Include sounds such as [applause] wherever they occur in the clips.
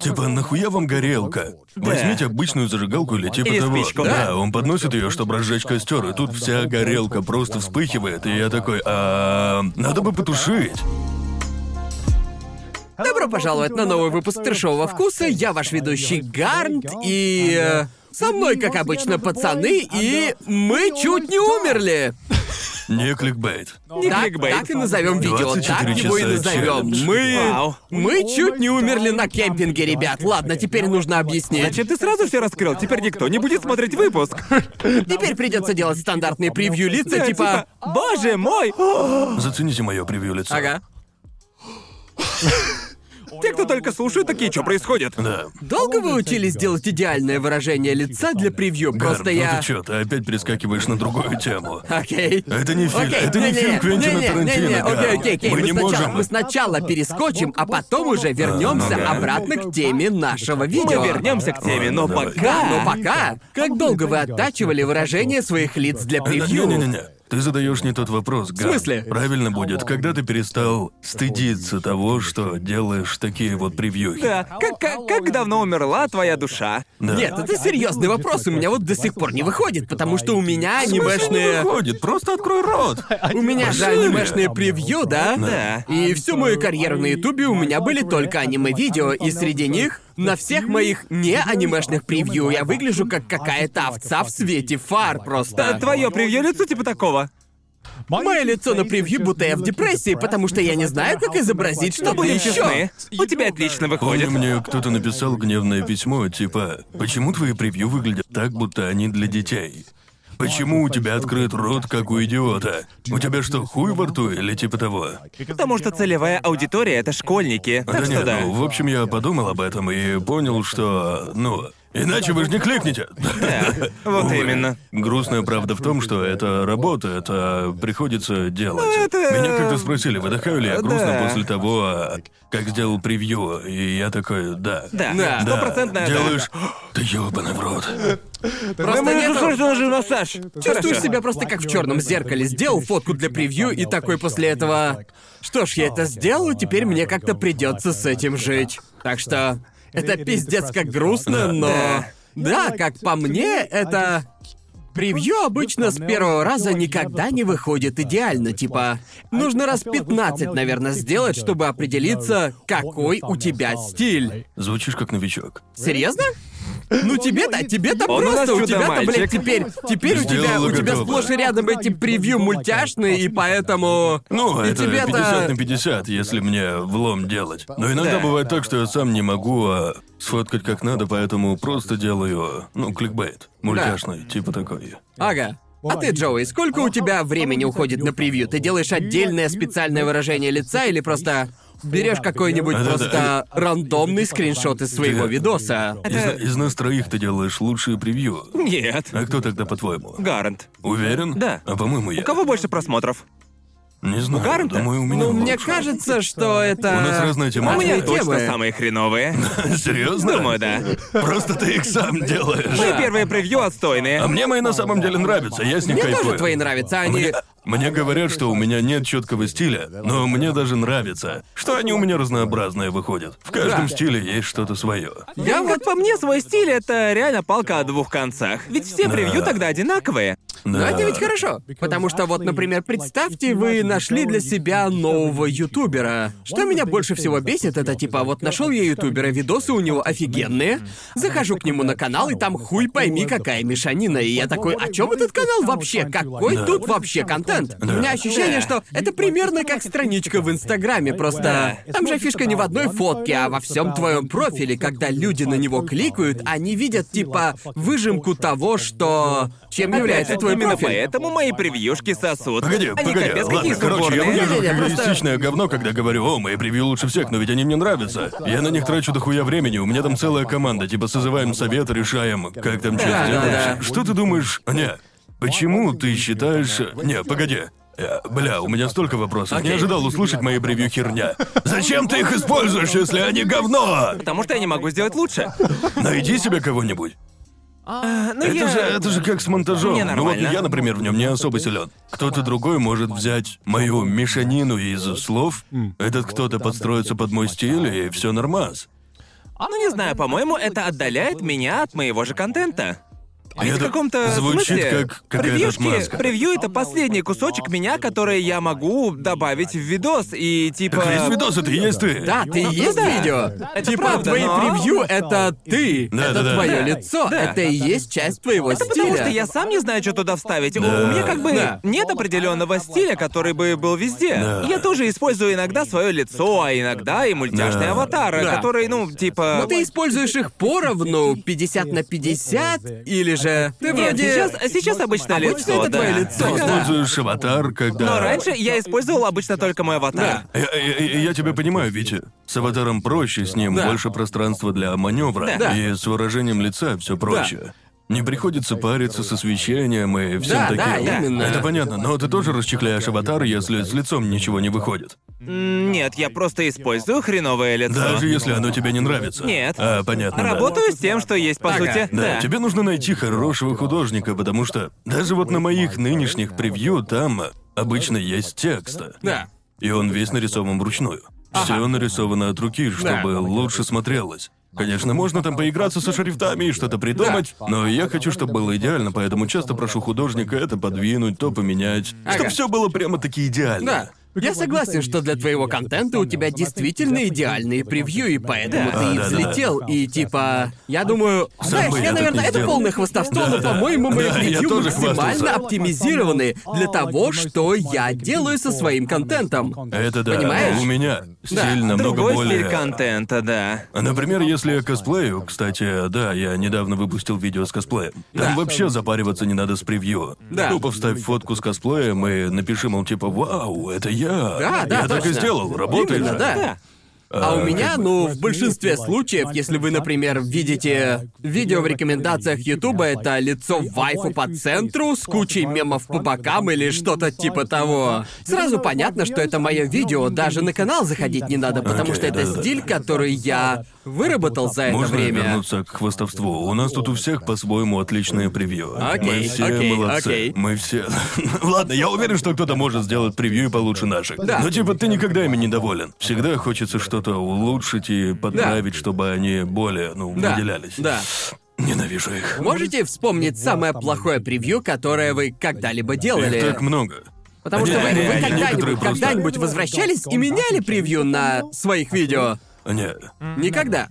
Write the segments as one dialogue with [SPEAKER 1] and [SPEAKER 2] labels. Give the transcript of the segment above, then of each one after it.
[SPEAKER 1] Типа, нахуя вам горелка?
[SPEAKER 2] Да.
[SPEAKER 1] Возьмите обычную зажигалку или типа
[SPEAKER 3] Или
[SPEAKER 1] того.
[SPEAKER 3] спичку,
[SPEAKER 1] да,
[SPEAKER 3] да.
[SPEAKER 1] он подносит ее, чтобы разжечь костер, и тут вся горелка просто вспыхивает, и я такой, а надо бы потушить.
[SPEAKER 3] Добро пожаловать на новый выпуск Трешового вкуса. Я ваш ведущий Гарнт и... э, Со мной, как обычно, пацаны, и мы чуть не умерли.
[SPEAKER 1] Не кликбейт.
[SPEAKER 3] Не так,
[SPEAKER 2] кликбейт.
[SPEAKER 3] так и назовем видео,
[SPEAKER 1] 24
[SPEAKER 3] так его и
[SPEAKER 1] часа
[SPEAKER 3] назовем.
[SPEAKER 1] челлендж.
[SPEAKER 3] Мы... Вау. Мы чуть не умерли на кемпинге, ребят. Ладно, теперь нужно объяснить.
[SPEAKER 2] Зачем ты сразу все раскрыл? Теперь никто не будет смотреть
[SPEAKER 3] [laughs]
[SPEAKER 2] выпуск.
[SPEAKER 3] Теперь придется делать стандартные превью лица,
[SPEAKER 2] Да,
[SPEAKER 3] типа...
[SPEAKER 2] Боже мой!
[SPEAKER 1] Зацените мое превью лица.
[SPEAKER 3] Ага.
[SPEAKER 2] Те, кто только слушают, такие, что происходит?
[SPEAKER 1] Да.
[SPEAKER 3] Долго вы учились делать идеальное выражение лица для превью?
[SPEAKER 1] Гарн,
[SPEAKER 3] Просто
[SPEAKER 1] ну
[SPEAKER 3] я...
[SPEAKER 1] ты чё, ты опять перескакиваешь на другую тему. [laughs]
[SPEAKER 3] Окей.
[SPEAKER 1] Это не фильм, это не фильм Квентина
[SPEAKER 3] не-не,
[SPEAKER 1] Тарантино,
[SPEAKER 3] не-не,
[SPEAKER 1] Гарн.
[SPEAKER 3] Окей, окей, окей.
[SPEAKER 1] Мы
[SPEAKER 3] мы,
[SPEAKER 1] не
[SPEAKER 3] сначала,
[SPEAKER 1] можем.
[SPEAKER 3] мы сначала перескочим, а потом уже вернемся
[SPEAKER 1] ну да.
[SPEAKER 3] обратно к теме нашего видео.
[SPEAKER 2] Мы вернемся к теме, но
[SPEAKER 1] Ладно,
[SPEAKER 2] пока. ну,
[SPEAKER 3] Да, но пока. Как долго вы оттачивали выражение своих лиц для превью?
[SPEAKER 1] Не-не-не. Ты задаешь не тот вопрос, Гарн.
[SPEAKER 3] смысле?
[SPEAKER 1] Правильно будет, когда ты перестал стыдиться того, что делаешь такие вот превьюхи.
[SPEAKER 2] Да. Как, как, как давно умерла твоя душа?
[SPEAKER 1] Да.
[SPEAKER 3] Нет, это серьезный вопрос, у меня вот до сих пор не выходит, потому что у меня
[SPEAKER 1] В смысле не
[SPEAKER 3] анимешные...
[SPEAKER 1] выходит, просто открой
[SPEAKER 3] [laughs]
[SPEAKER 1] рот.
[SPEAKER 3] У меня же
[SPEAKER 1] Пошли.
[SPEAKER 3] анимешные превью, да?
[SPEAKER 2] Да.
[SPEAKER 3] И всю мою карьеру на Ютубе у меня были только аниме-видео, и среди них на всех моих не-анимешных превью я выгляжу как какая-то овца в свете фар просто.
[SPEAKER 4] Да,
[SPEAKER 2] Твое превью А лицо типа такого.
[SPEAKER 4] Мое лицо на превью будто я в депрессии, потому что я не знаю, как изобразить, что
[SPEAKER 3] Да
[SPEAKER 2] Будем
[SPEAKER 4] будет.
[SPEAKER 3] еще.
[SPEAKER 2] честны, у тебя отлично
[SPEAKER 1] Помню,
[SPEAKER 2] выходит.
[SPEAKER 1] мне кто-то написал гневное письмо, типа, «Почему твои превью выглядят так, будто они для детей?» Почему у тебя открыт рот, как у идиота? У тебя что, хуй во рту или типа того?
[SPEAKER 2] Потому что целевая аудитория — это школьники.
[SPEAKER 1] да
[SPEAKER 2] Так что
[SPEAKER 1] нет,
[SPEAKER 2] да.
[SPEAKER 1] ну, в общем, я подумал об этом и понял, что, ну, иначе вы же не кликнете.
[SPEAKER 2] Да, вот
[SPEAKER 1] Увы.
[SPEAKER 2] именно.
[SPEAKER 1] Грустная правда в том, что это работа, это приходится делать.
[SPEAKER 2] Ну, это-
[SPEAKER 1] Меня как-то спросили, выдыхаю ли я
[SPEAKER 2] Да.
[SPEAKER 1] грустно после того, а, как сделал превью, и я такой, да.
[SPEAKER 2] Да,
[SPEAKER 3] Да.
[SPEAKER 2] стопроцентная да.
[SPEAKER 1] Делаешь... Ты ёбаный в рот.
[SPEAKER 3] Просто
[SPEAKER 2] Мы
[SPEAKER 3] нет-
[SPEAKER 2] же срочно же массаж.
[SPEAKER 3] Чувствуешь
[SPEAKER 2] Хорошо.
[SPEAKER 3] себя просто как в черном зеркале. Сделал фотку для превью и такой после этого. Что ж, я это сделал, и теперь мне как-то придется с этим жить. Так что это пиздец как грустно,
[SPEAKER 1] Да.
[SPEAKER 3] но
[SPEAKER 2] Да.
[SPEAKER 3] да, как по мне, это Превью обычно с первого раза никогда не выходит идеально, типа... Нужно раз 15, наверное, сделать, чтобы определиться, какой у тебя стиль.
[SPEAKER 1] Звучишь как новичок.
[SPEAKER 3] Серьезно? Ну тебе-то, тебе-то
[SPEAKER 2] Он у нас
[SPEAKER 3] просто, у тебя-то,
[SPEAKER 2] чудо-мальчик.
[SPEAKER 3] блядь, теперь, теперь у тебя, у
[SPEAKER 1] Сделала
[SPEAKER 3] тебя
[SPEAKER 1] готово.
[SPEAKER 3] сплошь и рядом эти превью мультяшные, и поэтому...
[SPEAKER 1] Ну,
[SPEAKER 3] и
[SPEAKER 1] это
[SPEAKER 3] тебе-то-
[SPEAKER 1] 50 на 50, если мне влом делать. Но иногда
[SPEAKER 2] Да.
[SPEAKER 1] бывает так, что я сам не могу а, сфоткать как надо, поэтому просто делаю, ну, кликбейт. Мультяшный, типа такой.
[SPEAKER 3] Ага. А ты, Джоуи, сколько у тебя времени уходит на превью? Ты делаешь отдельное специальное выражение лица или просто берешь какой-нибудь
[SPEAKER 1] Да-да-да.
[SPEAKER 3] просто рандомный скриншот из своего
[SPEAKER 1] Да.
[SPEAKER 3] видоса?
[SPEAKER 1] Из, из нас троих ты делаешь лучшие превью.
[SPEAKER 2] Нет.
[SPEAKER 1] А кто тогда, по-твоему?
[SPEAKER 2] Гарант.
[SPEAKER 1] Уверен?
[SPEAKER 2] Да.
[SPEAKER 1] А по-моему, я.
[SPEAKER 2] У кого больше просмотров?
[SPEAKER 1] Не знаю.
[SPEAKER 2] Гарнта?
[SPEAKER 1] Думаю, у меня.
[SPEAKER 3] Ну, мне
[SPEAKER 1] лучше.
[SPEAKER 3] кажется, что это...
[SPEAKER 1] У нас разная
[SPEAKER 3] А
[SPEAKER 1] тематика.
[SPEAKER 3] у меня
[SPEAKER 1] Разные
[SPEAKER 3] тоже
[SPEAKER 2] Точно самые [laughs] хреновые.
[SPEAKER 1] [laughs] Серьезно?
[SPEAKER 2] Думаю, да.
[SPEAKER 1] Просто ты их сам
[SPEAKER 2] Мои
[SPEAKER 1] делаешь.
[SPEAKER 2] первые превью
[SPEAKER 1] А
[SPEAKER 2] отстойные.
[SPEAKER 1] мне мои на самом деле нравятся, я с них
[SPEAKER 3] Мне
[SPEAKER 1] кайфую.
[SPEAKER 3] тоже твои нравятся, они...
[SPEAKER 1] А Мне, мне говорят, что у меня нет четкого стиля, но мне даже нравится, что они у меня разнообразные выходят. В каждом стиле есть что-то свое.
[SPEAKER 2] Я вот по мне свой стиль это реально палка о двух концах. Ведь все превью тогда одинаковые.
[SPEAKER 3] Но
[SPEAKER 1] Да.
[SPEAKER 3] Ну, это ведь хорошо. Потому что вот, например, представьте, вы нашли для себя нового ютубера. Что меня больше всего бесит, это типа вот нашел я ютубера, видосы у него офигенные. Захожу к нему на канал, и там хуй пойми, какая мешанина. И я такой, о чем этот канал вообще? Какой
[SPEAKER 4] Да.
[SPEAKER 3] тут вообще контент? У меня ощущение,
[SPEAKER 2] Да.
[SPEAKER 3] что это примерно как страничка в Инстаграме, просто
[SPEAKER 4] Да.
[SPEAKER 3] там же фишка не в одной фотке, а во всем твоем профиле, когда люди на него кликают, они видят типа выжимку того, что чем является
[SPEAKER 2] Опять,
[SPEAKER 3] твой
[SPEAKER 2] именно
[SPEAKER 3] профиль.
[SPEAKER 2] поэтому мои превьюшки сосут.
[SPEAKER 1] Погоди,
[SPEAKER 2] Они
[SPEAKER 1] погоди,
[SPEAKER 2] капец какие
[SPEAKER 1] ладно, короче, я
[SPEAKER 2] сумбурные.
[SPEAKER 1] выгляжу
[SPEAKER 3] Не-не-не,
[SPEAKER 1] как
[SPEAKER 3] просто-
[SPEAKER 1] эгоистичное говно, когда говорю, о, мои превью лучше всех, но ведь они мне нравятся. Я на них трачу дохуя времени, у меня там целая команда, типа созываем совет, решаем, как там что
[SPEAKER 3] Да, да,
[SPEAKER 1] сделать.
[SPEAKER 3] да.
[SPEAKER 1] Что ты думаешь? Не, почему ты считаешь... Не, погоди. Э, Бля, у меня столько вопросов. Не
[SPEAKER 3] Окей.
[SPEAKER 1] ожидал услышать мои превью херня. Зачем ты их используешь, если они говно?
[SPEAKER 2] Потому что я не могу сделать лучше.
[SPEAKER 1] Найди себе кого-нибудь.
[SPEAKER 2] А, ну
[SPEAKER 1] Это
[SPEAKER 2] я-
[SPEAKER 1] же это же как с монтажом.
[SPEAKER 2] Мне
[SPEAKER 1] ну вот
[SPEAKER 2] нормально.
[SPEAKER 1] я, например, в нем не особо силен. Кто-то другой может взять мою мешанину из слов. Этот кто-то подстроится под мой стиль и все нормас.
[SPEAKER 2] Ну не знаю, по-моему, это отдаляет меня от моего же контента. Ведь
[SPEAKER 1] А Это
[SPEAKER 2] в каком-то
[SPEAKER 1] звучит
[SPEAKER 2] смысле
[SPEAKER 1] как какая-то
[SPEAKER 2] превьюшки,
[SPEAKER 1] отмазка.
[SPEAKER 2] превью это последний кусочек меня, который я могу добавить в видос и типа.
[SPEAKER 1] Так весь видос это и есть ты.
[SPEAKER 3] Да, ты и
[SPEAKER 4] Ну,
[SPEAKER 3] есть
[SPEAKER 4] да.
[SPEAKER 3] видео.
[SPEAKER 2] Это
[SPEAKER 3] типа
[SPEAKER 2] правда,
[SPEAKER 3] твои
[SPEAKER 2] но-
[SPEAKER 3] превью это ты.
[SPEAKER 1] Да,
[SPEAKER 3] это
[SPEAKER 1] да, да.
[SPEAKER 3] твое
[SPEAKER 1] Да.
[SPEAKER 3] лицо.
[SPEAKER 2] Да.
[SPEAKER 3] Это и есть часть твоего
[SPEAKER 4] Это
[SPEAKER 3] стиля.
[SPEAKER 4] потому
[SPEAKER 2] Потому что я сам не знаю, что туда вставить. У-
[SPEAKER 1] Да.
[SPEAKER 2] У меня как бы
[SPEAKER 3] Да.
[SPEAKER 2] нет определенного стиля, который бы был везде.
[SPEAKER 1] Да.
[SPEAKER 2] Я тоже использую иногда свое лицо, а иногда и мультяшные
[SPEAKER 1] Да.
[SPEAKER 2] аватары,
[SPEAKER 3] Да.
[SPEAKER 2] которые, ну, типа.
[SPEAKER 3] Но ты используешь их поровну, 50 на 50, или же... Ты
[SPEAKER 2] Нет,
[SPEAKER 3] вроде...
[SPEAKER 2] сейчас, сейчас обычно
[SPEAKER 3] Обычно
[SPEAKER 2] лицо.
[SPEAKER 3] это твое
[SPEAKER 2] да.
[SPEAKER 1] Ты
[SPEAKER 3] лицо, да.
[SPEAKER 1] используешь аватар, когда...
[SPEAKER 2] Но раньше я использовал обычно только мой аватар.
[SPEAKER 3] Да.
[SPEAKER 1] Я, я- я- я тебя понимаю, Витя. С аватаром проще, с ним
[SPEAKER 3] Да.
[SPEAKER 1] больше пространства для маневра.
[SPEAKER 3] Да.
[SPEAKER 1] И с выражением лица все проще. Не приходится париться с освещением и всем
[SPEAKER 3] Да,
[SPEAKER 1] таким.
[SPEAKER 3] да, именно.
[SPEAKER 1] Это понятно, но ты тоже расчехляешь аватар, если с лицом ничего не выходит.
[SPEAKER 2] М, Нет, я просто использую хреновое лицо.
[SPEAKER 1] Даже если оно тебе не нравится.
[SPEAKER 2] Нет.
[SPEAKER 1] А, понятно. да.
[SPEAKER 2] Работаю с тем, что есть, по
[SPEAKER 3] Ага.
[SPEAKER 2] сути.
[SPEAKER 1] Да,
[SPEAKER 2] да.
[SPEAKER 1] тебе нужно найти хорошего художника, потому что даже вот на моих нынешних превью там э, обычно есть текст. э,
[SPEAKER 3] Да.
[SPEAKER 1] И он весь нарисован вручную. Все нарисовано от руки, чтобы лучше смотрелось. Конечно, можно там поиграться со шрифтами и что-то придумать, но я хочу, чтобы было идеально, поэтому часто прошу художника это подвинуть, то поменять, чтобы
[SPEAKER 3] Ага.
[SPEAKER 1] все было прямо-таки идеально.
[SPEAKER 3] Да. Я согласен, что для твоего контента у тебя действительно идеальные превью, и поэтому
[SPEAKER 4] Да.
[SPEAKER 3] ты
[SPEAKER 1] А,
[SPEAKER 3] и
[SPEAKER 1] да, да, да.
[SPEAKER 3] взлетел, и типа... Я думаю...
[SPEAKER 1] Сам
[SPEAKER 3] Знаешь,
[SPEAKER 1] бы я
[SPEAKER 3] я,
[SPEAKER 1] так
[SPEAKER 3] наверное,
[SPEAKER 1] не
[SPEAKER 3] это
[SPEAKER 1] сделал.
[SPEAKER 3] полное хвостовство, но, по-моему, мои
[SPEAKER 1] Да, я
[SPEAKER 3] превью
[SPEAKER 1] тоже
[SPEAKER 3] максимально
[SPEAKER 1] хвастался.
[SPEAKER 3] оптимизированы для того, что я делаю со своим контентом.
[SPEAKER 1] Это да,
[SPEAKER 3] Понимаешь?
[SPEAKER 1] у меня стиль намного
[SPEAKER 2] Другой
[SPEAKER 1] более...
[SPEAKER 2] стиль контента, да.
[SPEAKER 1] А, Например, если я косплею, кстати, да, я недавно выпустил видео с косплеем. Там
[SPEAKER 3] Да.
[SPEAKER 1] вообще запариваться не надо с превью.
[SPEAKER 3] Да.
[SPEAKER 1] Тупо вставь фотку с косплеем и напиши, мол, типа, вау, это я.
[SPEAKER 3] Да, да,
[SPEAKER 1] Я так и
[SPEAKER 3] точно.
[SPEAKER 1] сделал, работает
[SPEAKER 3] Именно,
[SPEAKER 1] же. Э,
[SPEAKER 3] да. А у
[SPEAKER 1] как
[SPEAKER 3] меня,
[SPEAKER 1] бы-
[SPEAKER 3] ну, в большинстве случаев, если вы, например, видите видео в рекомендациях Ютуба, это лицо вайфу по центру с кучей мемов по бокам или что-то типа того. Сразу понятно, что это мое видео, даже на канал заходить не надо, потому
[SPEAKER 1] Окей,
[SPEAKER 3] что это
[SPEAKER 1] да-да.
[SPEAKER 3] стиль, который я выработал за это
[SPEAKER 1] Можно
[SPEAKER 3] время.
[SPEAKER 1] вернуться к хвостовству? У нас тут у всех по-своему отличное превью.
[SPEAKER 3] Окей,
[SPEAKER 1] Мы все
[SPEAKER 3] окей,
[SPEAKER 1] молодцы.
[SPEAKER 3] окей.
[SPEAKER 1] Мы все... [laughs] Ладно, я уверен, что кто-то может сделать превью и получше наших.
[SPEAKER 3] Да.
[SPEAKER 1] Но типа ты никогда ими не доволен. Всегда хочется что-то улучшить и подправить, чтобы они более, ну,
[SPEAKER 3] Да,
[SPEAKER 1] выделялись.
[SPEAKER 3] да.
[SPEAKER 1] Ненавижу их.
[SPEAKER 3] Можете вспомнить самое плохое превью, которое вы когда-либо делали?
[SPEAKER 1] Их так много.
[SPEAKER 3] Потому что вы,
[SPEAKER 1] Они-
[SPEAKER 3] вы
[SPEAKER 1] они
[SPEAKER 3] когда-нибудь,
[SPEAKER 1] некоторые просто-
[SPEAKER 3] когда-нибудь возвращались и меняли превью на своих видео?
[SPEAKER 1] Не,
[SPEAKER 3] Никогда.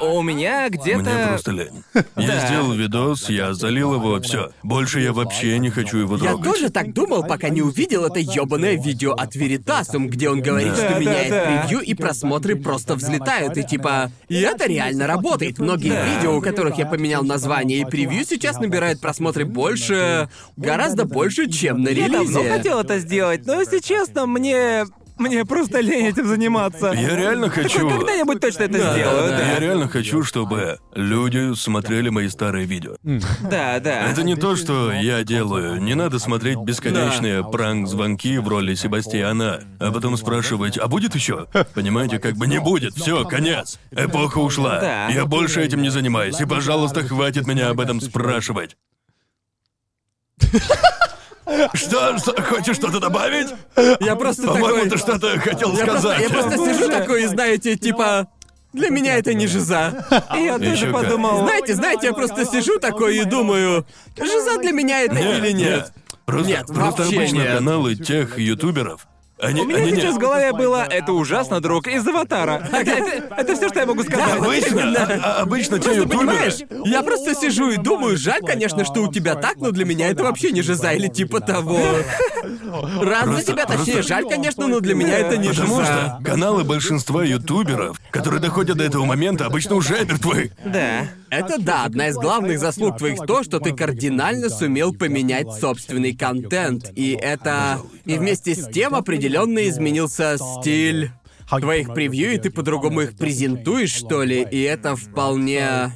[SPEAKER 2] У, у меня
[SPEAKER 1] мне
[SPEAKER 2] где-то.
[SPEAKER 1] просто
[SPEAKER 3] [laughs]
[SPEAKER 1] лень. Я сделал видос, я залил его, все. Больше я вообще не хочу его
[SPEAKER 3] Я
[SPEAKER 1] трогать.
[SPEAKER 3] тоже так думал, пока не увидел это ёбаное видео от Веритасум, где он говорит,
[SPEAKER 1] Да.
[SPEAKER 3] что
[SPEAKER 2] Да,
[SPEAKER 3] меняет
[SPEAKER 2] да, да.
[SPEAKER 3] превью, и просмотры просто взлетают, и типа... И это реально работает. Многие
[SPEAKER 4] Да.
[SPEAKER 3] видео, у которых я поменял название и превью, сейчас набирают просмотры больше... Гораздо больше, чем на
[SPEAKER 4] Я
[SPEAKER 2] Я давно
[SPEAKER 3] релизе.
[SPEAKER 2] хотел это сделать, но если честно, мне. Мне просто лень этим заниматься.
[SPEAKER 1] Я реально хочу...
[SPEAKER 2] Ну, Когда-нибудь точно это сделаю,
[SPEAKER 3] да,
[SPEAKER 1] Я
[SPEAKER 2] да.
[SPEAKER 1] реально хочу, чтобы люди смотрели мои старые видео.
[SPEAKER 2] Да, да.
[SPEAKER 1] Это не то, что я делаю. Не надо смотреть бесконечные пранк-звонки в роли Себастьяна, а потом спрашивать, а будет еще? Понимаете, как бы не будет. Все, конец. Эпоха ушла.
[SPEAKER 2] Да.
[SPEAKER 1] Я больше этим не занимаюсь. И, пожалуйста, хватит меня об этом
[SPEAKER 3] [laughs]
[SPEAKER 1] спрашивать. Что, что, хочешь что-то добавить?
[SPEAKER 3] Я просто
[SPEAKER 1] По-моему,
[SPEAKER 3] такой...
[SPEAKER 1] ты что-то хотел
[SPEAKER 3] Я просто,
[SPEAKER 1] сказать.
[SPEAKER 3] я просто сижу
[SPEAKER 2] Боже.
[SPEAKER 3] такой, знаете, типа... Для меня это не жиза.
[SPEAKER 1] А
[SPEAKER 2] Я тоже
[SPEAKER 1] Ещё как.
[SPEAKER 2] подумал.
[SPEAKER 3] Знаете, знаете, я просто сижу такой и думаю, жиза для меня это или [laughs] нет.
[SPEAKER 1] Просто,
[SPEAKER 3] Нет,
[SPEAKER 1] просто
[SPEAKER 3] вообще
[SPEAKER 1] обычно
[SPEAKER 3] нет.
[SPEAKER 1] каналы тех ютуберов. Они,
[SPEAKER 2] У меня
[SPEAKER 1] они не-
[SPEAKER 2] сейчас в голове было «Это ужасно, друг» из «Аватара». Это, все, что я могу сказать.
[SPEAKER 3] [laughs]
[SPEAKER 1] Обычно, а- обычно те
[SPEAKER 3] Просто
[SPEAKER 1] ютуберы.
[SPEAKER 3] понимаешь, я просто сижу и думаю, жаль, конечно, что у тебя так, но для меня это вообще не жиза или
[SPEAKER 1] [laughs]
[SPEAKER 3] типа того. Рад за
[SPEAKER 1] Просто-
[SPEAKER 3] тебя, точнее,
[SPEAKER 1] просто-
[SPEAKER 3] жаль, конечно, но для меня это не
[SPEAKER 1] Потому
[SPEAKER 3] жиза.
[SPEAKER 1] что каналы большинства ютуберов, которые доходят до этого момента, обычно уже мертвы.
[SPEAKER 2] Да.
[SPEAKER 3] Это да, одна из главных заслуг твоих то, что ты кардинально сумел поменять собственный контент. И это... И вместе с тем определенно изменился стиль
[SPEAKER 4] А
[SPEAKER 3] твоих превью, и ты по-другому их презентуешь, что ли, и это вполне...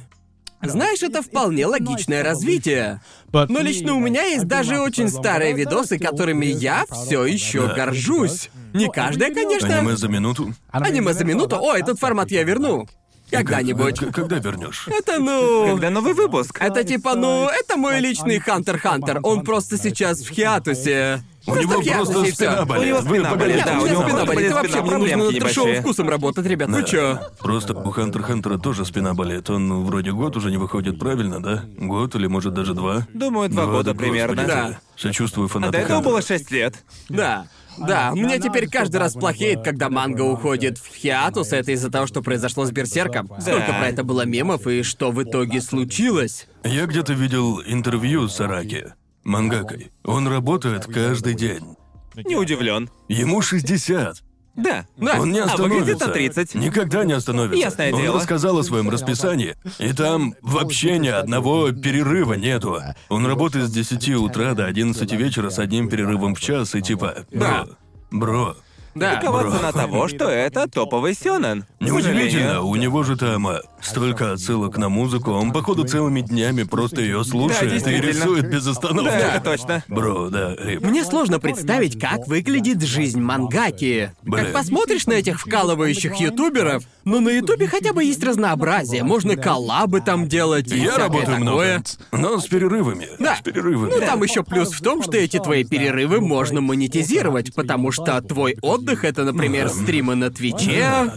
[SPEAKER 3] Знаешь, это вполне логичное развитие. Но ну, лично у меня есть даже очень старые видосы, которыми я все еще горжусь. Не каждая,
[SPEAKER 1] Аниме
[SPEAKER 3] конечно.
[SPEAKER 1] за минуту.
[SPEAKER 3] Аниме за минуту. О, этот формат я
[SPEAKER 4] Ну,
[SPEAKER 3] верну. Когда-нибудь.
[SPEAKER 1] Э, К- Когда вернешь?
[SPEAKER 3] [laughs] Это ну...
[SPEAKER 2] Когда новый выпуск.
[SPEAKER 3] Это типа, ну, это мой личный Хантер Хантер. Он просто сейчас в хиатусе.
[SPEAKER 1] У него
[SPEAKER 3] Состав яркости
[SPEAKER 1] просто
[SPEAKER 3] и всё.
[SPEAKER 1] спина
[SPEAKER 3] У
[SPEAKER 1] болит.
[SPEAKER 2] него
[SPEAKER 1] Вы
[SPEAKER 2] спина болит,
[SPEAKER 1] погодите,
[SPEAKER 2] да,
[SPEAKER 3] у
[SPEAKER 2] у
[SPEAKER 3] него
[SPEAKER 2] него
[SPEAKER 3] спина
[SPEAKER 2] просто
[SPEAKER 3] болит,
[SPEAKER 2] болит
[SPEAKER 3] вообще
[SPEAKER 2] спина,
[SPEAKER 3] мне нужно
[SPEAKER 2] проблемки
[SPEAKER 3] над трешовым
[SPEAKER 2] небольшие.
[SPEAKER 3] вкусом работать, ребят. Ну чё?
[SPEAKER 1] Просто у Хантер Хантера тоже спина болит. Он вроде год уже не выходит, правильно, да? Год или может даже два?
[SPEAKER 2] Думаю, два года примерно.
[SPEAKER 1] Да. Сочувствую фанатам.
[SPEAKER 2] До этого
[SPEAKER 1] Хантера.
[SPEAKER 2] было шесть лет.
[SPEAKER 3] Да. Да, мне теперь каждый раз плохеет, когда манга уходит в хиатус, это из-за того, что произошло с Берсерком. Сколько про это было мемов и что в итоге случилось.
[SPEAKER 1] Я где-то видел интервью с Араки, мангакой. Он работает каждый день.
[SPEAKER 2] Не удивлен.
[SPEAKER 1] Ему 60.
[SPEAKER 2] Да.
[SPEAKER 1] Он не
[SPEAKER 2] а выглядит
[SPEAKER 1] остановится.
[SPEAKER 2] на 30.
[SPEAKER 1] Никогда не остановится.
[SPEAKER 2] Ясное
[SPEAKER 1] Он
[SPEAKER 2] дело.
[SPEAKER 1] рассказал о своем расписании, и там вообще ни одного перерыва нету. Он работает с 10 утра до 11 вечера с одним перерывом в час, и типа...
[SPEAKER 3] Да.
[SPEAKER 1] Бро, бро,
[SPEAKER 3] Да.
[SPEAKER 2] Коваться
[SPEAKER 1] Бро.
[SPEAKER 2] на того, что это топовый сёнэн. К
[SPEAKER 1] Неудивительно,
[SPEAKER 2] сожалению.
[SPEAKER 1] у него же там а, столько отсылок на музыку, он походу целыми днями просто ее слушает и
[SPEAKER 2] действительно.
[SPEAKER 1] рисует без остановки.
[SPEAKER 2] Да, это точно.
[SPEAKER 1] Бро, да, рип.
[SPEAKER 3] Мне сложно представить, как выглядит жизнь мангаки.
[SPEAKER 1] Блин.
[SPEAKER 3] Как посмотришь на этих вкалывающих ютуберов, но на ютубе хотя бы есть разнообразие, можно коллабы там делать
[SPEAKER 1] Я
[SPEAKER 3] и Ну, всякое
[SPEAKER 1] работаю
[SPEAKER 3] такое.
[SPEAKER 1] много, но с перерывами.
[SPEAKER 3] Да.
[SPEAKER 1] С перерывами.
[SPEAKER 3] Ну, там еще плюс в том, что эти твои перерывы можно монетизировать, потому что твой отдых это, например, стримы на Твиче.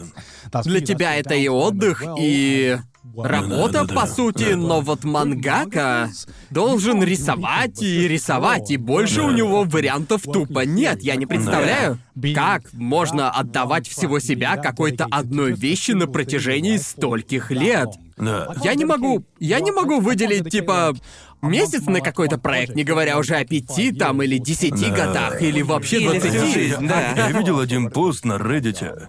[SPEAKER 3] Для тебя это и отдых, и работа,
[SPEAKER 1] Да-да-да.
[SPEAKER 3] по сути, но вот мангака должен рисовать и рисовать, и больше у него вариантов тупо нет. Я не представляю, как можно отдавать всего себя какой-то одной вещи на протяжении стольких лет.
[SPEAKER 1] Да.
[SPEAKER 3] Я не могу, я
[SPEAKER 1] «Ну, а
[SPEAKER 3] не могу выделить, типа, месяц на какой-то проект, не говоря уже о
[SPEAKER 1] типа,
[SPEAKER 3] пяти там или десяти
[SPEAKER 1] Да.
[SPEAKER 3] годах, или вообще
[SPEAKER 2] Или всю
[SPEAKER 3] двадцати.
[SPEAKER 2] жизнь, да.
[SPEAKER 1] Я видел один пост на Reddit.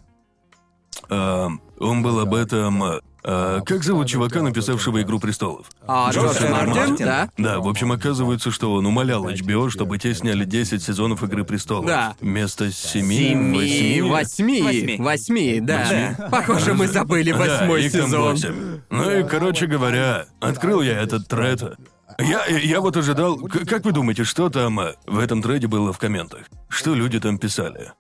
[SPEAKER 1] А, он был об этом. а, как зовут чувака, написавшего Игру престолов?
[SPEAKER 3] А, Джордж
[SPEAKER 1] Джордж
[SPEAKER 3] Мартин,
[SPEAKER 1] Мартин?
[SPEAKER 3] да.
[SPEAKER 1] Да, в общем, оказывается, что он умолял HBO, чтобы те сняли 10 сезонов Игры престолов.
[SPEAKER 3] Да.
[SPEAKER 1] Вместо 7,
[SPEAKER 3] Семи, восьми,
[SPEAKER 2] Восьми.
[SPEAKER 3] восьми, да. Похоже, мы забыли
[SPEAKER 1] да,
[SPEAKER 3] восьмой
[SPEAKER 1] их там
[SPEAKER 3] сезон.
[SPEAKER 1] восемь. Ну и, короче говоря, открыл я этот тред. Я, я вот ожидал... К- как вы думаете, что там э, в этом треде было в комментах? Что люди там писали?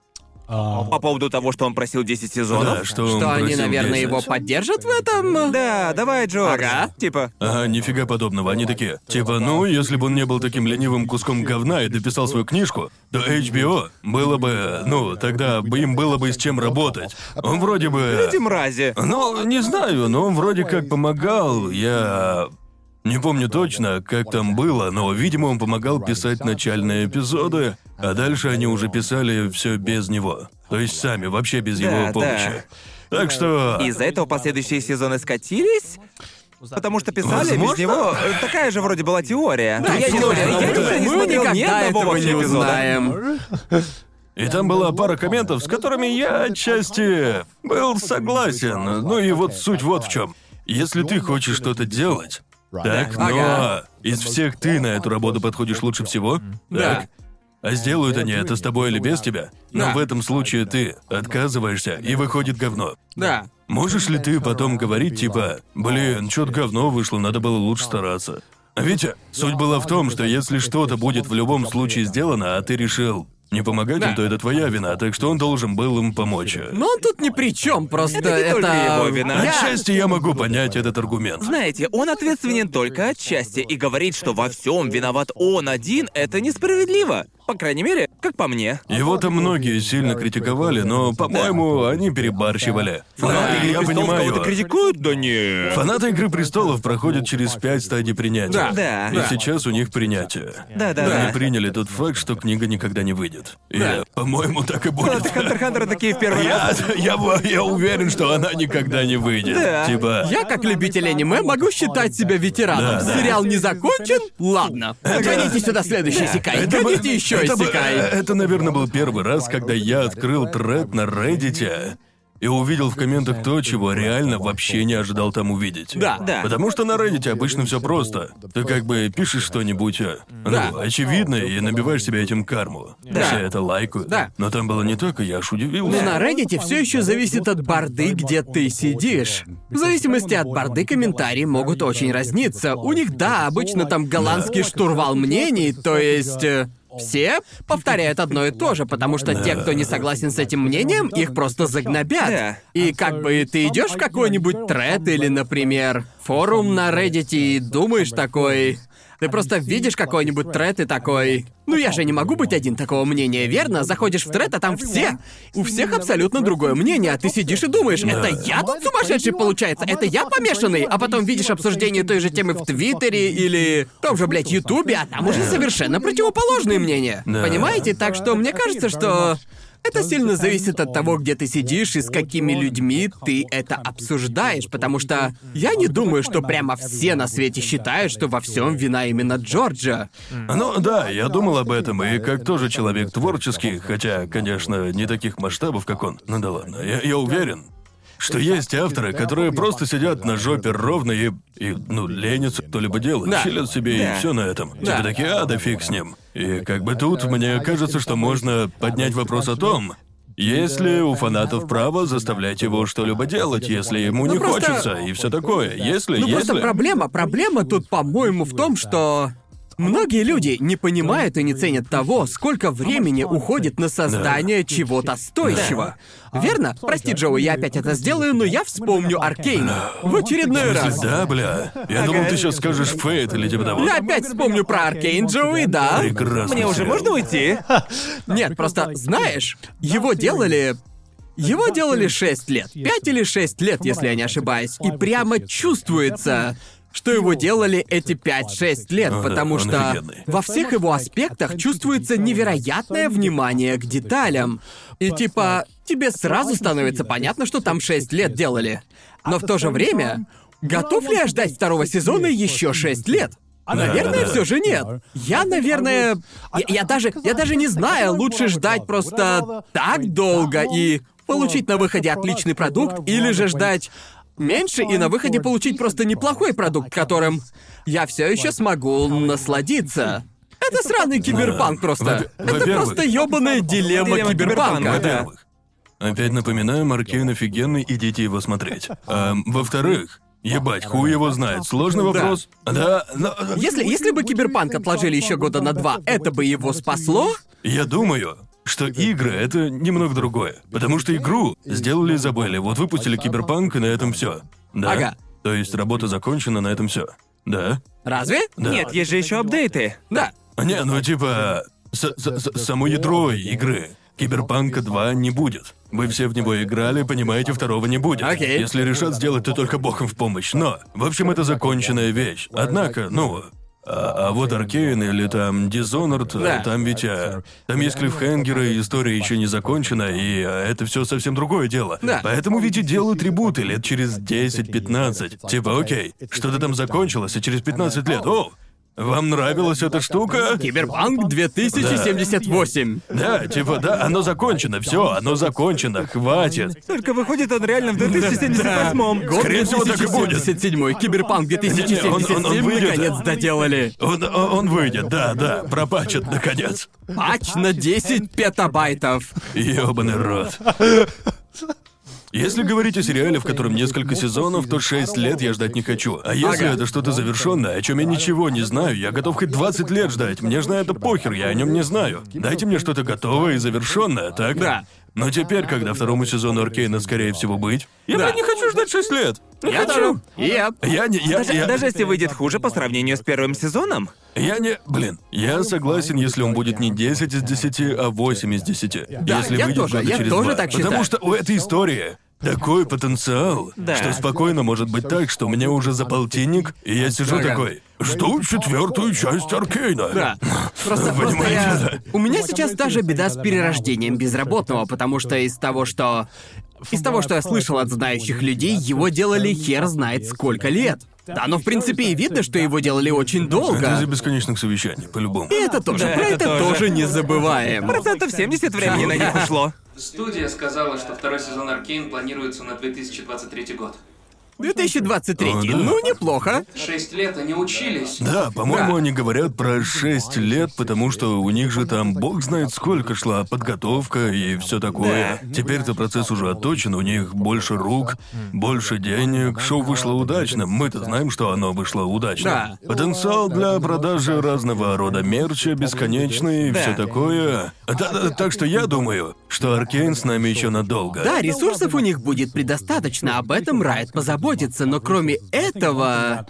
[SPEAKER 1] А,
[SPEAKER 2] По поводу того, что он просил 10
[SPEAKER 1] Да,
[SPEAKER 2] сезонов.
[SPEAKER 1] что он
[SPEAKER 3] Что они,
[SPEAKER 1] просил
[SPEAKER 3] наверное,
[SPEAKER 1] 10.
[SPEAKER 3] его поддержат в этом?
[SPEAKER 2] Да, давай, Джордж.
[SPEAKER 3] Ага.
[SPEAKER 2] Типа,
[SPEAKER 1] Ага, нифига подобного. Они такие, типа, ну, если бы он не был таким ленивым куском говна и дописал свою книжку, то HBO было бы, ну, тогда бы им было бы с чем работать. Он вроде бы...
[SPEAKER 2] эти мрази.
[SPEAKER 1] Ну, не знаю, но он вроде как помогал, я... Не помню точно, как там было, но, видимо, он помогал писать начальные эпизоды, а дальше они уже писали все без него. То есть сами, вообще без
[SPEAKER 2] Да,
[SPEAKER 1] его помощи. Так что...
[SPEAKER 2] Из-за этого последующие сезоны скатились? Потому что писали без
[SPEAKER 1] Возможно.
[SPEAKER 2] него. Э, Такая же вроде была теория.
[SPEAKER 3] Да,
[SPEAKER 2] я не
[SPEAKER 3] слушай,
[SPEAKER 2] знаю, я
[SPEAKER 3] ну,
[SPEAKER 2] никогда не
[SPEAKER 3] мы
[SPEAKER 2] смотрел ни
[SPEAKER 3] никогда
[SPEAKER 2] одного
[SPEAKER 3] этого
[SPEAKER 2] вообще
[SPEAKER 3] не
[SPEAKER 2] эпизода.
[SPEAKER 3] узнаем.
[SPEAKER 1] И там была пара комментов, с которыми я отчасти был согласен. Ну и вот суть вот в чем. Если ты хочешь что-то делать, так, но
[SPEAKER 3] Ага.
[SPEAKER 1] из всех ты на эту работу подходишь лучше всего,
[SPEAKER 3] Да.
[SPEAKER 1] так? А сделают они это с тобой или без тебя, но
[SPEAKER 3] Да.
[SPEAKER 1] в этом случае ты отказываешься и выходит говно.
[SPEAKER 3] Да.
[SPEAKER 1] Можешь ли ты потом говорить, типа, блин, чё-то говно вышло, надо было лучше стараться? А Витя, суть была в том, что если что-то будет в любом случае сделано, а ты решил не помогать
[SPEAKER 3] Да. Ну,
[SPEAKER 1] им, то это твоя вина, так что он должен был им помочь.
[SPEAKER 3] Но он тут ни при чем, просто это.
[SPEAKER 2] Это не только его вина.
[SPEAKER 3] Я-
[SPEAKER 1] Отчасти я могу понять этот аргумент.
[SPEAKER 2] Знаете, он ответственен только отчасти, и говорить, что во всем виноват он один, это несправедливо. По крайней мере, как по мне.
[SPEAKER 1] Его-то многие сильно критиковали, но, по-моему, они перебарщивали.
[SPEAKER 2] Фанаты
[SPEAKER 1] Фанаты,
[SPEAKER 2] «Игры
[SPEAKER 1] я
[SPEAKER 2] престолов»
[SPEAKER 1] понимаю.
[SPEAKER 2] кого-то критикуют? Да нет.
[SPEAKER 1] Фанаты Игры престолов проходят через пять стадий принятия.
[SPEAKER 3] Да.
[SPEAKER 2] Да.
[SPEAKER 1] И
[SPEAKER 2] Да.
[SPEAKER 1] сейчас у них принятие.
[SPEAKER 2] Да, да,
[SPEAKER 1] Они
[SPEAKER 2] да.
[SPEAKER 1] приняли тот факт, что книга никогда не выйдет. И,
[SPEAKER 3] Да.
[SPEAKER 1] по-моему, так и будет.
[SPEAKER 2] Фанаты Хантер Хантера такие в первый раз.
[SPEAKER 1] Я, я, я уверен, что она никогда не выйдет.
[SPEAKER 2] Да.
[SPEAKER 1] Типа.
[SPEAKER 3] Я, как любитель аниме, могу считать себя ветераном.
[SPEAKER 1] Да, да.
[SPEAKER 3] Сериал не закончен? Ладно. Гоните сюда следующий секай.
[SPEAKER 1] бы-
[SPEAKER 3] Гоните еще
[SPEAKER 1] это бы-
[SPEAKER 3] секай.
[SPEAKER 1] это, наверное, был первый раз, когда я открыл тред на Reddit и увидел в комментах то, чего реально вообще не ожидал там увидеть.
[SPEAKER 3] Да.
[SPEAKER 2] Да.
[SPEAKER 1] Потому что на Reddit обычно все просто. Ты как бы пишешь что-нибудь, э, ну,
[SPEAKER 3] Да.
[SPEAKER 1] очевидно, и набиваешь себе этим карму.
[SPEAKER 3] Да.
[SPEAKER 1] Все это лайкают.
[SPEAKER 3] Да.
[SPEAKER 1] Но там было не так, и я аж удивился.
[SPEAKER 3] Но Ну, на Reddit все еще зависит от борды, где ты сидишь. В зависимости от борды комментарии могут очень разниться. У них, да, обычно там голландский штурвал мнений, то есть... э, Все повторяют одно и то же, потому что те, кто не согласен с этим мнением, их просто загнобят.
[SPEAKER 2] Да.
[SPEAKER 3] И как бы ты идешь в какой-нибудь тред или, например, форум на Reddit и думаешь такой... Ты просто видишь какой-нибудь тред и такой... Ну я же не могу быть один такого мнения, верно? Заходишь в тред, а там все... У всех абсолютно другое мнение, а ты сидишь и думаешь, это я тут сумасшедший получается, это я помешанный, а потом видишь обсуждение той же темы в Твиттере или в том же, блядь, Ютубе, а там уже совершенно противоположные мнения.
[SPEAKER 1] Да.
[SPEAKER 3] Понимаете? Так что мне кажется, что... Это сильно зависит от того, где ты сидишь и с какими людьми ты это обсуждаешь, потому что я не думаю, что прямо все на свете считают, что во всем вина именно Джорджа.
[SPEAKER 1] Ну да, я думал об этом, и как тоже человек творческий, хотя, конечно, не таких масштабов, как он. Ну да ладно, я, я уверен, что есть авторы, которые просто сидят на жопе ровно и, и ну, ленятся что-либо делать,
[SPEAKER 3] Да.
[SPEAKER 1] чилят себе
[SPEAKER 2] Да.
[SPEAKER 1] и все на этом.
[SPEAKER 3] Да.
[SPEAKER 1] Типа такие, а да фиг с ним. И как бы тут, мне кажется, что можно поднять вопрос о том, есть ли у фанатов право заставлять его что-либо делать, если ему не
[SPEAKER 3] Ну, просто-
[SPEAKER 1] хочется, и все такое. Если,
[SPEAKER 3] Ну
[SPEAKER 1] если...
[SPEAKER 3] просто проблема, проблема тут, по-моему, в том, что многие люди не понимают и не ценят того, сколько времени уходит на создание чего-то стоящего. Верно? Прости, Джоуи, я опять это сделаю, но я вспомню Аркейн в очередной
[SPEAKER 1] В смысле,
[SPEAKER 3] раз.
[SPEAKER 1] Да, бля. Я думал, ты сейчас скажешь фейт или типа того.
[SPEAKER 3] Я опять вспомню про Аркейн, Джоуи, да?
[SPEAKER 1] Прекрасно.
[SPEAKER 2] Мне уже можно уйти?
[SPEAKER 3] Нет, просто знаешь, его делали. Его делали 6 лет. 5 или 6 лет, если я не ошибаюсь. И прямо чувствуется, что его делали эти 5-6 лет,
[SPEAKER 1] да,
[SPEAKER 3] потому
[SPEAKER 1] он
[SPEAKER 3] что
[SPEAKER 1] офигенный.
[SPEAKER 3] во всех его аспектах чувствуется невероятное внимание к деталям. И типа, тебе сразу становится понятно, что там 6 лет А делали. Но в то же время, готов ли я ждать второго сезона еще 6 лет? А,
[SPEAKER 1] да.
[SPEAKER 3] Наверное,
[SPEAKER 1] а
[SPEAKER 3] все же нет.
[SPEAKER 4] А
[SPEAKER 3] Я, наверное, я, я даже, я даже не знаю, лучше ждать просто так долго и получить на выходе отличный продукт, или же ждать меньше и на выходе получить просто неплохой продукт, которым я все еще смогу насладиться. Это сраный киберпанк просто.
[SPEAKER 1] Во-
[SPEAKER 3] Это
[SPEAKER 1] во-первых-
[SPEAKER 3] просто ёбаная дилемма
[SPEAKER 2] Дилемма
[SPEAKER 3] киберпанка.
[SPEAKER 2] киберпанка, да.
[SPEAKER 1] Во-первых. Опять напоминаю, Маркейн офигенный, идите его смотреть. А, во-вторых, ебать, хуй его знает. Сложный вопрос. Да, но...
[SPEAKER 3] Если, если бы киберпанк отложили еще года на два, это бы его спасло?
[SPEAKER 1] Я думаю, что игры — это немного другое. Потому что игру сделали и забыли. Вот выпустили Киберпанк, и на этом все. Да?
[SPEAKER 3] Ага.
[SPEAKER 1] То есть работа закончена, на этом все. Да?
[SPEAKER 3] Разве?
[SPEAKER 1] Да.
[SPEAKER 2] Нет, есть же еще апдейты.
[SPEAKER 3] Да.
[SPEAKER 1] Не, ну типа, с- с- с- само ядро игры. Киберпанка 2 не будет. Вы все в него играли, понимаете, второго не будет.
[SPEAKER 3] Окей.
[SPEAKER 1] Если решат сделать, то только бог им в помощь. Но, в общем, это законченная вещь. Однако, ну... А, а вот Аркейн или там Dishonored,
[SPEAKER 3] Да.
[SPEAKER 1] там ведь... а, там есть клиффхенгеры, история еще не закончена, и а, это все совсем другое дело.
[SPEAKER 3] Да.
[SPEAKER 1] Поэтому ведь и делают ребуты лет через 10-15. Типа, окей, что-то там закончилось, и через 15 лет, о, вам нравилась эта штука?
[SPEAKER 3] Киберпанк 2078.
[SPEAKER 1] Да, типа, да, оно закончено, все, оно закончено, хватит.
[SPEAKER 2] Только выходит он реально в 2078
[SPEAKER 3] Год
[SPEAKER 1] Скорее всего, так и будет.
[SPEAKER 3] 2077, Киберпанк 2077
[SPEAKER 1] Не-не, он- он выйдет.
[SPEAKER 3] наконец доделали.
[SPEAKER 1] Он, он- он выйдет, да, да, пропачет, наконец.
[SPEAKER 3] Патч на 10 петабайтов.
[SPEAKER 1] Ёбаный рот. Если говорить о сериале, в котором несколько сезонов, то 6 лет я ждать не хочу. А если
[SPEAKER 3] Ага.
[SPEAKER 1] это что-то завершенное, о чем я ничего не знаю, я готов хоть 20 лет ждать. Мне же на это похер, я о нем не знаю. Дайте мне что-то готовое и завершенное, так?
[SPEAKER 3] Да.
[SPEAKER 1] Но теперь, когда второму сезону Аркейна, скорее всего, быть, я
[SPEAKER 3] Да.
[SPEAKER 1] блядь, не хочу ждать 6 лет. Не
[SPEAKER 3] Я
[SPEAKER 1] хочу.
[SPEAKER 3] тоже. Я...
[SPEAKER 1] Я не. Я,
[SPEAKER 2] Даже,
[SPEAKER 1] я-
[SPEAKER 2] даже если выйдет хуже по сравнению с первым сезоном.
[SPEAKER 1] я не. Блин, я согласен, если он будет не 10 из 10, а 8 из 10.
[SPEAKER 4] Да,
[SPEAKER 1] если
[SPEAKER 3] я
[SPEAKER 1] выйдет
[SPEAKER 3] тоже,
[SPEAKER 1] года
[SPEAKER 3] я
[SPEAKER 1] через
[SPEAKER 3] тоже
[SPEAKER 1] два.
[SPEAKER 3] так считаю.
[SPEAKER 1] Потому что у этой истории такой потенциал,
[SPEAKER 2] Да.
[SPEAKER 1] что спокойно может быть так, что мне уже за полтинник, и я сижу
[SPEAKER 3] Ага.
[SPEAKER 1] такой. Жду четвертую часть Аркейна. [laughs]
[SPEAKER 3] Да. Просто,
[SPEAKER 1] Вы
[SPEAKER 3] просто
[SPEAKER 1] понимаете,
[SPEAKER 3] я-
[SPEAKER 1] да?
[SPEAKER 3] У меня сейчас даже беда с перерождением безработного, потому что из того, что... Из того, что я слышал от знающих людей, его делали хер знает сколько лет. Да, но в принципе и видно, что его делали очень
[SPEAKER 1] Это из-за
[SPEAKER 3] долго.
[SPEAKER 1] бесконечных совещаний, по-любому.
[SPEAKER 3] И это тоже, про
[SPEAKER 2] это
[SPEAKER 3] это тоже.
[SPEAKER 2] тоже.
[SPEAKER 3] не забываем.
[SPEAKER 2] Процентов 70 времени на них ушло.
[SPEAKER 5] Студия сказала, что второй сезон Аркейн планируется на 2023 год.
[SPEAKER 3] 2023.
[SPEAKER 1] О, да.
[SPEAKER 3] Ну, неплохо.
[SPEAKER 5] Шесть лет они учились.
[SPEAKER 1] Да, по-моему,
[SPEAKER 3] Да.
[SPEAKER 1] они говорят про 6 лет, потому что у них же там бог знает сколько шла подготовка и все такое. Теперь-то процесс уже отточен, у них больше рук, больше денег, шоу вышло удачно. Мы-то знаем, что оно вышло удачно.
[SPEAKER 3] Да.
[SPEAKER 1] Потенциал для продажи разного рода мерча бесконечный и
[SPEAKER 2] Да.
[SPEAKER 1] все такое. Да, да, так что я думаю, что Аркейн с нами еще надолго.
[SPEAKER 4] Э,
[SPEAKER 3] Да, ресурсов у них будет предостаточно, об этом Райт позаботится, но кроме этого...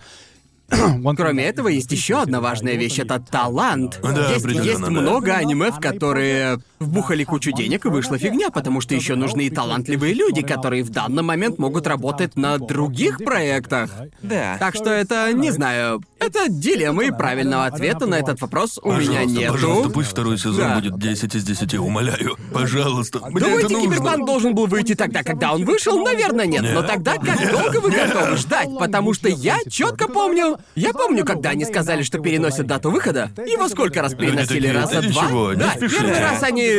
[SPEAKER 3] Кроме этого, есть еще одна важная вещь — это талант.
[SPEAKER 1] Да,
[SPEAKER 3] есть,
[SPEAKER 1] определенно,
[SPEAKER 3] есть
[SPEAKER 1] да.
[SPEAKER 3] много аниме, в которые вбухали кучу денег и вышла фигня, потому что еще нужны и талантливые люди, которые в данный момент могут работать на других проектах.
[SPEAKER 2] Да.
[SPEAKER 3] Так что это, не знаю, это дилемма, и правильного ответа на этот вопрос у меня
[SPEAKER 1] Пожалуйста,
[SPEAKER 3] нету.
[SPEAKER 1] пожалуйста, пусть второй сезон
[SPEAKER 3] Да.
[SPEAKER 1] будет 10 из 10, умоляю. Пожалуйста, мне
[SPEAKER 3] Думаете,
[SPEAKER 1] это нужно.
[SPEAKER 3] Киберпанк должен был выйти тогда, когда он вышел? Наверное, нет. Но
[SPEAKER 1] Нет.
[SPEAKER 3] тогда как долго вы готовы ждать? Потому что я четко помню. Я помню, когда они сказали, что переносят дату выхода. Его сколько раз
[SPEAKER 4] Люди
[SPEAKER 3] переносили?
[SPEAKER 1] такие,
[SPEAKER 3] Раза
[SPEAKER 1] «Да
[SPEAKER 3] два?
[SPEAKER 1] ничего, не
[SPEAKER 3] да,
[SPEAKER 1] спешите».
[SPEAKER 3] первый раз они...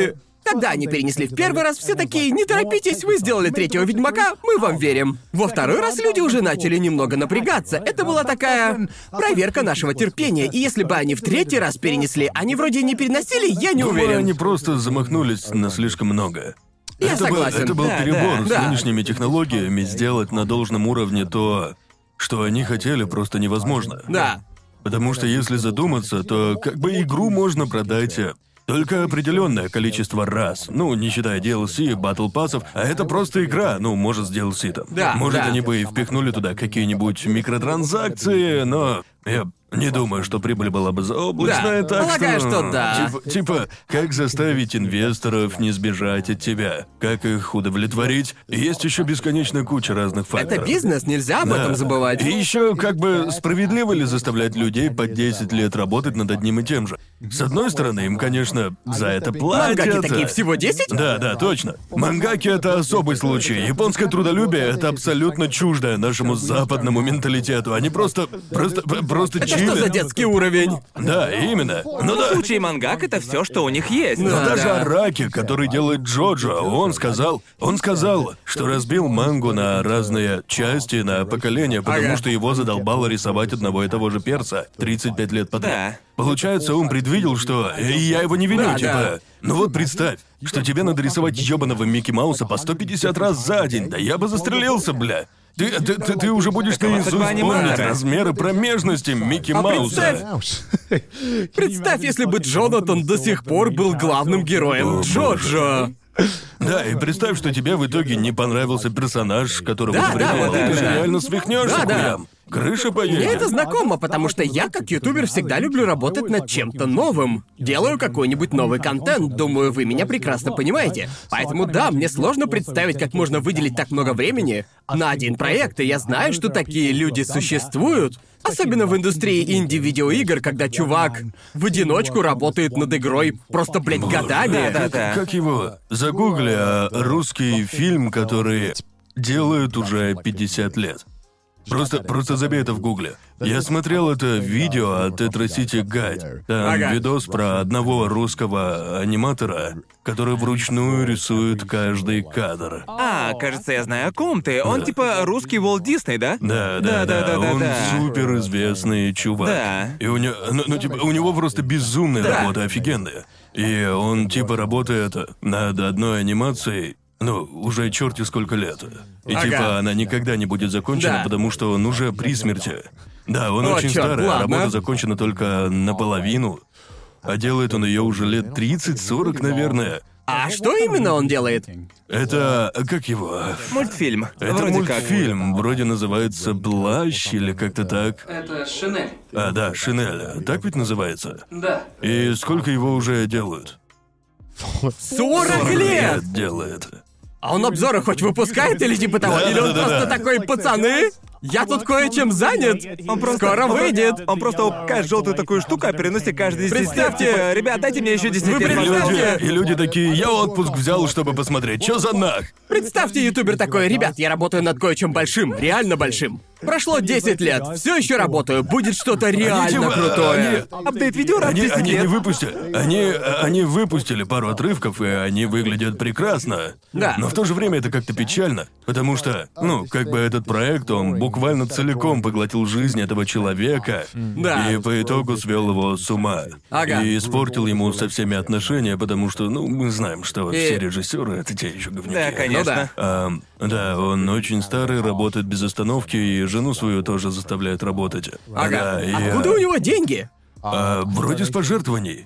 [SPEAKER 3] Тогда они перенесли в первый раз, все такие, не торопитесь, вы сделали третьего Ведьмака, мы вам верим. Во второй раз люди уже начали немного напрягаться. Это была такая проверка нашего терпения. И если бы они в третий раз перенесли, они вроде не переносили, я не
[SPEAKER 1] Думаю,
[SPEAKER 3] уверен.
[SPEAKER 1] они просто замахнулись на слишком много.
[SPEAKER 3] Я
[SPEAKER 1] это был-
[SPEAKER 3] согласен.
[SPEAKER 1] это был
[SPEAKER 2] Да,
[SPEAKER 1] перебор
[SPEAKER 3] да,
[SPEAKER 1] с
[SPEAKER 3] да.
[SPEAKER 1] нынешними технологиями сделать на должном уровне то, что они хотели, просто невозможно.
[SPEAKER 3] Да.
[SPEAKER 1] Потому что если задуматься, то как бы игру можно продать э, только определенное количество раз. Ну, не считая DLC, батл пассов, а это просто игра, ну, может, с DLC там.
[SPEAKER 3] Да,
[SPEAKER 1] Может,
[SPEAKER 3] да.
[SPEAKER 1] они бы и впихнули туда какие-нибудь микротранзакции, но я не думаю, что прибыль была бы заоблачная,
[SPEAKER 3] Да,
[SPEAKER 1] так
[SPEAKER 3] полагаю, что да.
[SPEAKER 1] Типа, типа, как заставить инвесторов не сбежать от тебя? Как их удовлетворить? Есть еще бесконечная куча разных факторов.
[SPEAKER 3] Это бизнес, нельзя об этом
[SPEAKER 1] Э, Да.
[SPEAKER 3] забывать.
[SPEAKER 1] И еще, как бы, справедливо ли заставлять людей по 10 лет работать над одним и тем же? С одной стороны, им, конечно, за это платят. э,
[SPEAKER 3] Мангаки такие всего 10?
[SPEAKER 1] Да, да, точно. Мангаки — это особый случай. Японское трудолюбие — это абсолютно чуждое нашему западному менталитету. Они просто... просто... просто
[SPEAKER 3] Это что за
[SPEAKER 1] чилят.
[SPEAKER 3] детский уровень?
[SPEAKER 1] Да, именно. Ну да.
[SPEAKER 2] В случае мангак это все, что у них есть.
[SPEAKER 1] Но
[SPEAKER 3] Да,
[SPEAKER 1] даже
[SPEAKER 3] да.
[SPEAKER 1] Араки, который делает Джоджо, он сказал, он сказал, что разбил мангу на разные части, на поколения, потому
[SPEAKER 3] Ага.
[SPEAKER 1] что его задолбало рисовать одного и того же перца 35 лет подряд.
[SPEAKER 2] Да.
[SPEAKER 1] Получается, он предвидел, что «Эй, я его не виню,
[SPEAKER 3] Да,
[SPEAKER 1] типа.
[SPEAKER 3] да.
[SPEAKER 1] Ну вот представь, что тебе надо рисовать ёбаного Микки Мауса по 150 раз за день, да я бы застрелился, бля. Ты, ты, ты, ты уже будешь
[SPEAKER 2] судьба
[SPEAKER 1] наизусть помнить
[SPEAKER 2] аниматора.
[SPEAKER 1] размеры промежности Микки
[SPEAKER 3] А
[SPEAKER 1] Мауса.
[SPEAKER 3] представь, Представь, если бы Джонатан до сих пор был главным героем
[SPEAKER 1] О,
[SPEAKER 3] Джорджа.
[SPEAKER 1] Да, и представь, что тебе в итоге не понравился персонаж, которого
[SPEAKER 3] Да,
[SPEAKER 1] ты
[SPEAKER 3] да,
[SPEAKER 1] придумал.
[SPEAKER 3] вот
[SPEAKER 1] ты
[SPEAKER 3] именно.
[SPEAKER 1] же реально свихнешься,
[SPEAKER 3] Да, да.
[SPEAKER 1] хуям. Крыша поедет.
[SPEAKER 3] Мне это знакомо, потому что я, как ютубер, всегда люблю работать над чем-то новым. Делаю какой-нибудь новый контент, думаю, вы меня прекрасно понимаете. Поэтому да, мне сложно представить, как можно выделить так много времени на один проект, и я знаю, что такие люди существуют. Особенно в индустрии инди-видеоигр, когда чувак в одиночку работает над игрой просто, блядь, годами.
[SPEAKER 2] Да, да, да.
[SPEAKER 1] Как его? Загугли а, русский фильм, который делают уже 50 лет. Просто, просто забей это в гугле. Я смотрел это видео от Tetra City Guide. Там
[SPEAKER 3] Ага.
[SPEAKER 1] видос про одного русского аниматора, который вручную рисует каждый кадр.
[SPEAKER 2] А, кажется, я знаю, о ком ты. Он типа русский Уолт Дисней, да?
[SPEAKER 1] Да, да, да,
[SPEAKER 2] Да-да-да-да-да.
[SPEAKER 1] он суперизвестный чувак.
[SPEAKER 2] Да.
[SPEAKER 1] И у него, ну, ну, типа, у него просто безумная работа, офигенная. И он типа работает над одной анимацией, ну, уже черти сколько лет. И
[SPEAKER 3] Ага.
[SPEAKER 1] типа она никогда не будет закончена,
[SPEAKER 3] Да.
[SPEAKER 1] потому что он уже при смерти. Да, он
[SPEAKER 3] О,
[SPEAKER 1] очень
[SPEAKER 3] чёрт,
[SPEAKER 1] старый, а
[SPEAKER 3] ладно.
[SPEAKER 1] работа закончена только наполовину. А делает он ее уже лет 30-40, наверное.
[SPEAKER 3] А что именно он делает?
[SPEAKER 1] Это как его?
[SPEAKER 2] Мультфильм.
[SPEAKER 1] Это
[SPEAKER 2] Вроде
[SPEAKER 1] мультфильм, вроде называется Плащ или как-то так.
[SPEAKER 5] Это шинель.
[SPEAKER 1] А, да, Шинель. Так ведь называется.
[SPEAKER 5] Да.
[SPEAKER 1] И сколько его уже делают?
[SPEAKER 3] 40 лет!
[SPEAKER 1] делает.
[SPEAKER 3] А он обзоры хоть выпускает или типа того?
[SPEAKER 1] Да,
[SPEAKER 3] или
[SPEAKER 1] да,
[SPEAKER 3] он
[SPEAKER 1] да,
[SPEAKER 3] просто
[SPEAKER 1] да.
[SPEAKER 3] такой, пацаны? Я тут кое-чем занят. Он просто скоро
[SPEAKER 2] как.
[SPEAKER 3] выйдет.
[SPEAKER 2] Он просто упкает желтую такую штуку, а переносит каждый из
[SPEAKER 3] Представьте,
[SPEAKER 2] десяти. Типа, ребят, дайте мне еще 10
[SPEAKER 3] Вы
[SPEAKER 2] лет,
[SPEAKER 1] И
[SPEAKER 3] представьте,
[SPEAKER 2] пожалуйста».
[SPEAKER 1] люди, и люди такие, я отпуск взял, чтобы посмотреть. Чё за нах?
[SPEAKER 3] Представьте, ютубер такой, ребят, я работаю над кое-чем большим, реально большим. Прошло 10 лет, все еще работаю, будет что-то реально
[SPEAKER 1] типа,
[SPEAKER 3] крутое.
[SPEAKER 2] Апдейт видео раз в
[SPEAKER 1] Они,
[SPEAKER 2] 10
[SPEAKER 1] они не
[SPEAKER 2] лет.
[SPEAKER 1] выпустили. Они, они выпустили пару отрывков, и они выглядят прекрасно.
[SPEAKER 3] Да.
[SPEAKER 1] Но в то же время это как-то печально, потому что, ну, как бы этот проект, он буквально целиком поглотил жизнь этого человека.
[SPEAKER 3] Да.
[SPEAKER 1] И по итогу свел его с ума.
[SPEAKER 3] Ага.
[SPEAKER 1] И испортил ему со всеми отношения, потому что, ну, мы знаем, что
[SPEAKER 3] И-
[SPEAKER 1] все режиссеры это те еще говнюки.
[SPEAKER 2] Да, конечно.
[SPEAKER 1] Ам, да, он очень старый, работает без остановки, и жену свою тоже заставляет работать.
[SPEAKER 3] Ага.
[SPEAKER 1] Да, и,
[SPEAKER 3] Откуда
[SPEAKER 1] а,
[SPEAKER 3] у него деньги?
[SPEAKER 1] А, вроде с пожертвований.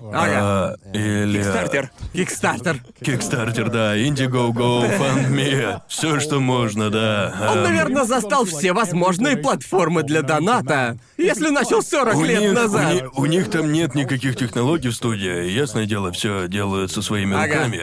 [SPEAKER 1] А,
[SPEAKER 3] Ага.
[SPEAKER 1] или...
[SPEAKER 2] Стартер.
[SPEAKER 3] Кикстартер.
[SPEAKER 1] Кикстартер, да, Indiegogo, FundMe, все, что можно, да.
[SPEAKER 3] Он,
[SPEAKER 1] Эм,
[SPEAKER 3] наверное, застал все возможные платформы для доната, если начал 40
[SPEAKER 1] у
[SPEAKER 3] лет
[SPEAKER 1] них, У,
[SPEAKER 3] назад.
[SPEAKER 1] ни- у них там нет никаких технологий в студии, ясное дело, все делают со своими
[SPEAKER 3] Ага.
[SPEAKER 1] руками.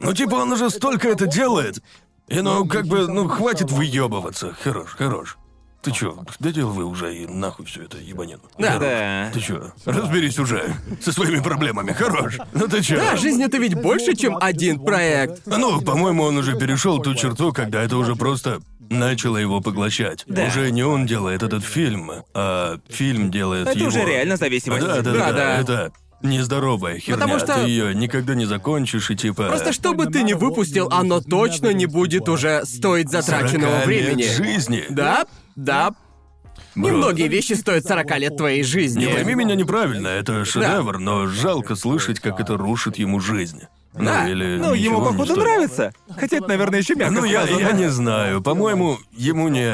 [SPEAKER 1] Ну, типа, он уже столько это делает. И ну, как бы, ну, хватит выебываться. Хорош, хорош. Ты чё, доделывай уже и нахуй все это ебанину.
[SPEAKER 2] Да,
[SPEAKER 1] Хорош.
[SPEAKER 2] да.
[SPEAKER 1] Ты чё, разберись уже со своими проблемами, хорош. Ну ты чё?
[SPEAKER 3] Да, жизнь это ведь больше, чем один проект.
[SPEAKER 1] Ну, по-моему, он уже перешел ту черту, когда это уже просто начало его поглощать.
[SPEAKER 2] Да.
[SPEAKER 1] Уже не он делает этот фильм, а фильм делает
[SPEAKER 2] Это
[SPEAKER 1] его.
[SPEAKER 2] уже реально зависимость.
[SPEAKER 1] Да, да, да,
[SPEAKER 3] Да, да.
[SPEAKER 1] это нездоровая херня.
[SPEAKER 3] Потому что-
[SPEAKER 1] Ты ее никогда не закончишь и типа.
[SPEAKER 3] Просто что бы ты ни выпустил, оно точно не будет уже стоить
[SPEAKER 1] 40
[SPEAKER 3] затраченного
[SPEAKER 1] лет
[SPEAKER 3] времени.
[SPEAKER 1] жизни.
[SPEAKER 3] Да, да.
[SPEAKER 1] Бро,
[SPEAKER 3] Немногие вещи стоят 40 лет твоей жизни.
[SPEAKER 1] Не пойми меня неправильно, это шедевр, но жалко слышать, как это рушит ему жизнь.
[SPEAKER 2] Да.
[SPEAKER 1] Ну или
[SPEAKER 2] Ну, ему
[SPEAKER 1] ничего не
[SPEAKER 2] походу
[SPEAKER 1] стоит.
[SPEAKER 2] нравится. Хотя это, наверное, еще мягко
[SPEAKER 1] Ну я,
[SPEAKER 2] сказано.
[SPEAKER 1] я не знаю. По-моему, ему не.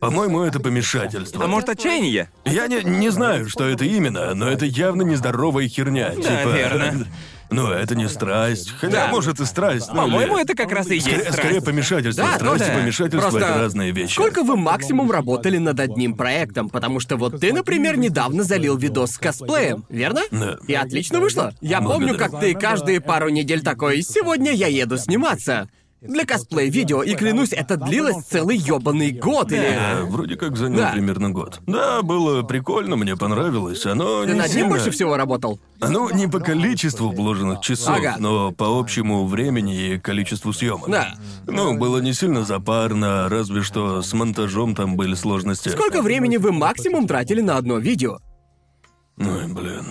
[SPEAKER 1] По-моему, это помешательство.
[SPEAKER 2] А может, отчаяние?
[SPEAKER 1] Я не, не знаю, что это именно, но это явно нездоровая херня. типа,
[SPEAKER 2] верно.
[SPEAKER 1] Ну, это не страсть. Хотя,
[SPEAKER 2] Да.
[SPEAKER 1] может, и страсть. ну,
[SPEAKER 2] По-моему,
[SPEAKER 1] или-
[SPEAKER 2] это как раз и есть
[SPEAKER 1] Скорее,
[SPEAKER 2] страсть.
[SPEAKER 1] скорее помешательство.
[SPEAKER 3] Да,
[SPEAKER 1] страсть
[SPEAKER 2] ну
[SPEAKER 1] и
[SPEAKER 2] да.
[SPEAKER 1] помешательство
[SPEAKER 3] Просто
[SPEAKER 1] это разные вещи.
[SPEAKER 3] Сколько вы максимум работали над одним проектом? Потому что вот ты, например, недавно залил видос с косплеем, верно?
[SPEAKER 1] Да.
[SPEAKER 3] И отлично вышло. Я
[SPEAKER 1] Благодарю.
[SPEAKER 3] помню, как ты каждые пару недель такой «Сегодня я еду сниматься». Для косплей-видео, и клянусь, это длилось целый ёбаный год, или...
[SPEAKER 1] Э, вроде как занял
[SPEAKER 3] Да.
[SPEAKER 1] примерно год. Да, было прикольно, мне понравилось. Оно
[SPEAKER 3] Ты
[SPEAKER 1] не
[SPEAKER 3] над ним
[SPEAKER 1] сильно-
[SPEAKER 3] больше всего работал?
[SPEAKER 1] Оно не по количеству вложенных часов,
[SPEAKER 3] Ага.
[SPEAKER 1] но по общему времени и количеству съемок.
[SPEAKER 3] Да.
[SPEAKER 1] Ну, было не сильно запарно, разве что с монтажом там были сложности.
[SPEAKER 3] Сколько времени вы максимум тратили на одно видео?
[SPEAKER 1] Ой, блин.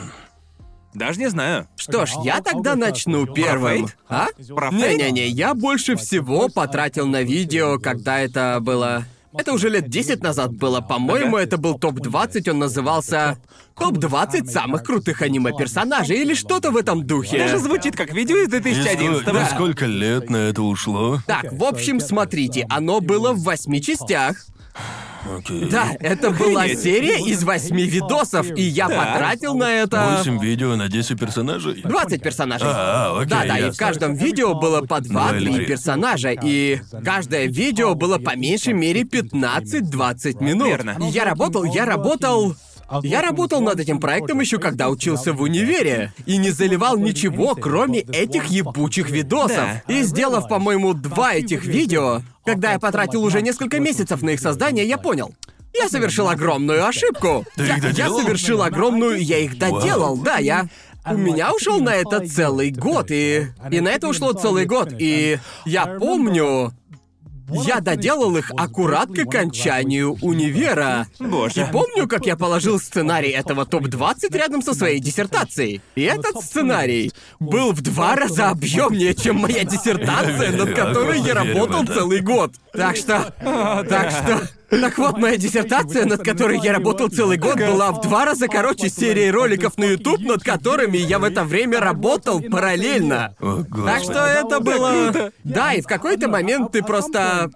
[SPEAKER 2] Даже не знаю.
[SPEAKER 3] Что ж, я тогда начну первым.
[SPEAKER 2] Профейт?
[SPEAKER 3] А?
[SPEAKER 2] Профейт?
[SPEAKER 3] Не-не-не, я больше всего потратил на видео, когда это было... Это уже лет 10 назад было, по-моему, это был топ-20, он назывался «Топ-20 самых крутых аниме-персонажей» или что-то в этом духе.
[SPEAKER 2] Даже звучит как видео из
[SPEAKER 1] И ск-
[SPEAKER 2] 2011
[SPEAKER 1] и сколько лет на это ушло?
[SPEAKER 3] Так, в общем, смотрите, оно было в восьми частях.
[SPEAKER 1] Окей.
[SPEAKER 3] Да, это была
[SPEAKER 2] Охренеть.
[SPEAKER 3] серия из восьми видосов, и я
[SPEAKER 4] Да.
[SPEAKER 3] потратил на это...
[SPEAKER 1] Восемь видео на 10 персонажей?
[SPEAKER 3] 20 персонажей.
[SPEAKER 1] А, а, окей,
[SPEAKER 3] да, да, и в
[SPEAKER 1] ясно.
[SPEAKER 3] каждом видео было по
[SPEAKER 1] Ну, или
[SPEAKER 3] 2-3
[SPEAKER 1] три.
[SPEAKER 3] персонажа, и каждое видео было по меньшей мере 15-20 минут.
[SPEAKER 2] Верно.
[SPEAKER 3] Я работал, я работал. Я работал над этим проектом еще когда учился в универе и не заливал ничего, кроме этих ебучих видосов.
[SPEAKER 4] Да.
[SPEAKER 3] И сделав, по-моему, два этих видео, когда я потратил уже несколько месяцев на их создание, я понял. Я совершил огромную ошибку.
[SPEAKER 1] Ты их
[SPEAKER 3] я, я
[SPEAKER 1] доделал?
[SPEAKER 3] совершил огромную, я их доделал, да, я. У меня ушел на это целый год, и. И на это ушло целый год. И я помню, я доделал их аккурат к окончанию универа.
[SPEAKER 2] Боже.
[SPEAKER 3] И помню, как я положил сценарий этого топ-20 рядом со своей диссертацией. И этот сценарий был в два раза объемнее, чем моя диссертация, над которой я работал целый год. Так что... Так что... Так вот, моя диссертация, над которой я работал целый год, была в два раза короче серии роликов на YouTube, над которыми я в это время работал параллельно.
[SPEAKER 1] О,
[SPEAKER 3] Так
[SPEAKER 1] господи.
[SPEAKER 3] что это было... Да, и в какой-то момент ты просто...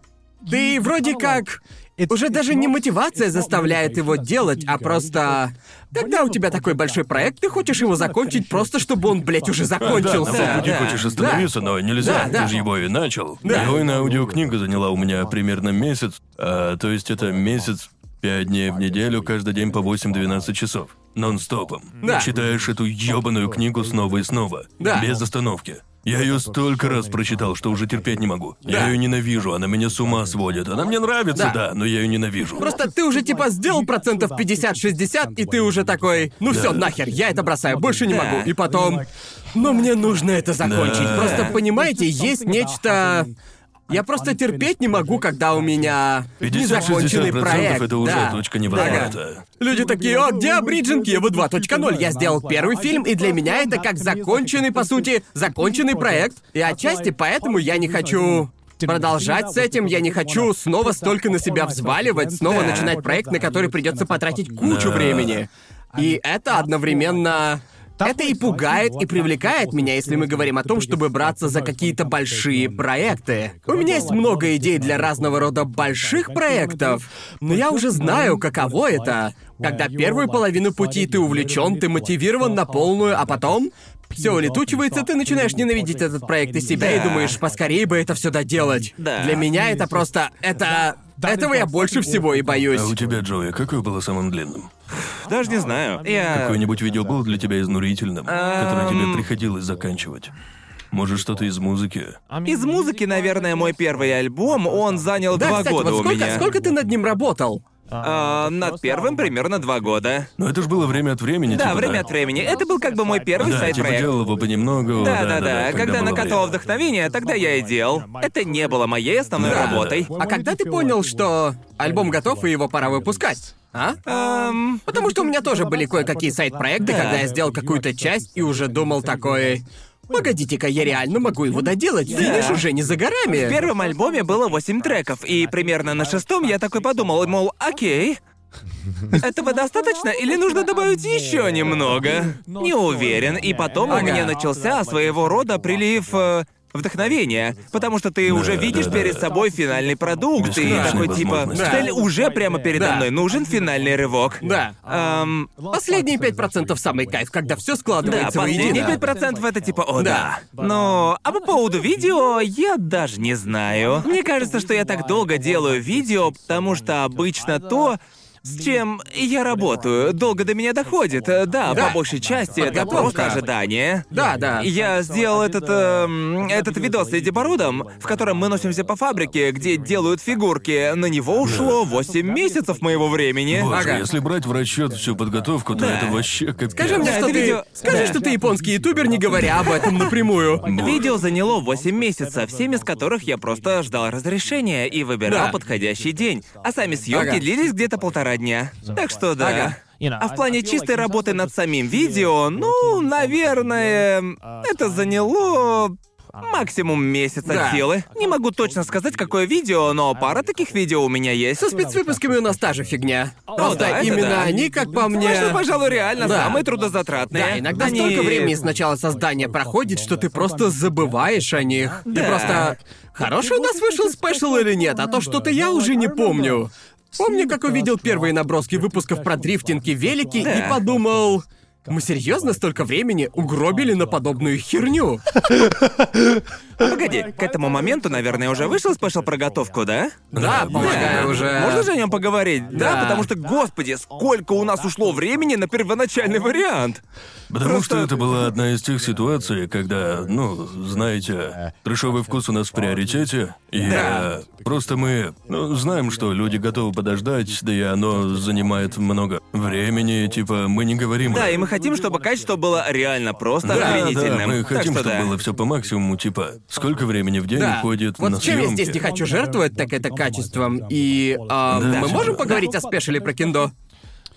[SPEAKER 3] Ты вроде как... Уже даже не мотивация заставляет его делать, а просто... Когда у тебя такой большой проект, ты хочешь его закончить просто, чтобы он, блядь, уже закончился.
[SPEAKER 1] Да, на полпути
[SPEAKER 2] да,
[SPEAKER 1] хочешь остановиться, но нельзя,
[SPEAKER 3] Да,
[SPEAKER 1] ты
[SPEAKER 3] да.
[SPEAKER 1] же его и начал. Героиная аудиокнига заняла у меня примерно месяц, а, то есть это месяц, пять дней в неделю, каждый день по 8-12 часов. Нон-стопом.
[SPEAKER 3] Да.
[SPEAKER 1] Читаешь эту ёбаную книгу снова и снова.
[SPEAKER 3] Да.
[SPEAKER 1] Без остановки. Я ее столько раз прочитал, что уже терпеть не могу. Я
[SPEAKER 3] Да.
[SPEAKER 1] ее ненавижу, она меня с ума сводит. Она мне нравится, да,
[SPEAKER 3] Да.
[SPEAKER 1] но я ее ненавижу.
[SPEAKER 3] Просто ты уже типа сделал процентов 50-60, и ты уже такой, ну все, нахер, я это бросаю, больше не
[SPEAKER 2] Да.
[SPEAKER 3] могу. И потом, но мне нужно это закончить.
[SPEAKER 1] Да.
[SPEAKER 3] Просто понимаете, есть нечто... Я просто терпеть не могу, когда у меня
[SPEAKER 1] 50-60%
[SPEAKER 3] незаконченный проект.
[SPEAKER 1] это уже
[SPEAKER 3] да.
[SPEAKER 1] точка
[SPEAKER 3] Ага.
[SPEAKER 1] невозврата.
[SPEAKER 3] Люди такие, о, где Бриджин Киева 2.0? Я сделал первый фильм, и для меня это как законченный, по сути, законченный проект. И отчасти поэтому я не хочу продолжать с этим, я не хочу снова столько на себя взваливать, снова
[SPEAKER 4] Да.
[SPEAKER 3] начинать проект, на который придется потратить кучу
[SPEAKER 1] Да.
[SPEAKER 3] времени. И это одновременно Это и пугает, и привлекает меня, если мы говорим о том, чтобы браться за какие-то большие проекты. У меня есть много идей для разного рода больших проектов, но я уже знаю, каково это. Когда первую половину пути ты увлечен, ты мотивирован на полную, а потом все улетучивается, ты начинаешь ненавидеть этот проект из себя и
[SPEAKER 2] Да.
[SPEAKER 3] думаешь, поскорее бы это все доделать.
[SPEAKER 2] Да.
[SPEAKER 3] Для меня это просто... Это... Этого я больше всего и боюсь.
[SPEAKER 1] А у тебя, Джои, какое было самым длинным?
[SPEAKER 2] Даже не знаю. Я...
[SPEAKER 1] Какое-нибудь видео было для тебя изнурительным,
[SPEAKER 2] А.
[SPEAKER 1] которое тебе приходилось заканчивать? Может, что-то из музыки?
[SPEAKER 2] Из музыки, наверное, мой первый альбом, он занял
[SPEAKER 3] Да,
[SPEAKER 2] два
[SPEAKER 3] кстати,
[SPEAKER 2] года
[SPEAKER 3] вот
[SPEAKER 2] у
[SPEAKER 3] сколько,
[SPEAKER 2] меня.
[SPEAKER 3] сколько ты над ним работал?
[SPEAKER 2] А, над первым примерно два года.
[SPEAKER 1] Но это же было время от времени,
[SPEAKER 2] Да,
[SPEAKER 1] типа,
[SPEAKER 2] время от времени. Это был как бы мой
[SPEAKER 1] Да,
[SPEAKER 2] первый
[SPEAKER 1] типа
[SPEAKER 2] сайт-проект.
[SPEAKER 1] делал его понемногу.
[SPEAKER 2] Да, да, да. Когда
[SPEAKER 1] было
[SPEAKER 2] накатывало
[SPEAKER 1] время.
[SPEAKER 2] вдохновение, тогда я и делал. Это не было моей основной
[SPEAKER 1] Да, да,
[SPEAKER 2] работой.
[SPEAKER 3] А когда ты понял, что альбом готов и его пора выпускать? А?
[SPEAKER 2] Эм,
[SPEAKER 3] Потому что у меня тоже были кое-какие сайт-проекты,
[SPEAKER 4] Да.
[SPEAKER 3] когда я сделал какую-то часть и уже думал такой... Погодите-ка, я реально могу его доделать, финиш уже не за горами.
[SPEAKER 2] В первом альбоме было 8 треков, и примерно на шестом я такой подумал, мол, окей. Этого достаточно или нужно добавить еще немного? Не уверен. И потом у
[SPEAKER 3] Ага.
[SPEAKER 2] меня начался своего рода прилив э, вдохновения, потому что ты уже видишь
[SPEAKER 1] да,
[SPEAKER 2] перед
[SPEAKER 1] да.
[SPEAKER 2] собой финальный продукт и
[SPEAKER 1] Бесконечные
[SPEAKER 2] такой типа
[SPEAKER 1] возможности.
[SPEAKER 2] цель уже прямо передо
[SPEAKER 3] Да.
[SPEAKER 2] мной нужен финальный рывок.
[SPEAKER 3] Да.
[SPEAKER 2] Эм,
[SPEAKER 3] Последние 5% самый кайф, когда все
[SPEAKER 2] да,
[SPEAKER 3] складывается
[SPEAKER 2] последние
[SPEAKER 3] воедино.
[SPEAKER 2] 5% это типа, о,
[SPEAKER 3] Да.
[SPEAKER 2] да. Но, а по поводу видео, я даже не знаю. Мне кажется, что я так долго делаю видео, потому что обычно то, с чем я работаю, долго до меня доходит. Э, Да,
[SPEAKER 3] Да.
[SPEAKER 2] по большей части это
[SPEAKER 3] Подготовка.
[SPEAKER 2] просто ожидание.
[SPEAKER 3] Да, да.
[SPEAKER 2] Я сделал этот, эм, этот видос с Эдди Барудом, в котором мы носимся по фабрике, где делают фигурки. На него ушло 8 месяцев моего времени.
[SPEAKER 1] Боже,
[SPEAKER 3] Ага.
[SPEAKER 1] если брать в расчет всю подготовку, то
[SPEAKER 2] Да.
[SPEAKER 1] это вообще капец.
[SPEAKER 3] Скажи
[SPEAKER 2] Да,
[SPEAKER 3] мне, что
[SPEAKER 2] это
[SPEAKER 3] ты...
[SPEAKER 2] видео-
[SPEAKER 3] Скажи,
[SPEAKER 2] Да.
[SPEAKER 3] что ты японский ютубер, не говоря об этом напрямую.
[SPEAKER 2] Видео заняло 8 месяцев, 7 из которых я просто ждал разрешения и выбирал
[SPEAKER 3] Да.
[SPEAKER 2] подходящий день. А сами съемки
[SPEAKER 3] Ага.
[SPEAKER 2] длились где-то полтора дня. Так что да.
[SPEAKER 3] Ага.
[SPEAKER 2] А в плане чистой работы над самим видео, ну, наверное, это заняло максимум месяц
[SPEAKER 3] Да.
[SPEAKER 2] от силы. Не могу точно сказать, какое видео, но пара таких видео у меня есть.
[SPEAKER 3] Со спецвыпусками у нас та же фигня. Просто
[SPEAKER 2] да, это
[SPEAKER 3] именно
[SPEAKER 2] да.
[SPEAKER 3] они, как по мне...
[SPEAKER 2] Конечно, пожалуй, реально
[SPEAKER 3] Да.
[SPEAKER 2] самые трудозатратные.
[SPEAKER 3] Да, иногда
[SPEAKER 2] Они-
[SPEAKER 3] столько времени с начала создания проходит, что ты просто забываешь о них. Ты
[SPEAKER 2] Да.
[SPEAKER 3] просто... Хороший у нас вышел спешл или нет, а то что-то я уже не помню. Помню, как увидел первые наброски выпусков про дрифтинг и велики
[SPEAKER 2] Да.
[SPEAKER 3] и подумал... Мы серьезно столько времени угробили на подобную херню?
[SPEAKER 2] Погоди, к этому моменту, наверное, уже вышел спешл про готовку, да?
[SPEAKER 3] Да, полагаю, уже...
[SPEAKER 2] Можно же о нем поговорить? Да.
[SPEAKER 3] Да.
[SPEAKER 2] потому что, господи, сколько у нас ушло времени на первоначальный вариант.
[SPEAKER 1] Потому
[SPEAKER 2] Просто-
[SPEAKER 1] что это была одна из тех ситуаций, когда, ну, знаете, трешовый вкус у нас в приоритете, и
[SPEAKER 2] Да.
[SPEAKER 1] э, просто мы ну, знаем, что люди готовы подождать, да и оно занимает много времени, типа мы не говорим.
[SPEAKER 2] Да, и мы хотим, чтобы качество было реально просто
[SPEAKER 1] Да,
[SPEAKER 2] охренительным.
[SPEAKER 1] да, мы
[SPEAKER 2] Так
[SPEAKER 1] хотим,
[SPEAKER 2] что
[SPEAKER 1] чтобы
[SPEAKER 2] да.
[SPEAKER 1] было все по максимуму, типа сколько времени в день
[SPEAKER 3] Да.
[SPEAKER 1] уходит на
[SPEAKER 3] Вот чем я
[SPEAKER 1] съемки.
[SPEAKER 3] здесь не хочу жертвовать, так это качеством. И а,
[SPEAKER 1] Да.
[SPEAKER 3] мы можем поговорить о спешиле про киндо?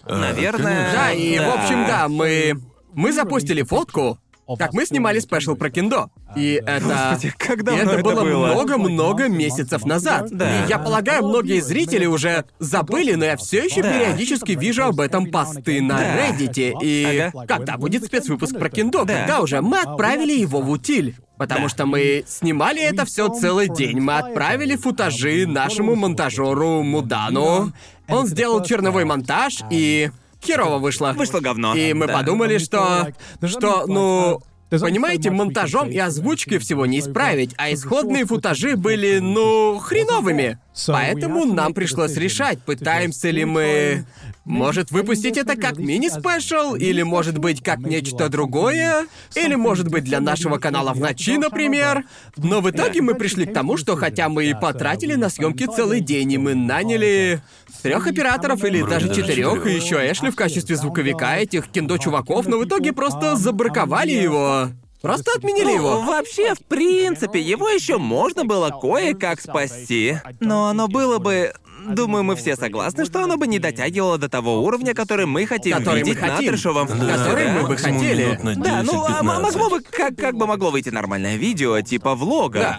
[SPEAKER 2] э,
[SPEAKER 1] А,
[SPEAKER 2] Наверное.
[SPEAKER 1] конечно.
[SPEAKER 3] Да, и
[SPEAKER 2] Да.
[SPEAKER 3] в общем, да, мы... Мы запустили фотку, как мы снимали спешл про киндо. И это...
[SPEAKER 2] Господи, как
[SPEAKER 3] И
[SPEAKER 2] давно
[SPEAKER 3] это было
[SPEAKER 2] было?
[SPEAKER 3] много-много месяцев назад.
[SPEAKER 4] Да.
[SPEAKER 3] И я полагаю, многие зрители уже забыли, но я все еще
[SPEAKER 2] Да.
[SPEAKER 3] периодически вижу об этом посты на
[SPEAKER 4] Да.
[SPEAKER 3] Reddit. И
[SPEAKER 4] Ага.
[SPEAKER 3] когда будет спецвыпуск про киндо,
[SPEAKER 4] Да.
[SPEAKER 3] когда уже мы отправили его в утиль. Потому что мы снимали это все целый день. Мы отправили футажи нашему монтажеру Мудану. Он сделал черновой монтаж и. Херово вышло.
[SPEAKER 2] Вышло говно.
[SPEAKER 3] И мы
[SPEAKER 2] Да.
[SPEAKER 3] подумали, что. что, ну. Понимаете, монтажом и озвучкой всего не исправить, а исходные футажи были, ну, хреновыми. Поэтому нам пришлось решать, пытаемся ли мы... Может, выпустить это как мини-спешл, или, может быть, как нечто другое, или, может быть, для нашего канала в ночи, например. Но в итоге мы пришли к тому, что хотя мы и потратили на съемки целый день, и мы наняли трех операторов или
[SPEAKER 1] Вроде
[SPEAKER 3] даже
[SPEAKER 1] даже
[SPEAKER 3] четырех, и
[SPEAKER 1] четырёх.
[SPEAKER 3] еще Эшли в качестве звуковика этих киндо-чуваков, но в итоге просто забраковали его. Просто отменили
[SPEAKER 2] Ну,
[SPEAKER 3] его.
[SPEAKER 2] вообще, в принципе, его еще можно было кое-как спасти. Но оно было бы... Думаю, мы все согласны, что оно бы не дотягивало до того уровня, который мы хотим
[SPEAKER 3] Который мы
[SPEAKER 2] видеть
[SPEAKER 3] хотим.
[SPEAKER 2] на трешовом вкусе.
[SPEAKER 3] Который
[SPEAKER 2] да?
[SPEAKER 3] мы бы
[SPEAKER 1] максимум
[SPEAKER 3] хотели.
[SPEAKER 1] минут на
[SPEAKER 2] Да, ну а м-
[SPEAKER 1] 10-15.
[SPEAKER 2] могло бы как, как бы могло выйти нормальное видео, типа влога.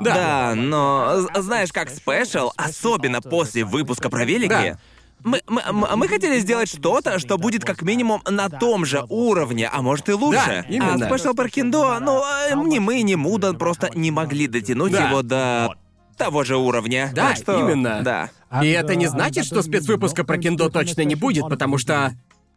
[SPEAKER 3] Да.
[SPEAKER 2] Да, но з- знаешь, как спешл, особенно после выпуска про велики,
[SPEAKER 3] Да.
[SPEAKER 2] Мы, мы, мы- мы хотели сделать что-то, что будет как минимум на том же уровне, а может и лучше.
[SPEAKER 3] Да, именно.
[SPEAKER 2] А Special Parkindo, ну, э, ни мы, ни Мудан просто не могли дотянуть
[SPEAKER 3] Да.
[SPEAKER 2] его до того же уровня.
[SPEAKER 3] Да,
[SPEAKER 2] Так что-
[SPEAKER 3] именно.
[SPEAKER 2] Да.
[SPEAKER 4] А
[SPEAKER 3] И это не значит, что спецвыпуска про Кендо точно не будет, потому что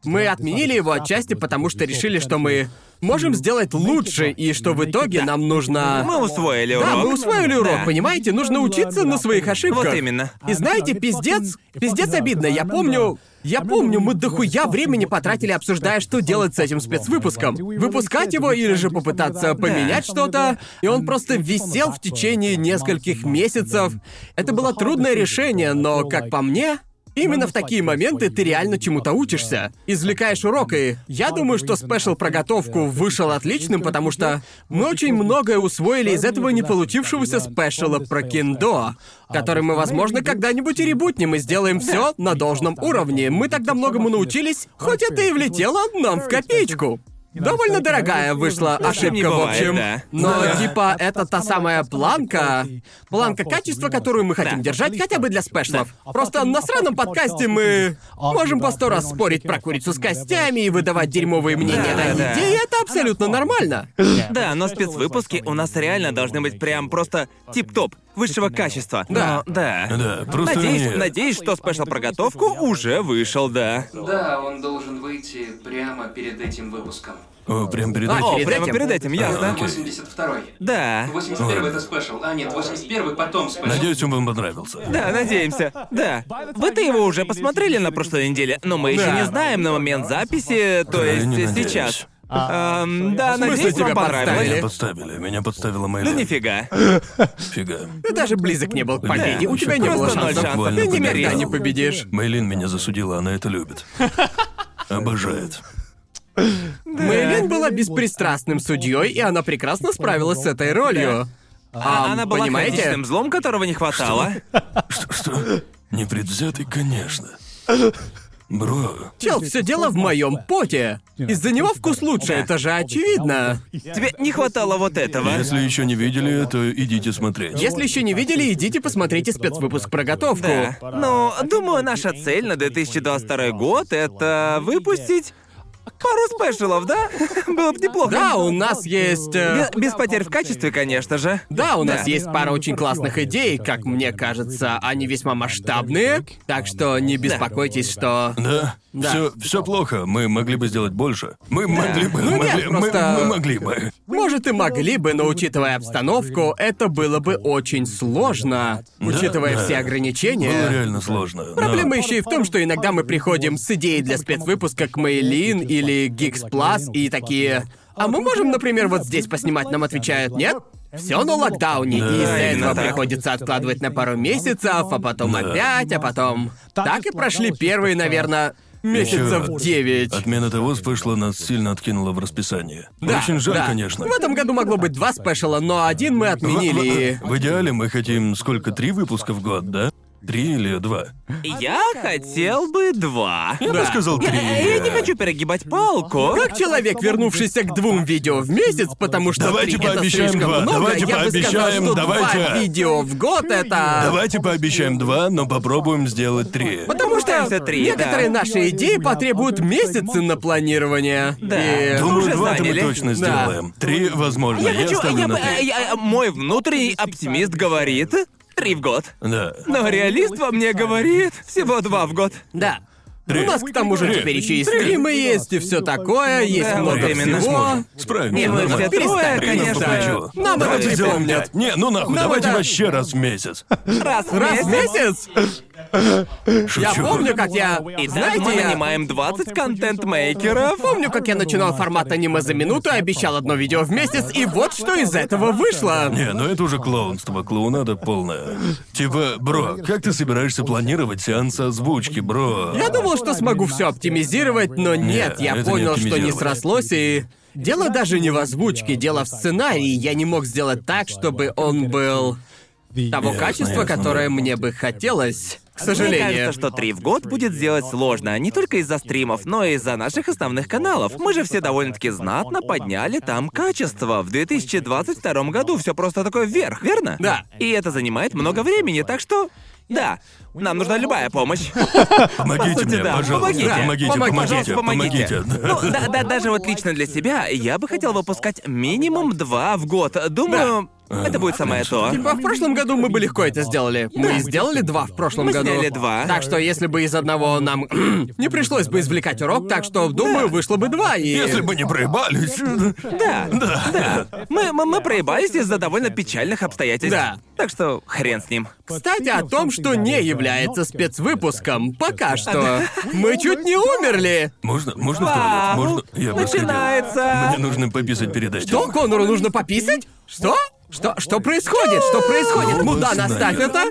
[SPEAKER 3] мы отменили его отчасти, потому что решили, что мы можем сделать лучше, и что в итоге нам нужно...
[SPEAKER 2] Мы усвоили урок.
[SPEAKER 3] Да, мы усвоили урок,
[SPEAKER 2] Да.
[SPEAKER 3] понимаете? Нужно учиться на своих ошибках.
[SPEAKER 2] Вот именно.
[SPEAKER 3] И знаете, пиздец, пиздец обидно. Я помню, я помню, мы дохуя времени потратили, обсуждая, что делать с этим спецвыпуском. Выпускать его или же попытаться поменять что-то. И он просто висел в течение нескольких месяцев. Это было трудное решение, но, как по мне, Именно в такие моменты ты реально чему-то учишься. Извлекаешь урок, и я думаю, что спешл про готовку вышел отличным, потому что мы очень многое усвоили из этого не получившегося спешла про киндо, который мы, возможно, когда-нибудь и ребутнем и сделаем все на должном уровне. Мы тогда многому научились, хоть это и влетело нам в копеечку. Довольно дорогая вышла
[SPEAKER 4] Ну,
[SPEAKER 2] таким не
[SPEAKER 3] ошибка, в
[SPEAKER 2] бывает,
[SPEAKER 3] общем.
[SPEAKER 2] да.
[SPEAKER 3] Но,
[SPEAKER 4] Да.
[SPEAKER 3] типа, это та самая планка, планка качества, которую мы хотим
[SPEAKER 4] Да. А
[SPEAKER 3] держать хотя бы для спешлов.
[SPEAKER 2] А
[SPEAKER 3] Просто на сраном подкасте мы можем по сто раз спорить про курицу с костями и выдавать дерьмовые мнения
[SPEAKER 2] Да,
[SPEAKER 3] на
[SPEAKER 2] да.
[SPEAKER 3] идеи, это абсолютно нормально.
[SPEAKER 2] Да, но спецвыпуски у нас реально должны быть прям просто тип-топ, высшего качества.
[SPEAKER 3] Да.
[SPEAKER 2] Да.
[SPEAKER 1] Ну, Да, просто
[SPEAKER 2] Надеюсь,
[SPEAKER 1] нет.
[SPEAKER 2] надеюсь, что спешл про готовку уже вышел, да.
[SPEAKER 5] Да, он должен выйти прямо перед этим выпуском.
[SPEAKER 1] О, прям перед этим.
[SPEAKER 2] О,
[SPEAKER 3] перед
[SPEAKER 2] прямо
[SPEAKER 3] этим.
[SPEAKER 2] перед этим, ясно.
[SPEAKER 5] 82-й.
[SPEAKER 2] Да.
[SPEAKER 5] 81-й это спешл. А, нет, 81-й потом спешл.
[SPEAKER 1] Надеюсь, он вам понравился.
[SPEAKER 2] Да, надеемся. Да. Вы-то его уже посмотрели на прошлой неделе, но мы еще
[SPEAKER 3] Да.
[SPEAKER 2] не знаем на момент записи, то есть
[SPEAKER 1] Крайне надеюсь.
[SPEAKER 2] сейчас.
[SPEAKER 3] А,
[SPEAKER 2] Эм, да,
[SPEAKER 4] В смысле
[SPEAKER 2] надеюсь,
[SPEAKER 3] тебя
[SPEAKER 2] вам
[SPEAKER 1] Меня
[SPEAKER 2] понравилось.
[SPEAKER 3] подставили?
[SPEAKER 1] подставили, меня подставила моя
[SPEAKER 2] Да
[SPEAKER 1] леди.
[SPEAKER 2] Ну, нифига.
[SPEAKER 1] Фига.
[SPEAKER 3] Ты даже близок не был к
[SPEAKER 1] Да.
[SPEAKER 3] победе, у тебя не было
[SPEAKER 2] Просто ноль
[SPEAKER 3] шансов.
[SPEAKER 2] шансов.
[SPEAKER 3] Ты
[SPEAKER 1] Буквально
[SPEAKER 3] никогда
[SPEAKER 1] победил.
[SPEAKER 3] не победишь.
[SPEAKER 1] Мейлин меня засудила, она это [laughs] любит. Обожает.
[SPEAKER 3] Мэйлин была беспристрастным судьей, и она
[SPEAKER 4] типа
[SPEAKER 3] прекрасно справилась с этой ролью.
[SPEAKER 2] А
[SPEAKER 3] Ам,
[SPEAKER 2] она была
[SPEAKER 3] понимаете?
[SPEAKER 2] хаотичным злом, которого не хватало.
[SPEAKER 1] Что? что? Непредвзятый, конечно. Бро,
[SPEAKER 3] Чел, все дело в моем поте. Из-за него вкус лучше, это же очевидно.
[SPEAKER 2] Тебе не хватало вот этого.
[SPEAKER 1] если еще не видели, то идите смотреть.
[SPEAKER 3] Если еще не видели, идите посмотрите спецвыпуск про готовку.
[SPEAKER 2] Да. Но Ну, думаю, наша цель на 2022 год это выпустить пару спешелов, да? [laughs] Было бы неплохо.
[SPEAKER 3] Да, у нас есть. э,
[SPEAKER 2] Бе- Без потерь в качестве, конечно же.
[SPEAKER 3] Да, у нас
[SPEAKER 2] Да.
[SPEAKER 3] есть пара очень классных идей, как мне кажется, они весьма масштабные, так что не беспокойтесь, что.
[SPEAKER 1] Да?
[SPEAKER 3] Да.
[SPEAKER 1] Все, все плохо, мы могли бы сделать больше. Мы могли бы,
[SPEAKER 3] Ну
[SPEAKER 1] могли,
[SPEAKER 3] нет,
[SPEAKER 1] мы-
[SPEAKER 3] просто-
[SPEAKER 1] мы, могли бы.
[SPEAKER 3] Может, и могли бы, но учитывая обстановку, это было бы очень сложно, учитывая
[SPEAKER 1] да.
[SPEAKER 3] все ограничения.
[SPEAKER 1] Было реально сложно. но-
[SPEAKER 3] Проблема еще и в том, что иногда мы приходим с идеей для спецвыпуска к Мейлин или Geeks Plus и такие... А мы можем, например, вот здесь поснимать, нам отвечают «нет». Все на локдауне,
[SPEAKER 1] Да,
[SPEAKER 3] и из-за
[SPEAKER 2] именно
[SPEAKER 3] этого
[SPEAKER 2] так.
[SPEAKER 3] приходится откладывать на пару месяцев, а потом
[SPEAKER 1] Да.
[SPEAKER 3] опять, а потом... Так и прошли первые, наверное, месяцев
[SPEAKER 1] Ещё
[SPEAKER 3] девять.
[SPEAKER 1] Отмена того спешла нас сильно откинула в расписание.
[SPEAKER 3] Да,
[SPEAKER 1] Очень жаль,
[SPEAKER 3] да.
[SPEAKER 1] конечно.
[SPEAKER 3] В этом году могло быть два спешала, но один мы
[SPEAKER 1] В- в-
[SPEAKER 3] отменили.
[SPEAKER 1] В идеале мы хотим сколько, три выпуска в год, да? Три или два?
[SPEAKER 3] А
[SPEAKER 2] Я хотел бы два.
[SPEAKER 1] Я бы сказал три.
[SPEAKER 2] Я не хочу перегибать палку.
[SPEAKER 3] Как человек, вернувшийся к двум видео в месяц, потому что
[SPEAKER 1] Давайте
[SPEAKER 3] три это
[SPEAKER 1] пообещаем
[SPEAKER 3] слишком
[SPEAKER 1] два,
[SPEAKER 3] много,
[SPEAKER 1] давайте
[SPEAKER 3] я бы сказал,
[SPEAKER 1] пообещаем,
[SPEAKER 3] что два
[SPEAKER 1] давайте.
[SPEAKER 3] видео в год это...
[SPEAKER 1] Давайте пообещаем два, но попробуем сделать три.
[SPEAKER 3] Потому что
[SPEAKER 2] Попытаемся три,
[SPEAKER 3] некоторые
[SPEAKER 2] да.
[SPEAKER 3] наши идеи потребуют месяцы на планирование.
[SPEAKER 2] Да.
[SPEAKER 3] И-
[SPEAKER 2] Дум-
[SPEAKER 1] Думаю,
[SPEAKER 2] уже
[SPEAKER 1] два-то мы
[SPEAKER 2] заняли.
[SPEAKER 1] точно сделаем. Три, возможно.
[SPEAKER 2] Я
[SPEAKER 1] Я,
[SPEAKER 2] хочу. а
[SPEAKER 1] ставлю
[SPEAKER 2] я
[SPEAKER 1] на
[SPEAKER 2] бы- э,
[SPEAKER 1] три.
[SPEAKER 2] я- мой внутренний оптимист говорит три в год.
[SPEAKER 1] Да.
[SPEAKER 3] А
[SPEAKER 2] Но реалист во мне говорит всего два в год.
[SPEAKER 3] Да. У нас к тому же
[SPEAKER 1] Три.
[SPEAKER 3] теперь еще и стримы есть, и все такое, есть
[SPEAKER 2] Да,
[SPEAKER 3] много
[SPEAKER 2] вот именно.
[SPEAKER 3] всего.
[SPEAKER 1] Сможем. Справимся.
[SPEAKER 2] Не, мы
[SPEAKER 1] нормально.
[SPEAKER 2] все трое,
[SPEAKER 1] Перестань, три нас
[SPEAKER 2] конечно.
[SPEAKER 1] по плечу.
[SPEAKER 3] Нам это
[SPEAKER 1] Давайте сделаем
[SPEAKER 3] припомнят.
[SPEAKER 1] пять. Не, ну нахуй,
[SPEAKER 3] Нам
[SPEAKER 1] давайте
[SPEAKER 3] это-
[SPEAKER 1] вообще раз в месяц.
[SPEAKER 2] Раз в
[SPEAKER 3] Раз в месяц?
[SPEAKER 1] Шучу.
[SPEAKER 3] Я помню, как я...
[SPEAKER 2] И так
[SPEAKER 3] Знаете,
[SPEAKER 2] мы
[SPEAKER 3] я-
[SPEAKER 2] нанимаем 20 контент-мейкеров.
[SPEAKER 3] Помню, как я начинал формат аниме за минуту, обещал одно видео в месяц, и вот что из этого вышло.
[SPEAKER 1] Не, ну это уже клоунство, клоунада полная. Типа, бро, как ты собираешься планировать сеанс озвучки, бро?
[SPEAKER 3] Я думал, что смогу все оптимизировать, но нет,
[SPEAKER 1] Не, это
[SPEAKER 3] я
[SPEAKER 1] не
[SPEAKER 3] понял, что не
[SPEAKER 1] оптимизировать.
[SPEAKER 3] срослось, и... Дело даже не в озвучке, дело в сценарии. Я не мог сделать так, чтобы он был того
[SPEAKER 1] Ясно,
[SPEAKER 3] качества,
[SPEAKER 1] ясно.
[SPEAKER 3] которое мне бы хотелось. К
[SPEAKER 2] Мне
[SPEAKER 3] сожалению.
[SPEAKER 2] кажется, что три в год будет сделать сложно, не только из-за стримов, но и из-за наших основных каналов. Мы же все довольно-таки знатно подняли там качество. В 2022 году все просто такое вверх, верно?
[SPEAKER 3] Да.
[SPEAKER 2] И это занимает много времени, так что... Да, Нам нужна любая помощь.
[SPEAKER 1] Помогите
[SPEAKER 2] сути,
[SPEAKER 1] мне,
[SPEAKER 2] да.
[SPEAKER 1] пожалуйте,
[SPEAKER 2] Помогите.
[SPEAKER 1] помогите,
[SPEAKER 2] Помог-
[SPEAKER 1] помогите,
[SPEAKER 2] пожалуйста, помогите.
[SPEAKER 1] помогите.
[SPEAKER 2] Ну, да, да, даже вот лично для себя я бы хотел выпускать минимум два в год. Думаю, это будет самое то.
[SPEAKER 3] Типа, в прошлом году мы бы легко это сделали. Мы сделали два в прошлом
[SPEAKER 2] Мы
[SPEAKER 3] году.
[SPEAKER 2] сняли два.
[SPEAKER 3] Так что если бы из одного нам [clears throat] не пришлось бы извлекать урок, так что, думаю, вышло бы два и...
[SPEAKER 1] Если бы не проебались.
[SPEAKER 2] э, [laughs] Да, да. Мы, мы, мы проебались из-за довольно печальных обстоятельств.
[SPEAKER 3] Да.
[SPEAKER 2] Так что хрен с ним.
[SPEAKER 3] Кстати, о том, что не является спецвыпуском, пока что. Мы чуть не умерли.
[SPEAKER 1] Можно, можно в туалет?
[SPEAKER 2] Вау,
[SPEAKER 1] Можно? Я бы сходил.
[SPEAKER 2] начинается.
[SPEAKER 1] Мне нужно пописать перед этим.
[SPEAKER 3] То Конору нужно пописать? Что? Что, что происходит? Что происходит? Мудан,
[SPEAKER 1] Господи.
[SPEAKER 3] оставь это.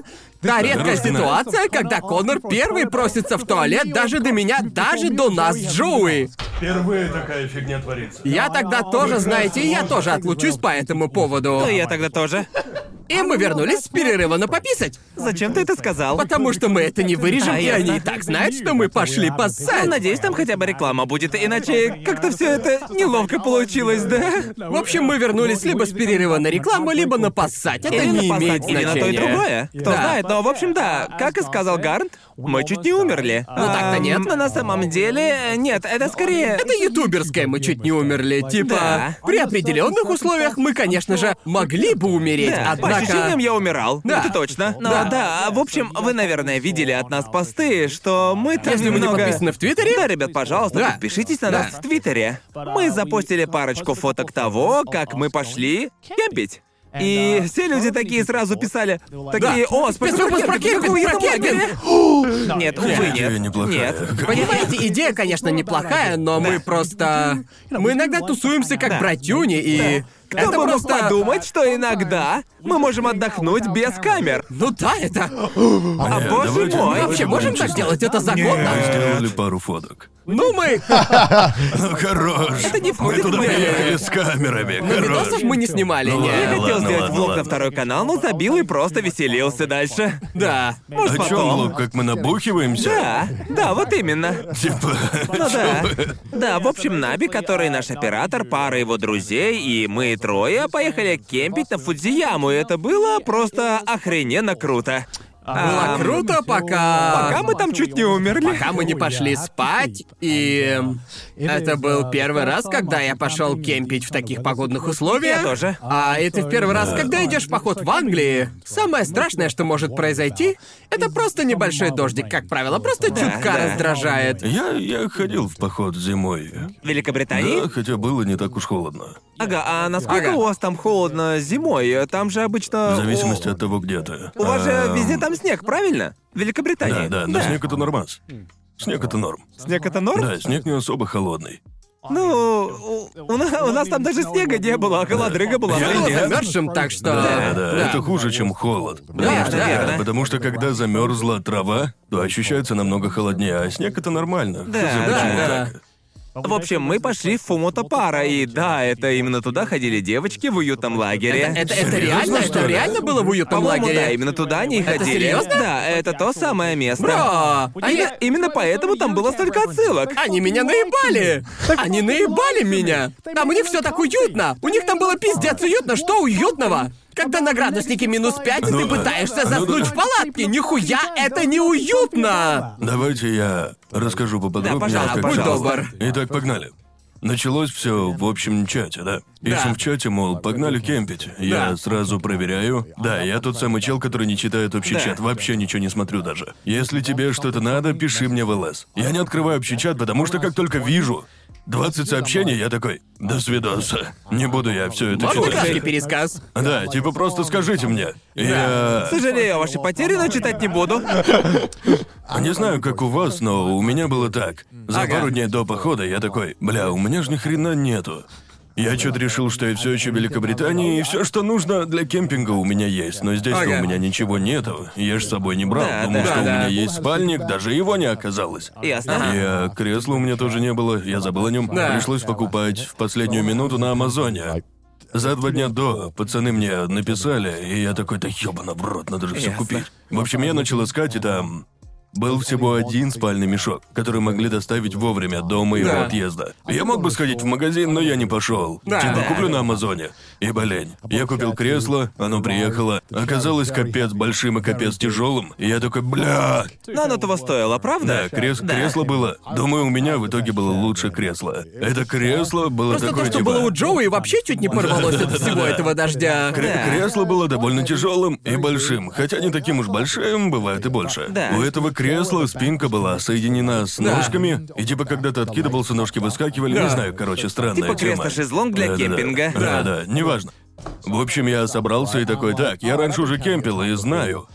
[SPEAKER 3] Да, редкая
[SPEAKER 1] Господи.
[SPEAKER 3] ситуация, когда Конор первый просится в туалет даже до меня, даже до нас, с Джоуи.
[SPEAKER 1] Впервые такая фигня творится.
[SPEAKER 3] Я тогда тоже, знаете, я тоже отлучусь по этому поводу.
[SPEAKER 2] Ну, я тогда тоже.
[SPEAKER 3] И мы вернулись с перерыва на пописать.
[SPEAKER 2] Зачем ты это сказал?
[SPEAKER 3] Потому что мы это не вырежем,
[SPEAKER 2] А,
[SPEAKER 3] и
[SPEAKER 2] ясно.
[SPEAKER 3] они и так знают, что мы пошли
[SPEAKER 2] Ну,
[SPEAKER 3] поссать.
[SPEAKER 2] надеюсь, там хотя бы реклама будет, иначе как-то все это неловко получилось, да?
[SPEAKER 3] В общем, мы вернулись либо с перерыва на рекламу, либо на поссать. Это
[SPEAKER 2] Или
[SPEAKER 3] не
[SPEAKER 2] на
[SPEAKER 3] имеет
[SPEAKER 2] посад, или на то и
[SPEAKER 3] значения.
[SPEAKER 2] другое. Кто
[SPEAKER 3] Да.
[SPEAKER 2] знает, но в общем да, как и сказал Гарнт, мы чуть не умерли.
[SPEAKER 4] Ну,
[SPEAKER 3] так-то нет.
[SPEAKER 2] Но на самом деле, нет, это скорее...
[SPEAKER 3] Это ютуберское, мы чуть не умерли. Типа,
[SPEAKER 2] Да.
[SPEAKER 3] при определенных условиях мы, конечно же, могли бы умереть,
[SPEAKER 2] Да, по
[SPEAKER 3] однако...
[SPEAKER 2] ощущениям я умирал,
[SPEAKER 3] Да.
[SPEAKER 2] это точно. Но
[SPEAKER 4] Да.
[SPEAKER 2] да. в общем, вы, наверное, видели от нас посты, что мы там
[SPEAKER 3] Если вы не
[SPEAKER 2] немного...
[SPEAKER 3] подписаны в Твиттере?
[SPEAKER 2] Да, ребят, пожалуйста,
[SPEAKER 3] Да.
[SPEAKER 2] подпишитесь на
[SPEAKER 3] Да.
[SPEAKER 2] нас в Твиттере. Мы запостили парочку фоток того, как мы пошли кемпить. И все люди такие сразу писали, такие, о, спасибо,
[SPEAKER 3] Спецвыпуск
[SPEAKER 2] про
[SPEAKER 3] про
[SPEAKER 2] кемпинг,
[SPEAKER 3] кемпинг,
[SPEAKER 2] какой
[SPEAKER 3] про
[SPEAKER 2] я там
[SPEAKER 3] кемпинг!»
[SPEAKER 2] лагере. Нет, увы,
[SPEAKER 1] Идея
[SPEAKER 2] нет.
[SPEAKER 1] неплохая.
[SPEAKER 2] Нет.
[SPEAKER 3] Понимаете, идея, конечно, неплохая, но мы просто... Мы иногда тусуемся как
[SPEAKER 4] Да.
[SPEAKER 3] братюни, и...
[SPEAKER 4] Да.
[SPEAKER 2] Кто
[SPEAKER 3] Это
[SPEAKER 2] бы мог
[SPEAKER 3] просто...
[SPEAKER 2] подумать, что иногда мы можем отдохнуть без камер.
[SPEAKER 3] Ну да, это...
[SPEAKER 2] А
[SPEAKER 1] давайте-
[SPEAKER 2] боже мой!
[SPEAKER 1] давайте
[SPEAKER 3] Вообще, можем так
[SPEAKER 1] честно.
[SPEAKER 3] делать? Это законно?
[SPEAKER 2] Э,
[SPEAKER 1] Мы сделали пару фоток.
[SPEAKER 3] Ну мы...
[SPEAKER 1] Ну хорош. Это
[SPEAKER 2] не
[SPEAKER 1] Мы
[SPEAKER 2] входит
[SPEAKER 1] туда
[SPEAKER 2] в мои- э,
[SPEAKER 1] приехали с камерами.
[SPEAKER 3] Видосов
[SPEAKER 1] Хорош.
[SPEAKER 3] мы не снимали,
[SPEAKER 1] Ну
[SPEAKER 2] Я
[SPEAKER 1] Э,
[SPEAKER 3] нет.
[SPEAKER 2] хотел
[SPEAKER 1] ладно,
[SPEAKER 2] сделать
[SPEAKER 1] ладно,
[SPEAKER 2] влог
[SPEAKER 1] ладно.
[SPEAKER 2] на второй канал, но забил и просто веселился дальше.
[SPEAKER 3] Да.
[SPEAKER 1] О
[SPEAKER 2] Может,
[SPEAKER 1] чем,
[SPEAKER 2] потом.
[SPEAKER 1] А Лук, как мы набухиваемся?
[SPEAKER 2] Да, да,
[SPEAKER 1] [laughs]
[SPEAKER 2] вот именно.
[SPEAKER 1] Типа,
[SPEAKER 2] Ну да. Да, в общем, Наби, который наш оператор, пара его друзей и мы трое поехали кемпить на Фудзияму, и это было просто охрененно круто.
[SPEAKER 1] А,
[SPEAKER 3] Было
[SPEAKER 2] Ам,
[SPEAKER 3] круто, пока...
[SPEAKER 2] Ну Пока мы там чуть не умерли.
[SPEAKER 3] Пока мы не пошли спать, и... Это был первый раз, когда
[SPEAKER 2] а
[SPEAKER 3] я пошел кемпить в таких погодных условиях.
[SPEAKER 2] Я тоже.
[SPEAKER 3] А это в первый раз, когда идешь в поход в Англии. Самое страшное, что может произойти, это просто небольшой дождик, как правило, просто чутка
[SPEAKER 2] да.
[SPEAKER 3] раздражает.
[SPEAKER 1] я, я ходил в поход зимой.
[SPEAKER 2] В Великобритании?
[SPEAKER 1] Да, хотя было не так уж холодно.
[SPEAKER 2] Ага, а насколько
[SPEAKER 3] Ага.
[SPEAKER 2] у вас там холодно зимой? Там же обычно...
[SPEAKER 1] В зависимости
[SPEAKER 2] у-
[SPEAKER 1] от того, где ты.
[SPEAKER 2] У вас же
[SPEAKER 1] Эм,
[SPEAKER 2] везде там снег, правильно? В Великобритании.
[SPEAKER 1] Да, да, но снег это нормас. Снег это норм.
[SPEAKER 2] Снег это норм?
[SPEAKER 1] Да, снег не особо холодный.
[SPEAKER 2] Ну,
[SPEAKER 3] Э,
[SPEAKER 2] у, у на- у нас там даже снега не было, а голодрыга была.
[SPEAKER 3] Я был
[SPEAKER 2] блин.
[SPEAKER 3] замерзшим, так что...
[SPEAKER 1] Да, да,
[SPEAKER 3] да.
[SPEAKER 1] это хуже, чем холод. Потому что,
[SPEAKER 3] да,
[SPEAKER 2] да.
[SPEAKER 1] потому что когда замерзла трава, то ощущается намного холоднее, а снег это нормально.
[SPEAKER 2] Да,
[SPEAKER 1] Хотя
[SPEAKER 2] да,
[SPEAKER 1] почему
[SPEAKER 3] да.
[SPEAKER 1] так?
[SPEAKER 2] В общем, мы пошли в Фумотопара, и да, это именно туда ходили девочки в уютном лагере.
[SPEAKER 3] Это, это- это
[SPEAKER 1] Серьёзно,
[SPEAKER 3] реально?
[SPEAKER 1] что
[SPEAKER 3] Это
[SPEAKER 1] ли?
[SPEAKER 3] реально было в уютном
[SPEAKER 2] По-моему, да,
[SPEAKER 3] лагере?
[SPEAKER 2] именно туда они и
[SPEAKER 3] Это
[SPEAKER 2] ходили.
[SPEAKER 3] серьёзно?
[SPEAKER 2] Да, это то самое место.
[SPEAKER 3] Бро!
[SPEAKER 2] А именно, именно поэтому там было столько отсылок.
[SPEAKER 3] Они меня наебали! Они наебали меня! Там у них все так уютно! У них там было пиздец уютно! Что уютного? Когда на градуснике минус 5, и
[SPEAKER 1] Ну
[SPEAKER 3] ты
[SPEAKER 1] да.
[SPEAKER 3] пытаешься
[SPEAKER 1] Ну
[SPEAKER 3] заснуть
[SPEAKER 1] да.
[SPEAKER 3] в палатке! Нихуя, это не уютно!
[SPEAKER 1] Давайте я расскажу поподробнее.
[SPEAKER 2] Да, пожалуйста,
[SPEAKER 1] как
[SPEAKER 2] будь
[SPEAKER 1] это было.
[SPEAKER 3] добр.
[SPEAKER 1] Итак, погнали. Началось все в общем чате, да? Пишем в чате, мол, погнали кемпить. Я
[SPEAKER 3] Да.
[SPEAKER 1] сразу проверяю. Да, я тот самый чел, который не читает общий
[SPEAKER 2] Да.
[SPEAKER 1] чат, вообще ничего не смотрю даже. Если тебе что-то надо, пиши мне в ЛС. Я не открываю общий чат, потому что как только вижу 20 сообщений, я такой, до свидоса. Не буду я все это
[SPEAKER 3] Можно краткий
[SPEAKER 1] читать.
[SPEAKER 3] пересказ?
[SPEAKER 1] Да, типа просто скажите мне. Я...
[SPEAKER 2] Сожалею о вашей потере, но читать не буду.
[SPEAKER 1] Не знаю, как у вас, но у меня было так. За
[SPEAKER 3] Ага.
[SPEAKER 1] пару дней до похода я такой, бля, у меня же ни хрена нету. Я что-то решил, что я все еще в Великобритании, и все, что нужно для кемпинга, у меня есть. Но здесь-то
[SPEAKER 3] Ага.
[SPEAKER 1] у меня ничего нету. Я же с собой не брал,
[SPEAKER 2] Да,
[SPEAKER 1] потому
[SPEAKER 2] да.
[SPEAKER 1] что у
[SPEAKER 3] Да,
[SPEAKER 1] меня
[SPEAKER 3] да.
[SPEAKER 1] есть спальник, даже его не оказалось.
[SPEAKER 2] Ясно.
[SPEAKER 1] Я кресла у меня тоже не было, я забыл о нем.
[SPEAKER 3] Да.
[SPEAKER 1] Пришлось покупать в последнюю минуту на Амазоне. За два дня до пацаны мне написали, и я такой, да ёбана в рот, надо же все
[SPEAKER 2] Ясно.
[SPEAKER 1] купить. В общем, я начал искать, и там был всего один спальный мешок, который могли доставить вовремя до моего
[SPEAKER 3] Да.
[SPEAKER 1] отъезда. Я мог бы сходить в магазин, но я не пошел.
[SPEAKER 3] Да.
[SPEAKER 1] Типа куплю на Амазоне. И болень. Я купил кресло, оно приехало. Оказалось капец большим и капец тяжелым. И я такой, бля.
[SPEAKER 2] Но оно того стоило, правда?
[SPEAKER 1] Да, крес- кресло было. Думаю, у меня в итоге было лучше кресло. Это кресло было
[SPEAKER 3] Просто то,
[SPEAKER 1] такое
[SPEAKER 3] что
[SPEAKER 1] типа-
[SPEAKER 3] было у Джоуи, вообще чуть не порвалось от всего этого дождя.
[SPEAKER 1] Кре-
[SPEAKER 2] Да.
[SPEAKER 1] Кресло было довольно тяжелым и большим, хотя не таким уж большим, бывает и больше.
[SPEAKER 2] Да.
[SPEAKER 1] У этого кресла спинка была соединена с
[SPEAKER 3] Да.
[SPEAKER 1] ножками, и типа когда ты откидывался, ножки выскакивали,
[SPEAKER 3] Да.
[SPEAKER 1] не знаю, короче, странная
[SPEAKER 2] Типа
[SPEAKER 1] тема.
[SPEAKER 2] кресло-шезлонг для
[SPEAKER 1] Да-да-да.
[SPEAKER 2] кемпинга.
[SPEAKER 1] Да, да, неважно. В общем, я собрался и такой, так, я раньше уже кемпил и знаю,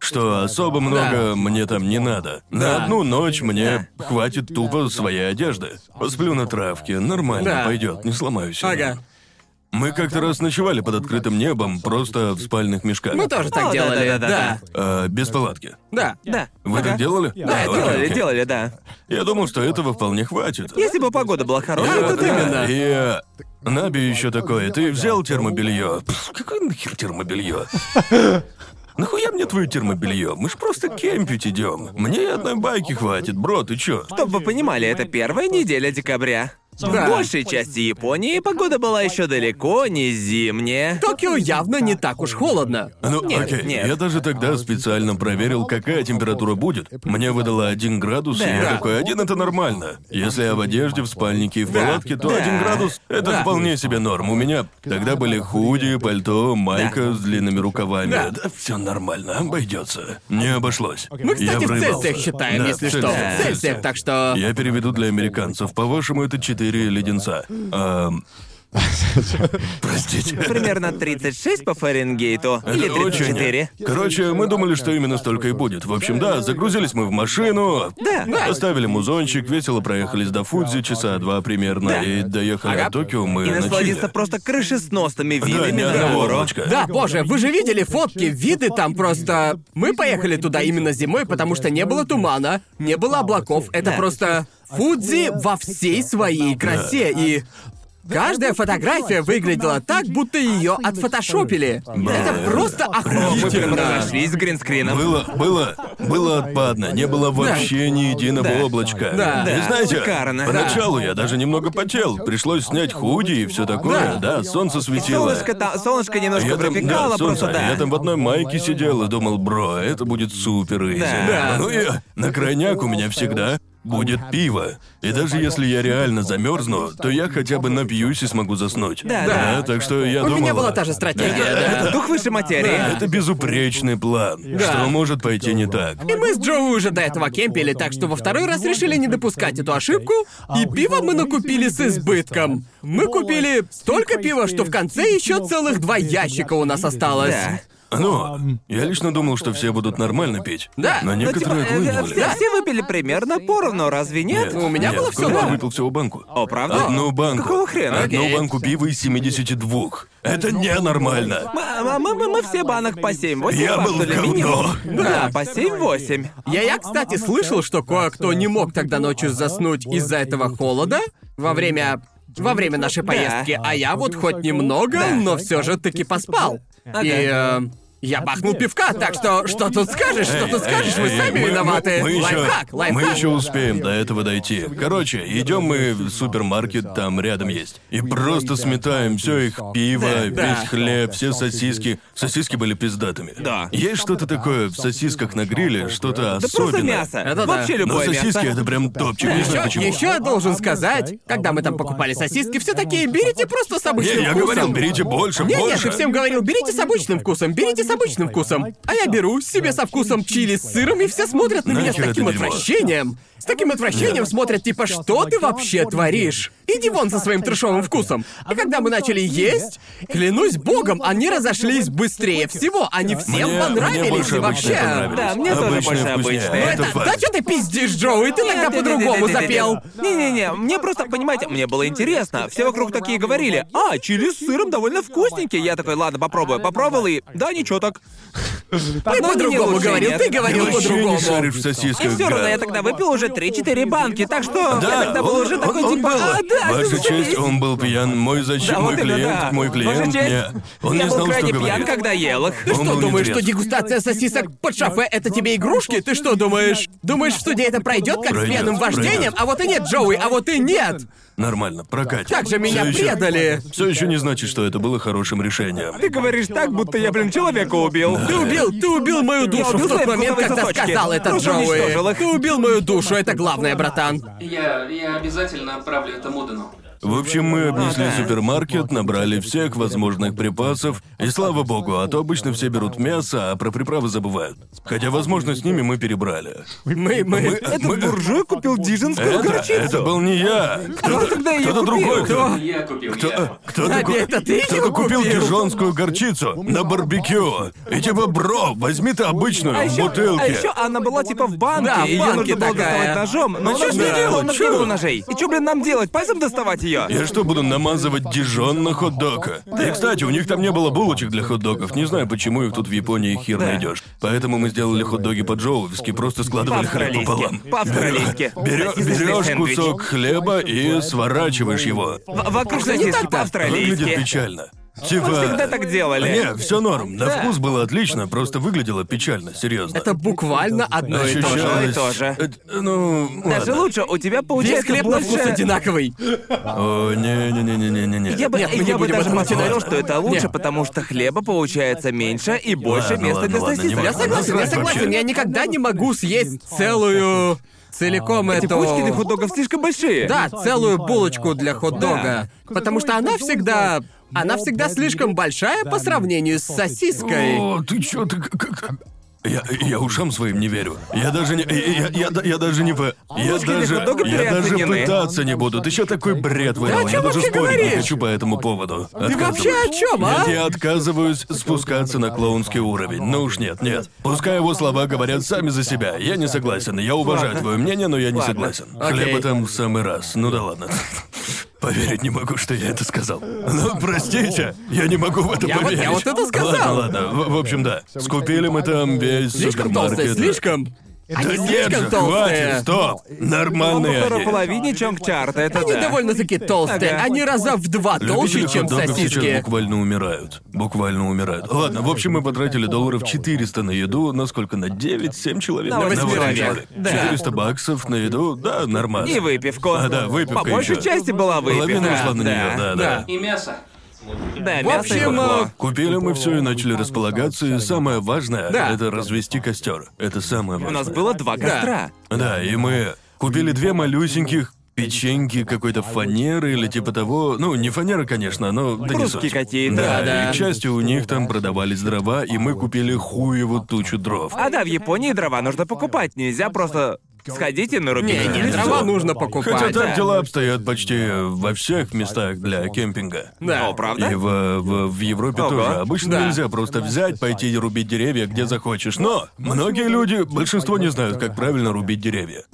[SPEAKER 1] что особо много мне там не надо.
[SPEAKER 3] Да.
[SPEAKER 1] На одну ночь мне хватит тупо своей одежды. Посплю на травке, нормально
[SPEAKER 3] Да.
[SPEAKER 1] пойдет, не сломаюсь.
[SPEAKER 3] Ага.
[SPEAKER 1] Мы как-то раз ночевали под открытым небом, просто в спальных мешках.
[SPEAKER 3] Мы тоже так
[SPEAKER 2] О,
[SPEAKER 3] делали. Да,
[SPEAKER 2] да-да-да-да.
[SPEAKER 1] Э, без палатки.
[SPEAKER 3] Да.
[SPEAKER 2] Да.
[SPEAKER 1] Вы
[SPEAKER 2] Ага.
[SPEAKER 1] так делали?
[SPEAKER 2] Да,
[SPEAKER 1] окей,
[SPEAKER 2] делали,
[SPEAKER 1] окей.
[SPEAKER 2] делали, да.
[SPEAKER 1] Я думал, что этого вполне хватит.
[SPEAKER 2] Если бы погода была хорошая,
[SPEAKER 1] Да,
[SPEAKER 2] то
[SPEAKER 1] да,
[SPEAKER 2] да.
[SPEAKER 3] именно.
[SPEAKER 1] И э, Наби еще такое, ты взял термобелье. Пф, какое нахер термобелье? [laughs] Нахуя мне твое термобелье? Мы ж просто кемпить идем. Мне и одной байки хватит, бро, ты чё?
[SPEAKER 2] Чтобы вы понимали, это первая неделя декабря.
[SPEAKER 3] Да.
[SPEAKER 2] В большей части Японии погода была еще далеко не зимняя.
[SPEAKER 3] Токио явно не так уж холодно.
[SPEAKER 1] Ну,
[SPEAKER 2] Нет,
[SPEAKER 1] окей,
[SPEAKER 2] нет.
[SPEAKER 1] я даже тогда специально проверил, какая температура будет. Мне выдало один градус, и я
[SPEAKER 2] Да.
[SPEAKER 1] такой, один это нормально. Если я в одежде, в спальнике и в
[SPEAKER 3] Да.
[SPEAKER 1] палатке, то
[SPEAKER 2] Да.
[SPEAKER 1] один градус это
[SPEAKER 3] Да.
[SPEAKER 1] вполне себе норм. У меня тогда были худи, пальто, майка с длинными рукавами.
[SPEAKER 3] Да.
[SPEAKER 1] Да, все нормально, обойдется. Не обошлось.
[SPEAKER 3] Мы, кстати,
[SPEAKER 1] я
[SPEAKER 3] в
[SPEAKER 1] врывался.
[SPEAKER 3] Цельсиях считаем,
[SPEAKER 1] Да,
[SPEAKER 3] если
[SPEAKER 1] в
[SPEAKER 3] что.
[SPEAKER 1] Цельсиях.
[SPEAKER 3] В Цельсиях, так что...
[SPEAKER 1] Я переведу для американцев. По-вашему, это четыре леденца.
[SPEAKER 3] [laughs]
[SPEAKER 1] Эм, Простите.
[SPEAKER 2] [laughs] Примерно 36 по Фаренгейту. Или
[SPEAKER 1] Это очень-
[SPEAKER 2] 34.
[SPEAKER 1] Короче, мы думали, что именно столько и будет. В общем, да, загрузились мы в машину.
[SPEAKER 2] Да.
[SPEAKER 1] Поставили музончик, весело проехались до Фудзи, часа два примерно, и доехали
[SPEAKER 3] Ага.
[SPEAKER 1] до Токио мы
[SPEAKER 2] И
[SPEAKER 1] ночили.
[SPEAKER 2] насладиться просто крышесносными
[SPEAKER 1] Да,
[SPEAKER 2] видами
[SPEAKER 1] ни
[SPEAKER 2] на
[SPEAKER 1] одного
[SPEAKER 2] гору.
[SPEAKER 1] облачка.
[SPEAKER 3] Да, боже, вы же видели фотки, виды там просто... Мы поехали туда именно зимой, потому что не было тумана, не было облаков. Это
[SPEAKER 2] Да.
[SPEAKER 3] просто Фудзи во всей своей красе, и... Каждая фотография выглядела так, будто ее отфотошопили.
[SPEAKER 1] Да.
[SPEAKER 3] Это просто
[SPEAKER 2] Мы прям
[SPEAKER 3] охуительно.
[SPEAKER 2] разошлись с гринскрином.
[SPEAKER 1] Было, было, было отпадно. Не было вообще ни единого
[SPEAKER 2] Да.
[SPEAKER 1] облачка.
[SPEAKER 3] Да.
[SPEAKER 1] И
[SPEAKER 2] Да.
[SPEAKER 1] знаете,
[SPEAKER 2] Шикарно.
[SPEAKER 1] поначалу я даже немного потел. Пришлось снять худи и все такое.
[SPEAKER 4] Да.
[SPEAKER 1] Да, солнце светило.
[SPEAKER 2] Солнышко, та- солнышко немножко
[SPEAKER 1] Я там,
[SPEAKER 2] пропекало,
[SPEAKER 1] да, солнце,
[SPEAKER 2] просто да.
[SPEAKER 1] я там в одной майке сидел и думал, бро, это будет супер изи.
[SPEAKER 2] Да.
[SPEAKER 1] Ну и на крайняк у меня всегда будет пиво. И даже если я реально замерзну, то я хотя бы напьюсь и смогу заснуть.
[SPEAKER 2] Да, да.
[SPEAKER 1] так что я
[SPEAKER 3] У
[SPEAKER 1] думал...
[SPEAKER 3] меня была та же стратегия, да.
[SPEAKER 2] Дух высшей материи.
[SPEAKER 1] Это безупречный план. Что может пойти не так?
[SPEAKER 3] И мы с Джоу уже до этого кемпели, так что во второй раз решили не допускать эту ошибку, и пиво мы накупили с избытком. Мы купили столько пива, что в конце еще целых два ящика у нас осталось.
[SPEAKER 2] Да.
[SPEAKER 1] Ну, я лично думал, что все будут нормально пить.
[SPEAKER 3] Да.
[SPEAKER 1] Но
[SPEAKER 2] Ну, типа,
[SPEAKER 1] некоторые
[SPEAKER 2] э, э,
[SPEAKER 1] отлынивали.
[SPEAKER 2] все, все выпили примерно поровну, разве нет?
[SPEAKER 3] у меня было всё
[SPEAKER 1] я
[SPEAKER 3] норм.
[SPEAKER 1] выпил всего банку.
[SPEAKER 2] О, правда?
[SPEAKER 1] Одну банку.
[SPEAKER 2] Какого хрена?
[SPEAKER 1] Одну
[SPEAKER 3] Окей.
[SPEAKER 1] банку пива из 72. Это ненормально.
[SPEAKER 2] Мы, а мы, мы- мы все банок по 7-8
[SPEAKER 1] Я был в говно.
[SPEAKER 2] Да, по 7-8.
[SPEAKER 3] Я, я, кстати, слышал, что кое-кто не мог тогда ночью заснуть из-за этого холода во время во время нашей
[SPEAKER 4] Ну, Да. ну,
[SPEAKER 3] поездки, а я вот хоть немного,
[SPEAKER 4] Да.
[SPEAKER 3] но все же таки поспал.
[SPEAKER 4] Ага.
[SPEAKER 3] И э, я бахнул пивка, так что что тут скажешь, что
[SPEAKER 1] Эй,
[SPEAKER 3] тут скажешь, вы
[SPEAKER 1] эй,
[SPEAKER 3] сами
[SPEAKER 1] мы- мы-
[SPEAKER 3] виноваты.
[SPEAKER 1] мы ещё-
[SPEAKER 3] лайфхак,
[SPEAKER 1] Мы
[SPEAKER 3] лайфхак.
[SPEAKER 1] еще успеем до этого дойти. Короче, идем мы в супермаркет, там рядом есть. И просто сметаем все их пиво,
[SPEAKER 3] Да.
[SPEAKER 1] весь хлеб, все сосиски. Сосиски были пиздатыми.
[SPEAKER 2] Да.
[SPEAKER 1] Есть что-то такое в сосисках на гриле, что-то
[SPEAKER 2] Да просто
[SPEAKER 1] особенное.
[SPEAKER 2] мясо.
[SPEAKER 3] Это да.
[SPEAKER 2] Вообще
[SPEAKER 1] Но
[SPEAKER 2] любое
[SPEAKER 1] Ну, сосиски
[SPEAKER 2] мясо.
[SPEAKER 1] это прям топчик, не знаю
[SPEAKER 3] Еще,
[SPEAKER 1] почему.
[SPEAKER 3] я должен сказать, когда мы там покупали сосиски, все такие берите просто с
[SPEAKER 1] Не,
[SPEAKER 3] обычным
[SPEAKER 1] я
[SPEAKER 3] вкусом».
[SPEAKER 1] говорил, берите больше,
[SPEAKER 3] Не, нет,
[SPEAKER 1] больше.
[SPEAKER 3] я всем говорил, берите с обычным вкусом, берите с обычным вкусом. А я беру себе со вкусом чили с сыром, и все смотрят на меня с
[SPEAKER 1] Нахер это
[SPEAKER 3] таким
[SPEAKER 1] дерьмо?
[SPEAKER 3] отвращением. С таким отвращением смотрят, типа, что ты вообще творишь? Иди вон со своим трешовым вкусом. И когда мы начали есть, клянусь богом, они разошлись быстрее всего. Они всем
[SPEAKER 1] Мне-
[SPEAKER 3] понравились
[SPEAKER 1] мне
[SPEAKER 3] и
[SPEAKER 1] больше
[SPEAKER 3] вообще.
[SPEAKER 1] обычные понравились.
[SPEAKER 2] Да, мне тоже
[SPEAKER 1] Обычные
[SPEAKER 2] больше Ну,
[SPEAKER 1] вкуснее.
[SPEAKER 2] обычные.
[SPEAKER 1] Это
[SPEAKER 3] Да,
[SPEAKER 1] факт.
[SPEAKER 3] что ты пиздишь, Джоуи? Ты тогда по-другому запел.
[SPEAKER 2] Не-не-не, мне просто, понимаете, мне было интересно. Все вокруг такие говорили, а, чили с сыром довольно вкусненький. Я такой, ладно, попробую. Попробовал и, да, ничего так.
[SPEAKER 3] Ты
[SPEAKER 2] Ну, не
[SPEAKER 3] по-другому
[SPEAKER 2] лучше,
[SPEAKER 3] говорил,
[SPEAKER 2] нет.
[SPEAKER 3] ты говорил
[SPEAKER 1] Ты вообще не
[SPEAKER 3] по-другому.
[SPEAKER 1] шаришь в
[SPEAKER 2] И
[SPEAKER 1] сосисках,
[SPEAKER 2] все равно я
[SPEAKER 1] Гад.
[SPEAKER 2] тогда выпил уже 3-4 банки, так что
[SPEAKER 1] Да,
[SPEAKER 2] я тогда был
[SPEAKER 1] он-
[SPEAKER 2] уже
[SPEAKER 1] он-
[SPEAKER 2] такой
[SPEAKER 1] он
[SPEAKER 2] типа,
[SPEAKER 1] был.
[SPEAKER 2] а, да,
[SPEAKER 1] Ваша
[SPEAKER 2] слушай,
[SPEAKER 1] честь, он был пьян. Мой защит,
[SPEAKER 2] Да,
[SPEAKER 1] мой
[SPEAKER 2] вот это
[SPEAKER 1] клиент,
[SPEAKER 2] да.
[SPEAKER 1] мой клиент.
[SPEAKER 2] Ваша честь,
[SPEAKER 1] не- он
[SPEAKER 2] я
[SPEAKER 1] не
[SPEAKER 2] был
[SPEAKER 1] знал, что
[SPEAKER 2] крайне
[SPEAKER 1] говорит.
[SPEAKER 2] пьян, когда ел их.
[SPEAKER 3] Ты
[SPEAKER 1] Он
[SPEAKER 3] что
[SPEAKER 1] был
[SPEAKER 3] думаешь,
[SPEAKER 1] нетрезв.
[SPEAKER 3] что дегустация сосисок под шафе — это тебе игрушки? Ты что думаешь? Думаешь, в суде это пройдет как с
[SPEAKER 1] Пройдёт,
[SPEAKER 3] пьяным вождением?
[SPEAKER 1] пройдёт.
[SPEAKER 3] А вот и нет, Джоуи, а вот и нет!
[SPEAKER 1] Нормально, прокатит.
[SPEAKER 3] Как же меня
[SPEAKER 1] Всё ещё-
[SPEAKER 3] предали!
[SPEAKER 1] Все еще не значит, что это было хорошим решением.
[SPEAKER 2] Ты говоришь так, будто я, блин, человека убил.
[SPEAKER 3] Ты убил, ты убил мою душу
[SPEAKER 2] убил
[SPEAKER 3] в тот
[SPEAKER 2] свои
[SPEAKER 3] момент,
[SPEAKER 2] вкусовые
[SPEAKER 3] когда
[SPEAKER 2] сосочки.
[SPEAKER 3] сказал это,
[SPEAKER 2] Душу уничтожил
[SPEAKER 3] Джоуи.
[SPEAKER 2] их.
[SPEAKER 3] Ты убил мою душу, это главное, братан.
[SPEAKER 5] Я, я обязательно отправлю это Модену.
[SPEAKER 1] В общем, мы обнесли
[SPEAKER 2] Ну да.
[SPEAKER 1] супермаркет, набрали всех возможных припасов, и слава богу, а то обычно все берут мясо, а про приправы забывают. Хотя, возможно, с ними мы перебрали.
[SPEAKER 3] Мы, мы...
[SPEAKER 2] Этот буржуй купил дижинскую
[SPEAKER 1] Это,
[SPEAKER 2] горчицу.
[SPEAKER 1] это был не я.
[SPEAKER 2] Кто
[SPEAKER 1] Кто-то,
[SPEAKER 2] тогда её
[SPEAKER 1] кто-то
[SPEAKER 2] купил?
[SPEAKER 1] другой. Кто,
[SPEAKER 5] Я купил, я.
[SPEAKER 1] кто, кто-то ку-
[SPEAKER 3] Опять это ты
[SPEAKER 1] кто-то
[SPEAKER 3] его
[SPEAKER 1] купил
[SPEAKER 3] купил?
[SPEAKER 1] дижонскую горчицу на барбекю. И типа, бро, возьми ты обычную
[SPEAKER 2] А
[SPEAKER 1] в
[SPEAKER 2] еще,
[SPEAKER 1] бутылке.
[SPEAKER 2] а еще она была типа в банке,
[SPEAKER 3] Да, в
[SPEAKER 2] и ее
[SPEAKER 3] банке
[SPEAKER 2] нужно было
[SPEAKER 3] такая.
[SPEAKER 2] доставать ножом. Но
[SPEAKER 3] чё
[SPEAKER 2] что
[SPEAKER 3] ж
[SPEAKER 2] ж
[SPEAKER 3] не
[SPEAKER 2] не
[SPEAKER 3] делал?
[SPEAKER 2] делал, у нас не было ножей. И что, блин, нам делать? Пальцем доставать ее?
[SPEAKER 1] Я что, буду намазывать дижон на хот-дока? И, кстати, у них там не было булочек для хот-доков. Не знаю, почему их тут в Японии хер
[SPEAKER 2] Да.
[SPEAKER 1] найдешь. Поэтому мы сделали хот-доги по-джоуевски, просто складывали хлеб
[SPEAKER 2] По-австралийски.
[SPEAKER 1] пополам.
[SPEAKER 2] По-австралийски.
[SPEAKER 1] Берё-
[SPEAKER 2] Сосисочный
[SPEAKER 1] берешь
[SPEAKER 2] сэндвич.
[SPEAKER 1] кусок хлеба и сворачиваешь его.
[SPEAKER 2] В- Вокруг сосиски
[SPEAKER 1] Выглядит
[SPEAKER 2] по-австралийски.
[SPEAKER 1] печально.
[SPEAKER 2] Мы
[SPEAKER 1] Типа...
[SPEAKER 2] всегда так делали.
[SPEAKER 1] Не, все норм. На вкус было отлично, просто выглядело печально, серьезно.
[SPEAKER 3] Это буквально одно и то же.
[SPEAKER 2] Ощущаю.
[SPEAKER 1] Ощущалось...
[SPEAKER 2] тоже.
[SPEAKER 1] э, Ну,
[SPEAKER 2] Даже
[SPEAKER 1] ладно.
[SPEAKER 2] лучше, у тебя
[SPEAKER 3] Весь
[SPEAKER 2] получается
[SPEAKER 3] хлеб на вкус
[SPEAKER 2] больше-
[SPEAKER 3] одинаковый.
[SPEAKER 1] О, не-не-не-не-не-не.
[SPEAKER 2] Я бы,
[SPEAKER 3] Нет, мы не
[SPEAKER 2] я бы
[SPEAKER 3] будем
[SPEAKER 2] даже
[SPEAKER 3] об этом
[SPEAKER 2] поспорил,
[SPEAKER 3] начинать.
[SPEAKER 2] что это лучше,
[SPEAKER 3] Нет.
[SPEAKER 2] потому что хлеба получается меньше и больше
[SPEAKER 1] Ладно,
[SPEAKER 2] места
[SPEAKER 1] ладно,
[SPEAKER 2] для
[SPEAKER 1] ладно, не
[SPEAKER 2] сосисок.
[SPEAKER 1] важно.
[SPEAKER 3] Я согласен, я
[SPEAKER 1] Вообще.
[SPEAKER 3] согласен. Я никогда не могу съесть целую... Целиком
[SPEAKER 2] Эти
[SPEAKER 3] эту...
[SPEAKER 2] Типа, пучки для хот-догов слишком большие.
[SPEAKER 3] Да, целую булочку для хот-дога.
[SPEAKER 4] Да.
[SPEAKER 3] Потому что она всегда... Она всегда слишком большая по сравнению с сосиской.
[SPEAKER 1] О, ты чё, ты к- к- к- я, я ушам своим не верю. Я даже не... Я, я- я- я даже не... по- Я
[SPEAKER 2] Ложки для
[SPEAKER 1] даже...
[SPEAKER 2] хот-дога
[SPEAKER 1] Я даже
[SPEAKER 2] переоценены.
[SPEAKER 1] пытаться не буду. Ты еще такой бред
[SPEAKER 3] о
[SPEAKER 1] выдал.
[SPEAKER 3] чём
[SPEAKER 1] Я даже
[SPEAKER 3] вообще
[SPEAKER 1] спорить не
[SPEAKER 3] говоришь?
[SPEAKER 1] хочу по этому поводу.
[SPEAKER 4] Ты
[SPEAKER 3] Ты вообще
[SPEAKER 1] Отказываюсь.
[SPEAKER 3] о чем, а?
[SPEAKER 1] Нет, я отказываюсь спускаться на клоунский уровень. Ну уж нет, нет. Пускай его слова говорят сами за себя. Я не согласен. Я уважаю твое мнение, но я не
[SPEAKER 2] Ладно.
[SPEAKER 1] согласен.
[SPEAKER 3] Окей.
[SPEAKER 1] Хлеба там в самый раз. Ну да ладно. Поверить не могу, что я это сказал. Ну, простите, я не могу в это
[SPEAKER 3] Я вот-
[SPEAKER 1] поверить.
[SPEAKER 3] я вот это сказал.
[SPEAKER 1] Ладно, ладно. В, в общем, да. Скупили мы там весь
[SPEAKER 3] Слишком толстая,
[SPEAKER 1] супермаркет.
[SPEAKER 3] слишком.
[SPEAKER 1] Да
[SPEAKER 3] Они
[SPEAKER 1] нет
[SPEAKER 3] слишком
[SPEAKER 1] же,
[SPEAKER 3] толстые.
[SPEAKER 1] хватит, стоп. Нормальные
[SPEAKER 2] Ламбухора
[SPEAKER 1] они.
[SPEAKER 2] половине чонг-чарта, это
[SPEAKER 3] Они
[SPEAKER 2] да.
[SPEAKER 3] довольно-таки толстые.
[SPEAKER 2] Ага.
[SPEAKER 3] Они раза в два толще,
[SPEAKER 1] Любители
[SPEAKER 3] чем
[SPEAKER 1] хот-догов сейчас
[SPEAKER 3] сосиски.
[SPEAKER 1] буквально умирают. Буквально умирают. Ладно, в общем, мы потратили долларов 400 на еду, на сколько? На 9, 7 человек?
[SPEAKER 2] На восемь
[SPEAKER 1] восемь
[SPEAKER 2] человек.
[SPEAKER 1] Да. 400 баксов на еду, да, нормально.
[SPEAKER 2] И выпивку.
[SPEAKER 1] А, да, выпивка
[SPEAKER 2] По большей
[SPEAKER 1] ещё.
[SPEAKER 2] части была выпивка.
[SPEAKER 1] Половина ушла на
[SPEAKER 2] да,
[SPEAKER 1] нее, да, да.
[SPEAKER 3] да.
[SPEAKER 5] И мясо.
[SPEAKER 2] Да,
[SPEAKER 3] В
[SPEAKER 2] мясо и
[SPEAKER 3] общем,
[SPEAKER 2] бухло.
[SPEAKER 3] э,
[SPEAKER 1] Купили мы все и начали располагаться, и самое важное
[SPEAKER 3] Да.
[SPEAKER 1] это развести костер. Это самое
[SPEAKER 2] У
[SPEAKER 1] важное.
[SPEAKER 2] нас было два костра.
[SPEAKER 1] Да, и мы купили две малюсеньких печеньки какой-то фанеры или типа того. Ну, не фанеры, конечно, но да не
[SPEAKER 2] Кружки
[SPEAKER 1] суть.
[SPEAKER 2] какие-то.
[SPEAKER 1] Да,
[SPEAKER 3] Да, да.
[SPEAKER 1] и, к счастью, у них там продавались дрова, и мы купили хуеву тучу дров.
[SPEAKER 2] А да, в Японии дрова нужно покупать, нельзя просто сходить и нарубить.
[SPEAKER 3] Не, не,
[SPEAKER 2] Нельзя.
[SPEAKER 3] дрова нужно
[SPEAKER 1] Хотя
[SPEAKER 2] ну,
[SPEAKER 3] покупать.
[SPEAKER 1] так дела обстоят почти во всех местах для кемпинга.
[SPEAKER 3] Да.
[SPEAKER 2] О, правда?
[SPEAKER 1] И в, в- в Европе
[SPEAKER 2] Ого.
[SPEAKER 1] тоже. Обычно
[SPEAKER 3] Да.
[SPEAKER 1] нельзя просто взять, пойти и рубить деревья, где захочешь. Но многие люди, большинство не знают, как правильно рубить деревья.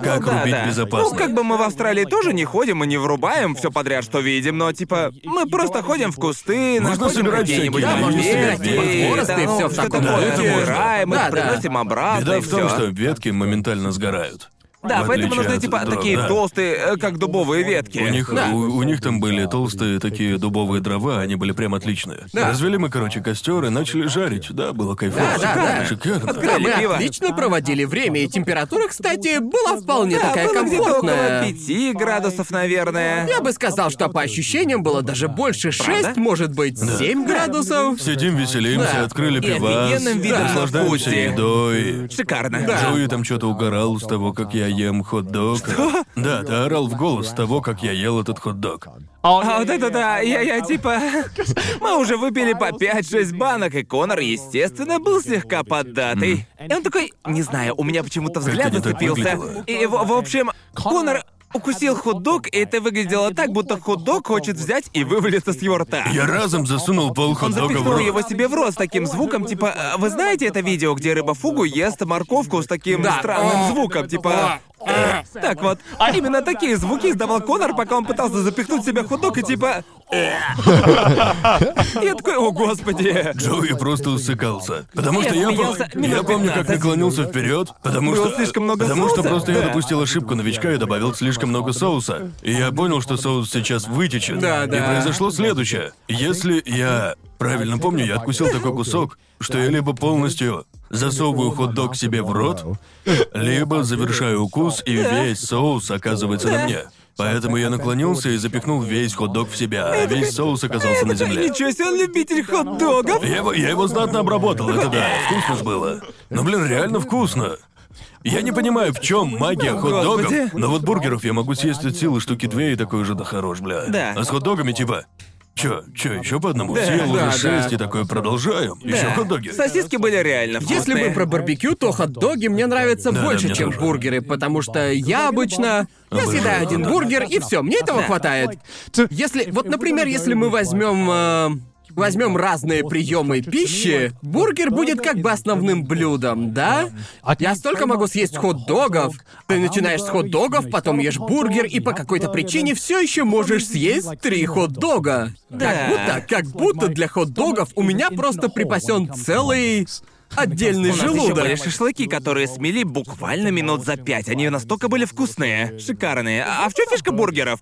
[SPEAKER 1] Как
[SPEAKER 2] да,
[SPEAKER 1] рубить
[SPEAKER 2] да.
[SPEAKER 1] безопасно.
[SPEAKER 2] Ну, как бы мы в Австралии тоже не ходим и не врубаем все подряд, что видим, но типа мы просто ходим в кусты,
[SPEAKER 1] Можно
[SPEAKER 2] находим
[SPEAKER 1] собирать
[SPEAKER 2] какие-нибудь
[SPEAKER 1] всякие
[SPEAKER 2] там
[SPEAKER 1] листья,
[SPEAKER 2] ветки,
[SPEAKER 1] ветви,
[SPEAKER 3] хворосты,
[SPEAKER 2] да, ну,
[SPEAKER 3] всё в
[SPEAKER 2] что
[SPEAKER 3] таком
[SPEAKER 1] роде.
[SPEAKER 2] такое, собираем их,
[SPEAKER 3] Да, да.
[SPEAKER 2] приносим обратно
[SPEAKER 1] Беда
[SPEAKER 2] А, и
[SPEAKER 1] в том,
[SPEAKER 2] всё.
[SPEAKER 1] что ветки моментально сгорают.
[SPEAKER 2] Да,
[SPEAKER 1] В
[SPEAKER 2] поэтому
[SPEAKER 1] отличие
[SPEAKER 2] нужны
[SPEAKER 1] от
[SPEAKER 2] типа
[SPEAKER 1] дров,
[SPEAKER 2] такие
[SPEAKER 1] да.
[SPEAKER 2] толстые, э, как дубовые ветки.
[SPEAKER 1] У них, у, у них там были толстые такие дубовые дрова, они были прям отличные. Развели мы, короче, костер и начали жарить. Да, было кайфово.
[SPEAKER 3] Да, да, да.
[SPEAKER 1] Шикарно.
[SPEAKER 3] Да, мы
[SPEAKER 2] Открыли пиво.
[SPEAKER 3] отлично проводили время, и температура, кстати, была вполне
[SPEAKER 2] да,
[SPEAKER 3] такая
[SPEAKER 2] было где-то около
[SPEAKER 3] комфортная.
[SPEAKER 2] 5 градусов, наверное.
[SPEAKER 3] Я бы сказал, что по ощущениям было даже больше шесть, может быть, семь градусов.
[SPEAKER 1] Сидим, веселимся,
[SPEAKER 3] Да.
[SPEAKER 1] открыли
[SPEAKER 2] И
[SPEAKER 1] пивас,
[SPEAKER 2] офигенным видом на
[SPEAKER 1] наслаждаемся
[SPEAKER 2] пути.
[SPEAKER 1] едой.
[SPEAKER 2] Шикарно.
[SPEAKER 1] Джоуи там что-то угорал с того, как я ем хот-дог. Да, ты орал в голос с того, как я ел этот хот-дог.
[SPEAKER 2] А, да-да-да, я, я типа... [laughs] Мы уже выпили по 5-6 банок, и Конор, естественно, был слегка поддатый. И он такой, не знаю, у меня почему-то взгляд
[SPEAKER 1] Как-то не так
[SPEAKER 2] зацепился.
[SPEAKER 1] выглядело.
[SPEAKER 2] И, в, в общем, Конор укусил хот-дог, и это выглядело так, будто хот-дог хочет взять и вывалиться с его рта.
[SPEAKER 1] Я разом засунул пол
[SPEAKER 2] Он
[SPEAKER 1] хот-дога в
[SPEAKER 2] запихнул
[SPEAKER 1] рот.
[SPEAKER 2] его себе в рот с таким звуком, типа, э, вы знаете это видео, где рыба фугу ест морковку с таким
[SPEAKER 3] Да.
[SPEAKER 2] странным
[SPEAKER 3] О.
[SPEAKER 2] звуком, типа... А э, Так вот, именно такие звуки издавал Конор, пока он пытался запихнуть в себя хот-дог и типа... Я такой, о господи.
[SPEAKER 1] Джоуи просто усыкался. Потому что
[SPEAKER 2] Я
[SPEAKER 1] я, пом-
[SPEAKER 2] смеялся минут
[SPEAKER 1] я помню, как
[SPEAKER 2] 15.
[SPEAKER 1] наклонился вперед, потому
[SPEAKER 2] Было
[SPEAKER 1] что
[SPEAKER 2] слишком много
[SPEAKER 1] потому что
[SPEAKER 2] соуса?
[SPEAKER 1] просто я
[SPEAKER 2] Да.
[SPEAKER 1] допустил ошибку новичка и добавил слишком много соуса. И я понял, что соус сейчас вытечет.
[SPEAKER 3] Да,
[SPEAKER 1] И
[SPEAKER 3] да.
[SPEAKER 1] произошло следующее. Если я правильно помню, я откусил такой кусок, что я либо полностью засовываю хот-дог себе в рот, либо завершаю укус и весь соус оказывается на мне. Поэтому я наклонился и запихнул весь хот-дог в себя, а весь соус оказался на земле.
[SPEAKER 2] Ничего себе, он любитель хот-догов.
[SPEAKER 1] Я его, я его знатно обработал, это да, вкусно ж было. Но, блин, реально вкусно. Я не понимаю, в чем магия
[SPEAKER 2] Господи.
[SPEAKER 1] хот-догов, но вот бургеров я могу съесть от силы штуки две и такой же да хорош, бля.
[SPEAKER 2] Да.
[SPEAKER 1] А с хот-догами типа, чё, чё, еще по одному?
[SPEAKER 2] Да,
[SPEAKER 1] Съел
[SPEAKER 3] да,
[SPEAKER 1] уже шесть
[SPEAKER 3] да.
[SPEAKER 1] и такой, продолжаем, еще
[SPEAKER 2] Да.
[SPEAKER 1] хот-доги.
[SPEAKER 2] Сосиски были реально
[SPEAKER 3] Если
[SPEAKER 2] вкусные.
[SPEAKER 3] бы про барбекю, то хот-доги мне нравятся
[SPEAKER 4] Да,
[SPEAKER 1] да,
[SPEAKER 3] больше,
[SPEAKER 1] мне
[SPEAKER 3] чем
[SPEAKER 1] тоже.
[SPEAKER 3] бургеры, потому что я обычно... Я
[SPEAKER 1] Обожаю.
[SPEAKER 3] съедаю один бургер, и все, мне этого
[SPEAKER 2] Да.
[SPEAKER 3] хватает. Если... Вот, например, если мы возьмем... возьмем разные приемы пищи, бургер будет как бы основным блюдом, да? А Я столько могу съесть хот-догов. Ты начинаешь с хот-догов, потом ешь бургер, и по какой-то причине все еще можешь съесть три хот-дога. Как будто, как будто для хот-догов у меня просто припасен целый отдельный
[SPEAKER 2] У нас еще были
[SPEAKER 3] желудок.
[SPEAKER 2] шашлыки, которые смели буквально минут за пять. Они настолько были вкусные, шикарные. А в чем фишка бургеров?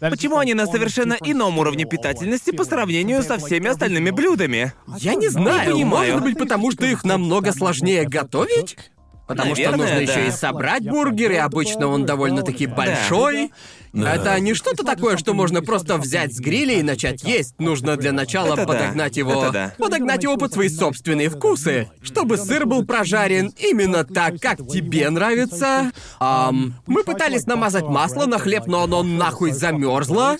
[SPEAKER 2] Почему они на совершенно ином уровне питательности по сравнению со всеми остальными блюдами?
[SPEAKER 3] Я не знаю,
[SPEAKER 2] понимаю.
[SPEAKER 3] может быть, потому что их намного сложнее готовить? Потому что
[SPEAKER 2] Наверное,
[SPEAKER 3] нужно
[SPEAKER 2] да.
[SPEAKER 3] еще и собрать бургер, и обычно он довольно-таки большой.
[SPEAKER 1] Да.
[SPEAKER 3] Это не что-то такое, что можно просто взять с гриля и начать есть. Нужно для начала
[SPEAKER 2] Это да.
[SPEAKER 3] подогнать его.
[SPEAKER 2] Это да.
[SPEAKER 3] Подогнать его под свои собственные вкусы. Чтобы сыр был прожарен именно так, как тебе нравится. Ам, мы пытались намазать масло на хлеб, но оно нахуй замерзло.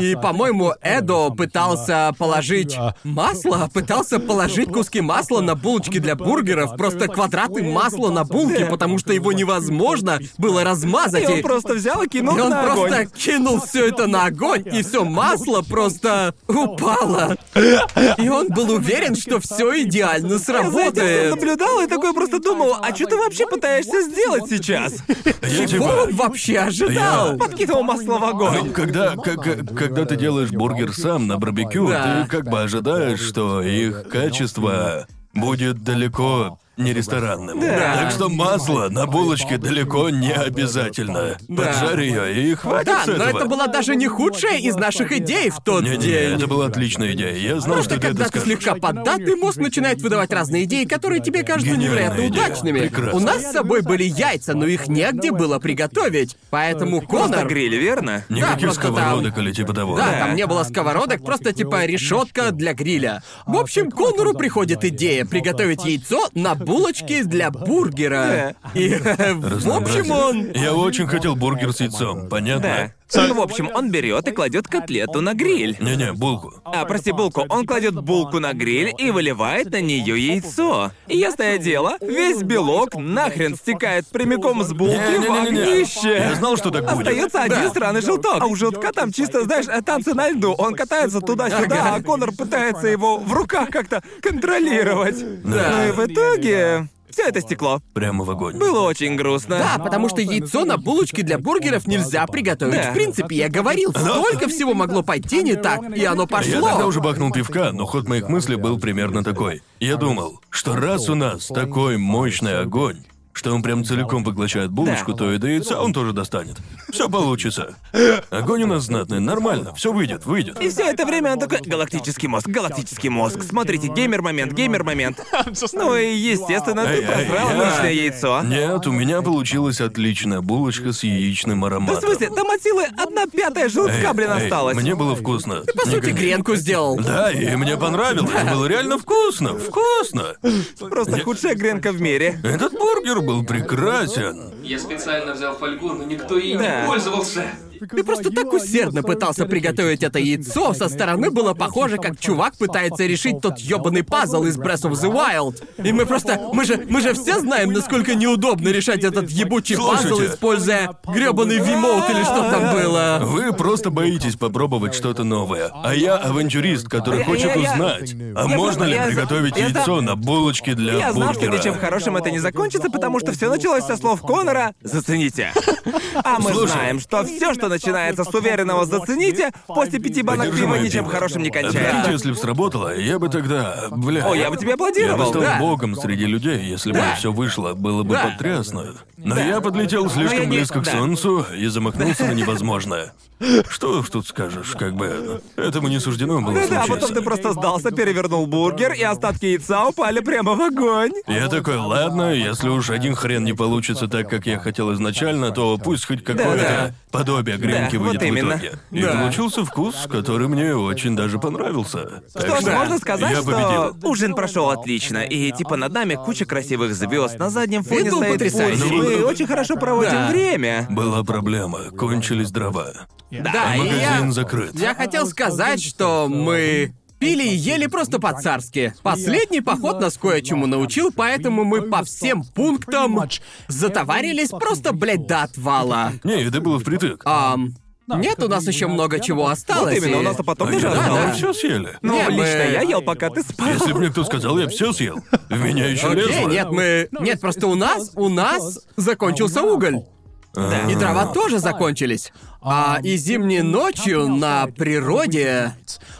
[SPEAKER 3] И, по-моему, Эдо пытался положить масло, [laughs] пытался положить куски масла на булочки для бургеров, просто квадраты масла на булке, потому что его невозможно было размазать.
[SPEAKER 2] И он
[SPEAKER 3] и-
[SPEAKER 2] просто взял и кинул
[SPEAKER 3] и он
[SPEAKER 2] на
[SPEAKER 3] просто
[SPEAKER 2] огонь.
[SPEAKER 3] кинул все это на огонь, и все масло просто упало. И он был уверен, что все идеально
[SPEAKER 2] Я за этим
[SPEAKER 3] сработает.
[SPEAKER 2] наблюдал и такой просто думал, а что ты вообще пытаешься сделать сейчас?
[SPEAKER 1] Я
[SPEAKER 3] Чего
[SPEAKER 1] типа,
[SPEAKER 3] он вообще ожидал?
[SPEAKER 2] Подкинул масло в
[SPEAKER 1] Ну,
[SPEAKER 2] огонь.
[SPEAKER 1] когда, как- как- когда ты делаешь бургер сам на барбекю,
[SPEAKER 3] Да.
[SPEAKER 1] ты как бы ожидаешь, что их качество будет далеко не ресторанным.
[SPEAKER 2] Да.
[SPEAKER 1] Так что масло на булочке далеко не обязательно.
[SPEAKER 3] Да.
[SPEAKER 1] Поджарь ее и хватит
[SPEAKER 3] Да,
[SPEAKER 1] с
[SPEAKER 3] но
[SPEAKER 1] этого.
[SPEAKER 3] это была даже не худшая из наших идей в тот
[SPEAKER 1] Не, не,
[SPEAKER 3] день. Ну,
[SPEAKER 1] это была отличная идея. Я знал, что
[SPEAKER 3] Просто
[SPEAKER 1] Ну, ты это
[SPEAKER 3] когда ты
[SPEAKER 1] скажешь.
[SPEAKER 3] слегка поддатый, мозг начинает выдавать разные идеи, которые тебе кажутся
[SPEAKER 1] Гениальная
[SPEAKER 3] невероятно
[SPEAKER 1] идея.
[SPEAKER 3] удачными.
[SPEAKER 1] Прекрасно.
[SPEAKER 3] У нас с собой были яйца, но их негде было приготовить. Поэтому
[SPEAKER 2] Просто
[SPEAKER 3] Конор...
[SPEAKER 2] гриль, верно?
[SPEAKER 1] Никаких
[SPEAKER 3] просто там-
[SPEAKER 1] сковородок или типа того.
[SPEAKER 3] Да,
[SPEAKER 2] Да.
[SPEAKER 3] там не было сковородок, просто типа решетка для гриля. В общем, Конору приходит идея приготовить яйцо на булочке для бургера. И э, в общем он.
[SPEAKER 1] Я очень хотел бургер с яйцом, понятно?
[SPEAKER 2] Да. В общем, он берет и кладет котлету на гриль.
[SPEAKER 1] Не-не, булку.
[SPEAKER 2] А, прости, булку. Он кладет булку на гриль и выливает на нее яйцо. И ясное дело, весь белок нахрен стекает прямиком с булки в
[SPEAKER 1] Я
[SPEAKER 2] огнище.
[SPEAKER 1] знал, что так будет.
[SPEAKER 2] Остается один сраный желток. А у желтка там чисто, знаешь, э, танцы на льду. Он катается туда-сюда,
[SPEAKER 3] Ага.
[SPEAKER 2] а Конор пытается его в руках как-то контролировать. Ну и в итоге... Все это стекло.
[SPEAKER 1] Прямо в огонь.
[SPEAKER 2] Было очень грустно.
[SPEAKER 3] Да, потому что яйцо на булочке для бургеров нельзя приготовить.
[SPEAKER 2] Да.
[SPEAKER 3] В принципе, я говорил, столько всего могло пойти не так, и оно
[SPEAKER 1] Я
[SPEAKER 2] А
[SPEAKER 3] пошло.
[SPEAKER 1] тогда уже бахнул пивка, но ход моих мыслей был примерно такой. Я думал, что раз у нас такой мощный огонь, что он прям целиком поглощает булочку,
[SPEAKER 2] Да.
[SPEAKER 1] то и до яйца он тоже достанет. Все получится. Огонь у нас знатный, нормально, все выйдет, выйдет.
[SPEAKER 2] И все это время он такой галактический мозг, галактический мозг. Смотрите, геймер момент, геймер момент. Ну и естественно,
[SPEAKER 1] Эй,
[SPEAKER 2] ты
[SPEAKER 1] эй,
[SPEAKER 2] просрал
[SPEAKER 1] я-
[SPEAKER 2] обычное яйцо.
[SPEAKER 1] Нет, у меня получилась отличная булочка с яичным
[SPEAKER 2] Да Ну, в
[SPEAKER 1] ароматом.
[SPEAKER 2] смысле, там от силы одна пятая желтка,
[SPEAKER 1] Эй,
[SPEAKER 2] блин,
[SPEAKER 1] эй,
[SPEAKER 2] осталась.
[SPEAKER 1] Мне было вкусно.
[SPEAKER 3] По сути, гренку сделал.
[SPEAKER 1] Да, и мне понравилось. Было реально вкусно, вкусно.
[SPEAKER 2] Просто худшая гренка в мире.
[SPEAKER 1] Этот бургер был прекрасен.
[SPEAKER 5] Я специально взял фольгу, но никто ей
[SPEAKER 2] Да.
[SPEAKER 5] не пользовался.
[SPEAKER 3] Ты просто так усердно пытался приготовить это яйцо, со стороны было похоже, как чувак пытается решить тот ёбаный пазл из Breath of the Wild. И мы просто... Мы же, мы же все знаем, насколько неудобно решать этот ебучий а пазл,
[SPEAKER 1] Слушайте.
[SPEAKER 3] используя грёбаный вимоут или что там было.
[SPEAKER 1] Вы просто боитесь попробовать что-то новое. А я авантюрист, который
[SPEAKER 2] Я-
[SPEAKER 1] хочет
[SPEAKER 2] я- я-
[SPEAKER 1] узнать, а
[SPEAKER 2] я
[SPEAKER 1] можно
[SPEAKER 2] просто-
[SPEAKER 1] ли
[SPEAKER 2] я за-
[SPEAKER 1] приготовить
[SPEAKER 2] я за-
[SPEAKER 1] яйцо на булочке для
[SPEAKER 2] Я знал, что
[SPEAKER 1] бургера.
[SPEAKER 2] ничем хорошим это не закончится, потому что все началось со слов Конора «Зацените». А мы
[SPEAKER 1] Слушай.
[SPEAKER 2] знаем, что все, что начинается с уверенного «зацените», после пяти банок
[SPEAKER 1] Поддерживаю
[SPEAKER 2] пива ничем
[SPEAKER 1] тебя.
[SPEAKER 2] хорошим не
[SPEAKER 1] Прикиньте,
[SPEAKER 2] кончается.
[SPEAKER 1] если бы сработало, я бы тогда, бля...
[SPEAKER 2] О, я бы тебе
[SPEAKER 1] Я бы
[SPEAKER 2] аплодировал,
[SPEAKER 1] стал
[SPEAKER 2] да.
[SPEAKER 1] богом среди людей, если бы все вышло, было бы
[SPEAKER 3] Да.
[SPEAKER 1] потрясно. Но я подлетел
[SPEAKER 2] Но я
[SPEAKER 1] слишком
[SPEAKER 2] не-
[SPEAKER 1] близко к
[SPEAKER 2] да.
[SPEAKER 1] солнцу и замахнулся на невозможное. Что уж тут скажешь, как бы этому не суждено было
[SPEAKER 2] Ну да,
[SPEAKER 1] случиться.
[SPEAKER 2] потом ты просто сдался, перевернул бургер, и остатки яйца упали прямо в огонь.
[SPEAKER 1] Я такой, ладно, если уж один хрен не получится так, как я хотел изначально, то пусть хоть какое-то
[SPEAKER 2] Да-да.
[SPEAKER 1] подобие гренки
[SPEAKER 2] Да, вот
[SPEAKER 1] выйдет в
[SPEAKER 2] именно.
[SPEAKER 1] итоге. И
[SPEAKER 3] Да.
[SPEAKER 1] получился вкус, который мне очень даже понравился. Так
[SPEAKER 2] Что ж,
[SPEAKER 1] что
[SPEAKER 2] можно сказать,
[SPEAKER 1] я
[SPEAKER 2] что
[SPEAKER 1] победил.
[SPEAKER 2] ужин прошел отлично, и типа над нами куча красивых звезд, на заднем фоне
[SPEAKER 3] был
[SPEAKER 2] стоит
[SPEAKER 3] потрясающе.
[SPEAKER 2] Пуджи. Мы
[SPEAKER 1] Да.
[SPEAKER 2] очень хорошо проводим
[SPEAKER 3] Ну, Да.
[SPEAKER 2] время.
[SPEAKER 1] Была проблема, кончились дрова.
[SPEAKER 3] Да,
[SPEAKER 1] а
[SPEAKER 3] и
[SPEAKER 1] магазин
[SPEAKER 3] я...
[SPEAKER 1] закрыт.
[SPEAKER 3] Я хотел сказать, что мы пили и ели просто по-царски. Последний поход нас кое-чему научил, поэтому мы по всем пунктам затоварились просто, блядь, до отвала.
[SPEAKER 1] Не, это было впритык.
[SPEAKER 2] А,
[SPEAKER 1] А
[SPEAKER 3] Ам, А, нет, у нас еще много чего
[SPEAKER 2] Вот
[SPEAKER 3] осталось.
[SPEAKER 2] именно, у нас
[SPEAKER 3] и-
[SPEAKER 2] то потом
[SPEAKER 1] А я
[SPEAKER 2] тоже
[SPEAKER 1] думал,
[SPEAKER 3] да.
[SPEAKER 1] вы
[SPEAKER 2] осталось.
[SPEAKER 1] все съели.
[SPEAKER 2] Ну,
[SPEAKER 3] Не, мы-
[SPEAKER 2] лично я ел, пока ты спал.
[SPEAKER 1] Если бы мне кто сказал, я все съел, в меня еще
[SPEAKER 3] Окей,
[SPEAKER 1] лезло.
[SPEAKER 3] нет, мы... Нет, просто у нас, у нас закончился уголь. И дрова
[SPEAKER 2] А.
[SPEAKER 3] тоже закончились. А и зимней ночью на природе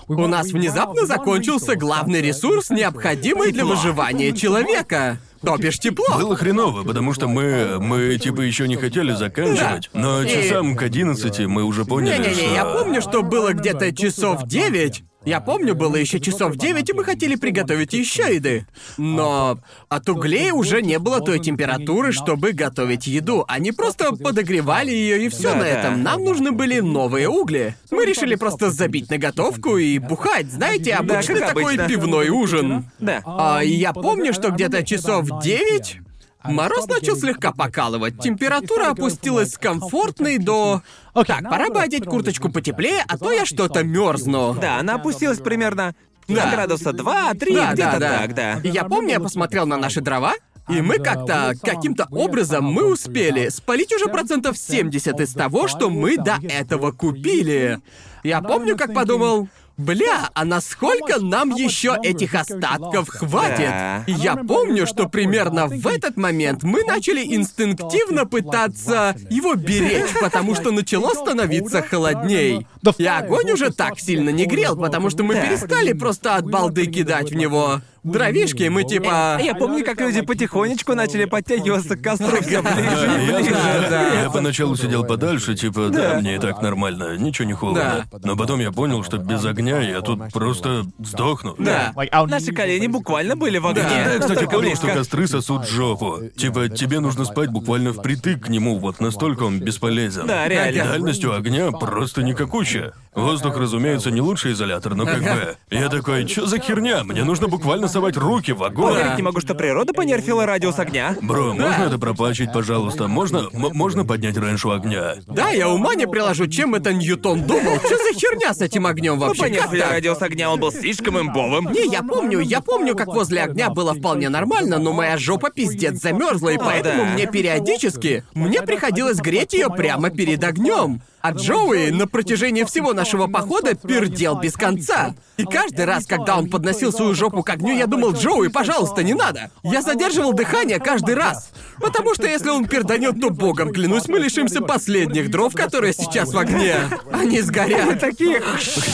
[SPEAKER 3] у нас внезапно закончился главный ресурс, необходимый для выживания человека. То бишь тепло.
[SPEAKER 1] Было хреново, потому что мы, мы типа еще не хотели заканчивать, но
[SPEAKER 3] И-
[SPEAKER 1] часам к 11 мы уже поняли, что...
[SPEAKER 3] Не-не-не, я помню, что было где-то часов девять. Я помню, было еще часов девять, и мы хотели приготовить еще еды. Но от углей уже не было той температуры, чтобы готовить еду. Они просто подогревали ее и все на
[SPEAKER 2] Да-да.
[SPEAKER 3] этом. Нам нужны были новые угли. Мы решили просто забить на готовку и бухать. Знаете,
[SPEAKER 4] Да,
[SPEAKER 3] обычный
[SPEAKER 2] как
[SPEAKER 3] такой
[SPEAKER 2] обычно.
[SPEAKER 3] пивной ужин.
[SPEAKER 2] Да.
[SPEAKER 3] А, и я помню, что где-то часов 9
[SPEAKER 4] А
[SPEAKER 3] мороз начал слегка покалывать. Температура опустилась с комфортной до... Так, пора бы одеть курточку потеплее, а то я что-то мерзну.
[SPEAKER 2] Да, она опустилась примерно на
[SPEAKER 4] Да.
[SPEAKER 2] градуса 2, 3,
[SPEAKER 3] Да,
[SPEAKER 2] где-то
[SPEAKER 3] да, да.
[SPEAKER 2] так, да.
[SPEAKER 3] И я помню, я посмотрел на наши дрова, и мы как-то, каким-то образом, мы успели спалить уже процентов 70 из того, что мы до этого купили. Я помню, как подумал, Бля, а насколько нам еще этих остатков хватит?
[SPEAKER 2] Да.
[SPEAKER 3] И Я помню, что примерно в этот момент мы начали инстинктивно пытаться его беречь, потому что начало становиться холодней. И огонь уже так сильно не грел, потому что мы
[SPEAKER 4] Да.
[SPEAKER 3] перестали просто от балды кидать в него дровишки, мы типа...
[SPEAKER 2] А Я помню, как люди потихонечку начали подтягиваться к костру все ближе
[SPEAKER 1] Да,
[SPEAKER 2] и
[SPEAKER 1] я,
[SPEAKER 2] ближе.
[SPEAKER 1] тоже-
[SPEAKER 3] да.
[SPEAKER 1] я поначалу сидел подальше, типа, да, мне и так нормально, ничего не холодно.
[SPEAKER 6] Да.
[SPEAKER 1] Но потом я понял, что без огня я тут просто сдохну.
[SPEAKER 3] Да.
[SPEAKER 2] Наши колени буквально были в огне.
[SPEAKER 1] Да, я, Э, кстати,
[SPEAKER 2] Только
[SPEAKER 1] понял, что
[SPEAKER 2] близко.
[SPEAKER 1] костры сосут жопу. Типа, тебе нужно спать буквально впритык к нему, вот настолько он бесполезен.
[SPEAKER 2] Да, реально.
[SPEAKER 1] Дальностью огня просто никакуча. Воздух, разумеется, не лучший изолятор, но как бы... Я такой, что за херня? Мне нужно буквально совать руки в огонь.
[SPEAKER 2] Поверить не могу, что природа понерфила радиус огня.
[SPEAKER 1] Бро, можно это проплачить, пожалуйста? Можно, м- можно поднять раньше огня?
[SPEAKER 3] Да, я ума не приложу, чем это Ньютон думал. Что за херня с этим огнем
[SPEAKER 2] Ну,
[SPEAKER 3] вообще? Как
[SPEAKER 2] понерфили
[SPEAKER 3] так?
[SPEAKER 2] радиус огня, он был слишком [laughs] имбовым.
[SPEAKER 3] Не, я помню, я помню, как возле огня было вполне нормально, но моя жопа пиздец замерзла, и
[SPEAKER 4] А,
[SPEAKER 3] поэтому
[SPEAKER 2] да.
[SPEAKER 3] мне периодически мне приходилось греть ее прямо перед огнем. А Джоуи на протяжении всего нашего похода пердел без конца. И каждый раз, когда он подносил свою жопу к огню, я думал, Джоуи, пожалуйста, не надо. Я задерживал дыхание каждый раз. Потому что если он перданет, то богом клянусь, мы лишимся последних дров, которые сейчас в огне. Они сгорят.
[SPEAKER 2] Такие...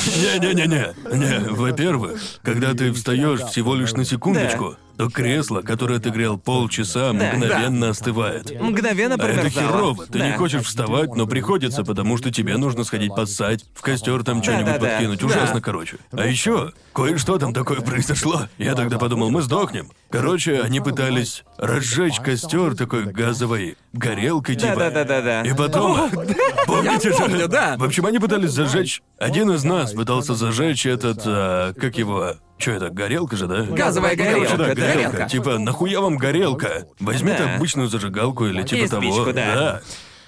[SPEAKER 1] Не-не-не-не. Не, во-первых, когда ты встаешь всего лишь на секундочку, то кресло, которое ты грел полчаса, мгновенно остывает.
[SPEAKER 2] Мгновенно
[SPEAKER 1] А это
[SPEAKER 2] промерзало.
[SPEAKER 1] херово. Ты не
[SPEAKER 2] Да.
[SPEAKER 1] хочешь вставать, но приходится, потому что тебе нужно сходить поссать, в костер там что-нибудь
[SPEAKER 2] да, да.
[SPEAKER 1] подкинуть.
[SPEAKER 2] Да.
[SPEAKER 1] Ужасно, короче. А еще кое-что там такое произошло. Я тогда подумал, мы сдохнем. Короче, они пытались разжечь костер такой газовой горелкой типа.
[SPEAKER 2] Да-да-да-да-да.
[SPEAKER 1] И потом... Помните же?
[SPEAKER 3] помню, да.
[SPEAKER 1] В общем, они пытались зажечь... Один из нас пытался зажечь этот... а, как его... Что это, горелка же, да?
[SPEAKER 3] Газовая горелка,
[SPEAKER 1] Короче, да,
[SPEAKER 3] это
[SPEAKER 1] горелка.
[SPEAKER 3] горелка.
[SPEAKER 1] Типа, нахуя вам горелка? Возьми ты
[SPEAKER 2] Да.
[SPEAKER 1] обычную зажигалку или типа
[SPEAKER 2] И
[SPEAKER 1] того.
[SPEAKER 2] спичку, да.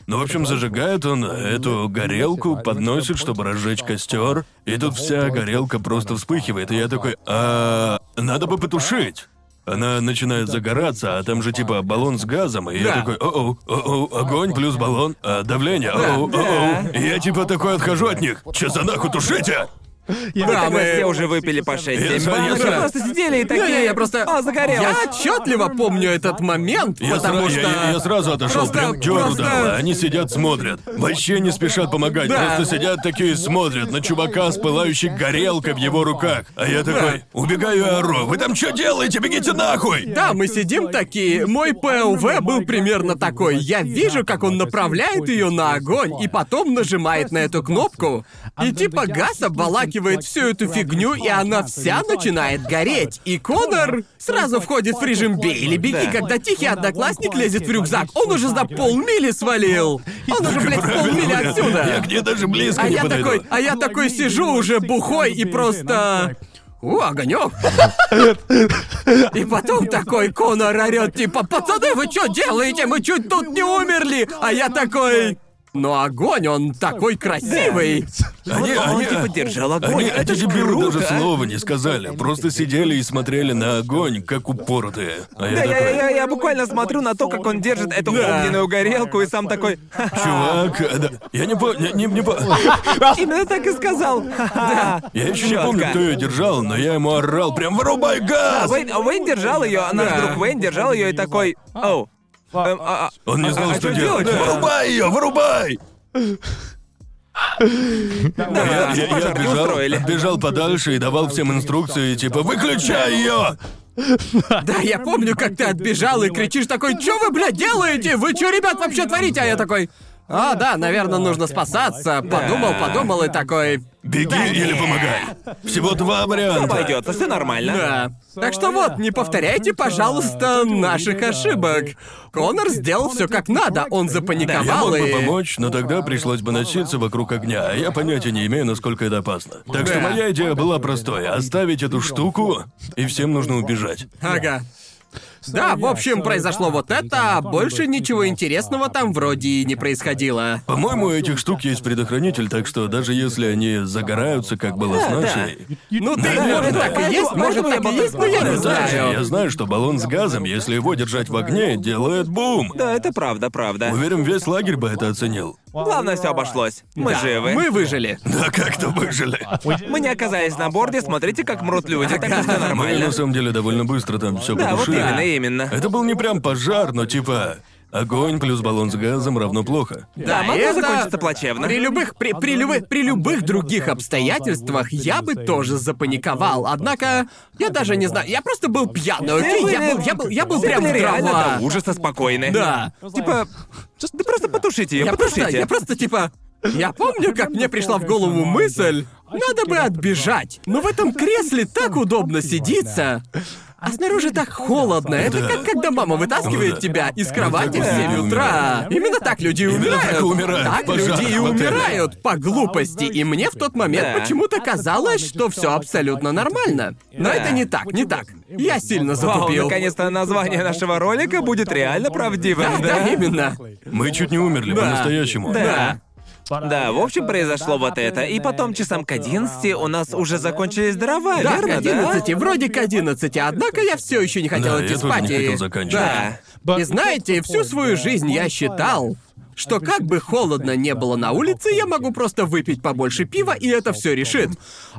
[SPEAKER 1] Ну, в общем, зажигает он эту горелку, подносит, чтобы разжечь костер, и тут вся горелка просто вспыхивает, и я такой, а надо бы потушить. Она начинает загораться, а там же типа баллон с газом, и я
[SPEAKER 3] Да.
[SPEAKER 1] такой, о-оу, о-оу, огонь плюс баллон, а давление, о-оу, о-оу. И Я типа такой отхожу от них, че за нахуй тушите?
[SPEAKER 2] Мы
[SPEAKER 3] Да,
[SPEAKER 2] тогда
[SPEAKER 3] мы-
[SPEAKER 2] все уже выпили по 6-7
[SPEAKER 1] Я- я-
[SPEAKER 2] банок, мы
[SPEAKER 1] я-
[SPEAKER 2] просто сидели и такие... а,
[SPEAKER 3] Не-не, я просто-
[SPEAKER 2] О, загорелось.
[SPEAKER 3] Я отчетливо помню этот момент,
[SPEAKER 1] Я,
[SPEAKER 3] потому
[SPEAKER 1] сра-
[SPEAKER 3] что.
[SPEAKER 1] я- я- я сразу отошел,
[SPEAKER 3] Просто-
[SPEAKER 1] прям дёру
[SPEAKER 3] просто-
[SPEAKER 1] дало. Они сидят, смотрят. Вообще не спешат помогать,
[SPEAKER 3] Да.
[SPEAKER 1] просто сидят такие и смотрят на чувака с пылающей горелкой в его руках. А я такой, убегаю и ору. Вы там что делаете? Бегите нахуй!
[SPEAKER 3] Да, мы сидим такие. Мой ПЛВ был примерно такой. Я вижу, как он направляет ее на огонь и потом нажимает на эту кнопку. И типа газ обволакивает всю эту фигню, и она вся начинает гореть. И Конор сразу входит в режим «бей или беги»,
[SPEAKER 2] Да.
[SPEAKER 3] когда тихий одноклассник лезет в рюкзак. Он уже за полмили свалил. Он уже, блядь, с полмили
[SPEAKER 1] Я
[SPEAKER 3] отсюда.
[SPEAKER 1] к ней даже близко
[SPEAKER 3] А
[SPEAKER 1] не
[SPEAKER 3] я
[SPEAKER 1] подойду.
[SPEAKER 3] такой, а я такой сижу уже бухой и просто... О, огонек! И потом такой Конор орет, типа, пацаны, вы что делаете? Мы чуть тут не умерли! А я такой... Но огонь, он такой красивый!
[SPEAKER 1] Они,
[SPEAKER 2] Он
[SPEAKER 1] они-
[SPEAKER 2] типа держал огонь.
[SPEAKER 1] они- эти
[SPEAKER 2] Это ж
[SPEAKER 1] дебилы
[SPEAKER 2] круто.
[SPEAKER 1] даже
[SPEAKER 3] а?»
[SPEAKER 1] слова не сказали. Просто сидели и смотрели на огонь, как упоротые. А я
[SPEAKER 2] Да, я,
[SPEAKER 1] такой,
[SPEAKER 2] я, я буквально смотрю на то, как он держит эту
[SPEAKER 3] Да.
[SPEAKER 2] огненную горелку и сам такой... [laughs] «Ха,
[SPEAKER 1] чувак, э, да, я не по- не- не- не по- А.
[SPEAKER 2] Именно так и сказал. [laughs] Да.
[SPEAKER 1] Я еще не помню, кто ее держал, но я ему орал прям «Вырубай газ!»
[SPEAKER 2] Уэйн, Уэйн а держал ее, наш друг Уэйн держал ее и такой. Оу. эм, а- а-
[SPEAKER 1] Он не знал,
[SPEAKER 2] а
[SPEAKER 1] что
[SPEAKER 2] что
[SPEAKER 1] делать.
[SPEAKER 2] делать-то?
[SPEAKER 1] Вырубай ее, вырубай!
[SPEAKER 2] да,
[SPEAKER 1] Я, я- я
[SPEAKER 2] пожар не устроили.
[SPEAKER 1] бежал, бежал подальше и давал всем инструкции, типа «Выключай ее!»
[SPEAKER 3] Да, я помню, как ты отбежал и кричишь такой, «Чё вы, блядь, делаете? Вы чё, ребят, вообще творите?» А я такой, а, да, наверное, нужно спасаться. Подумал, подумал и такой.
[SPEAKER 1] «Беги или помогай!» Всего два варианта.
[SPEAKER 2] Обойдется, все нормально.
[SPEAKER 3] Да. Так что вот, не повторяйте, пожалуйста, наших ошибок. Конор сделал все как надо,
[SPEAKER 1] Я
[SPEAKER 3] он
[SPEAKER 1] мог
[SPEAKER 3] запаниковал
[SPEAKER 1] бы
[SPEAKER 3] и.
[SPEAKER 1] помочь, но тогда пришлось бы носиться вокруг огня, а я понятия не имею, насколько это опасно. Так что
[SPEAKER 3] Да.
[SPEAKER 1] моя идея была простой — оставить эту штуку, и всем нужно убежать.
[SPEAKER 3] Ага. Да, в общем, произошло вот это, а больше ничего интересного там вроде и не происходило.
[SPEAKER 1] По-моему, у этих штук есть предохранитель, так что даже если они загораются, как было с нашей...
[SPEAKER 3] Ну ты,
[SPEAKER 1] Наверное.
[SPEAKER 3] может, так и есть,
[SPEAKER 2] Поэтому- поэтому
[SPEAKER 3] может,
[SPEAKER 2] я
[SPEAKER 3] так и
[SPEAKER 2] об
[SPEAKER 3] есть,
[SPEAKER 2] этом
[SPEAKER 3] но я не
[SPEAKER 2] говорю.
[SPEAKER 1] Да,
[SPEAKER 3] знаю.
[SPEAKER 1] я знаю, что баллон с газом, если его держать в огне, делает бум.
[SPEAKER 2] Да, это правда, правда.
[SPEAKER 1] Уверен, весь лагерь бы это оценил.
[SPEAKER 2] Главное, все обошлось. Мы живы.
[SPEAKER 3] Мы выжили.
[SPEAKER 1] Да как-то выжили.
[SPEAKER 2] Мы не оказались на борде, смотрите, как мрут люди, так что все
[SPEAKER 1] Мы
[SPEAKER 3] [laughs]
[SPEAKER 2] нормально.
[SPEAKER 1] на самом деле довольно быстро там все
[SPEAKER 2] Да, вот
[SPEAKER 1] потушили.
[SPEAKER 2] именно, именно.
[SPEAKER 1] Это был не прям пожар, но типа огонь плюс баллон с газом равно плохо.
[SPEAKER 2] Да, могло
[SPEAKER 3] это-
[SPEAKER 2] закончиться плачевно.
[SPEAKER 3] При любых, при, при, любы- при любых других обстоятельствах я бы тоже запаниковал. Однако, я даже не знаю, я просто был пьяный, окей? Я был, я был, я был
[SPEAKER 2] Все
[SPEAKER 3] прям
[SPEAKER 2] были
[SPEAKER 3] в
[SPEAKER 2] реально
[SPEAKER 3] дрова.
[SPEAKER 2] до ужаса спокойны.
[SPEAKER 3] Да.
[SPEAKER 2] Типа, да просто потушите ее,
[SPEAKER 3] Я просто,
[SPEAKER 2] потушите.
[SPEAKER 3] я просто типа... Я помню, как мне пришла в голову мысль, надо бы отбежать. Но в этом кресле так удобно сидится. А снаружи так холодно. Это
[SPEAKER 1] Да.
[SPEAKER 3] как когда
[SPEAKER 1] Ну
[SPEAKER 3] мама
[SPEAKER 1] да.
[SPEAKER 3] вытаскивает тебя из кровати в
[SPEAKER 1] так
[SPEAKER 3] 7
[SPEAKER 1] люди
[SPEAKER 3] утра.
[SPEAKER 1] умирают.
[SPEAKER 3] Именно так люди и
[SPEAKER 1] Именно
[SPEAKER 3] умирают.
[SPEAKER 1] так и умирают в
[SPEAKER 3] Так
[SPEAKER 1] пожарах
[SPEAKER 3] люди и
[SPEAKER 1] в отеле.
[SPEAKER 3] умирают по глупости. И мне в тот момент
[SPEAKER 2] Да.
[SPEAKER 3] почему-то казалось, что все абсолютно нормально. Но
[SPEAKER 2] Да.
[SPEAKER 3] это не так, не так. Я сильно
[SPEAKER 2] Вау,
[SPEAKER 3] затупил.
[SPEAKER 2] наконец-то название нашего ролика будет реально правдивым,
[SPEAKER 3] Да,
[SPEAKER 2] да?
[SPEAKER 3] именно.
[SPEAKER 1] Мы чуть не умерли
[SPEAKER 3] Да.
[SPEAKER 1] по-настоящему.
[SPEAKER 3] Да.
[SPEAKER 2] Да, в общем, произошло вот это. И потом часам к 11 у нас уже закончились дрова,
[SPEAKER 3] Да, к
[SPEAKER 2] верно,
[SPEAKER 3] 11,
[SPEAKER 2] да?
[SPEAKER 3] вроде к 11, однако я все еще не хотел
[SPEAKER 1] Да,
[SPEAKER 3] идти
[SPEAKER 1] я тоже
[SPEAKER 3] спать.
[SPEAKER 1] не
[SPEAKER 3] и-
[SPEAKER 1] хотел заканчивать.
[SPEAKER 3] Да. И знаете, всю свою жизнь я считал, что как бы холодно не было на улице, я могу просто выпить побольше пива, и это все решит.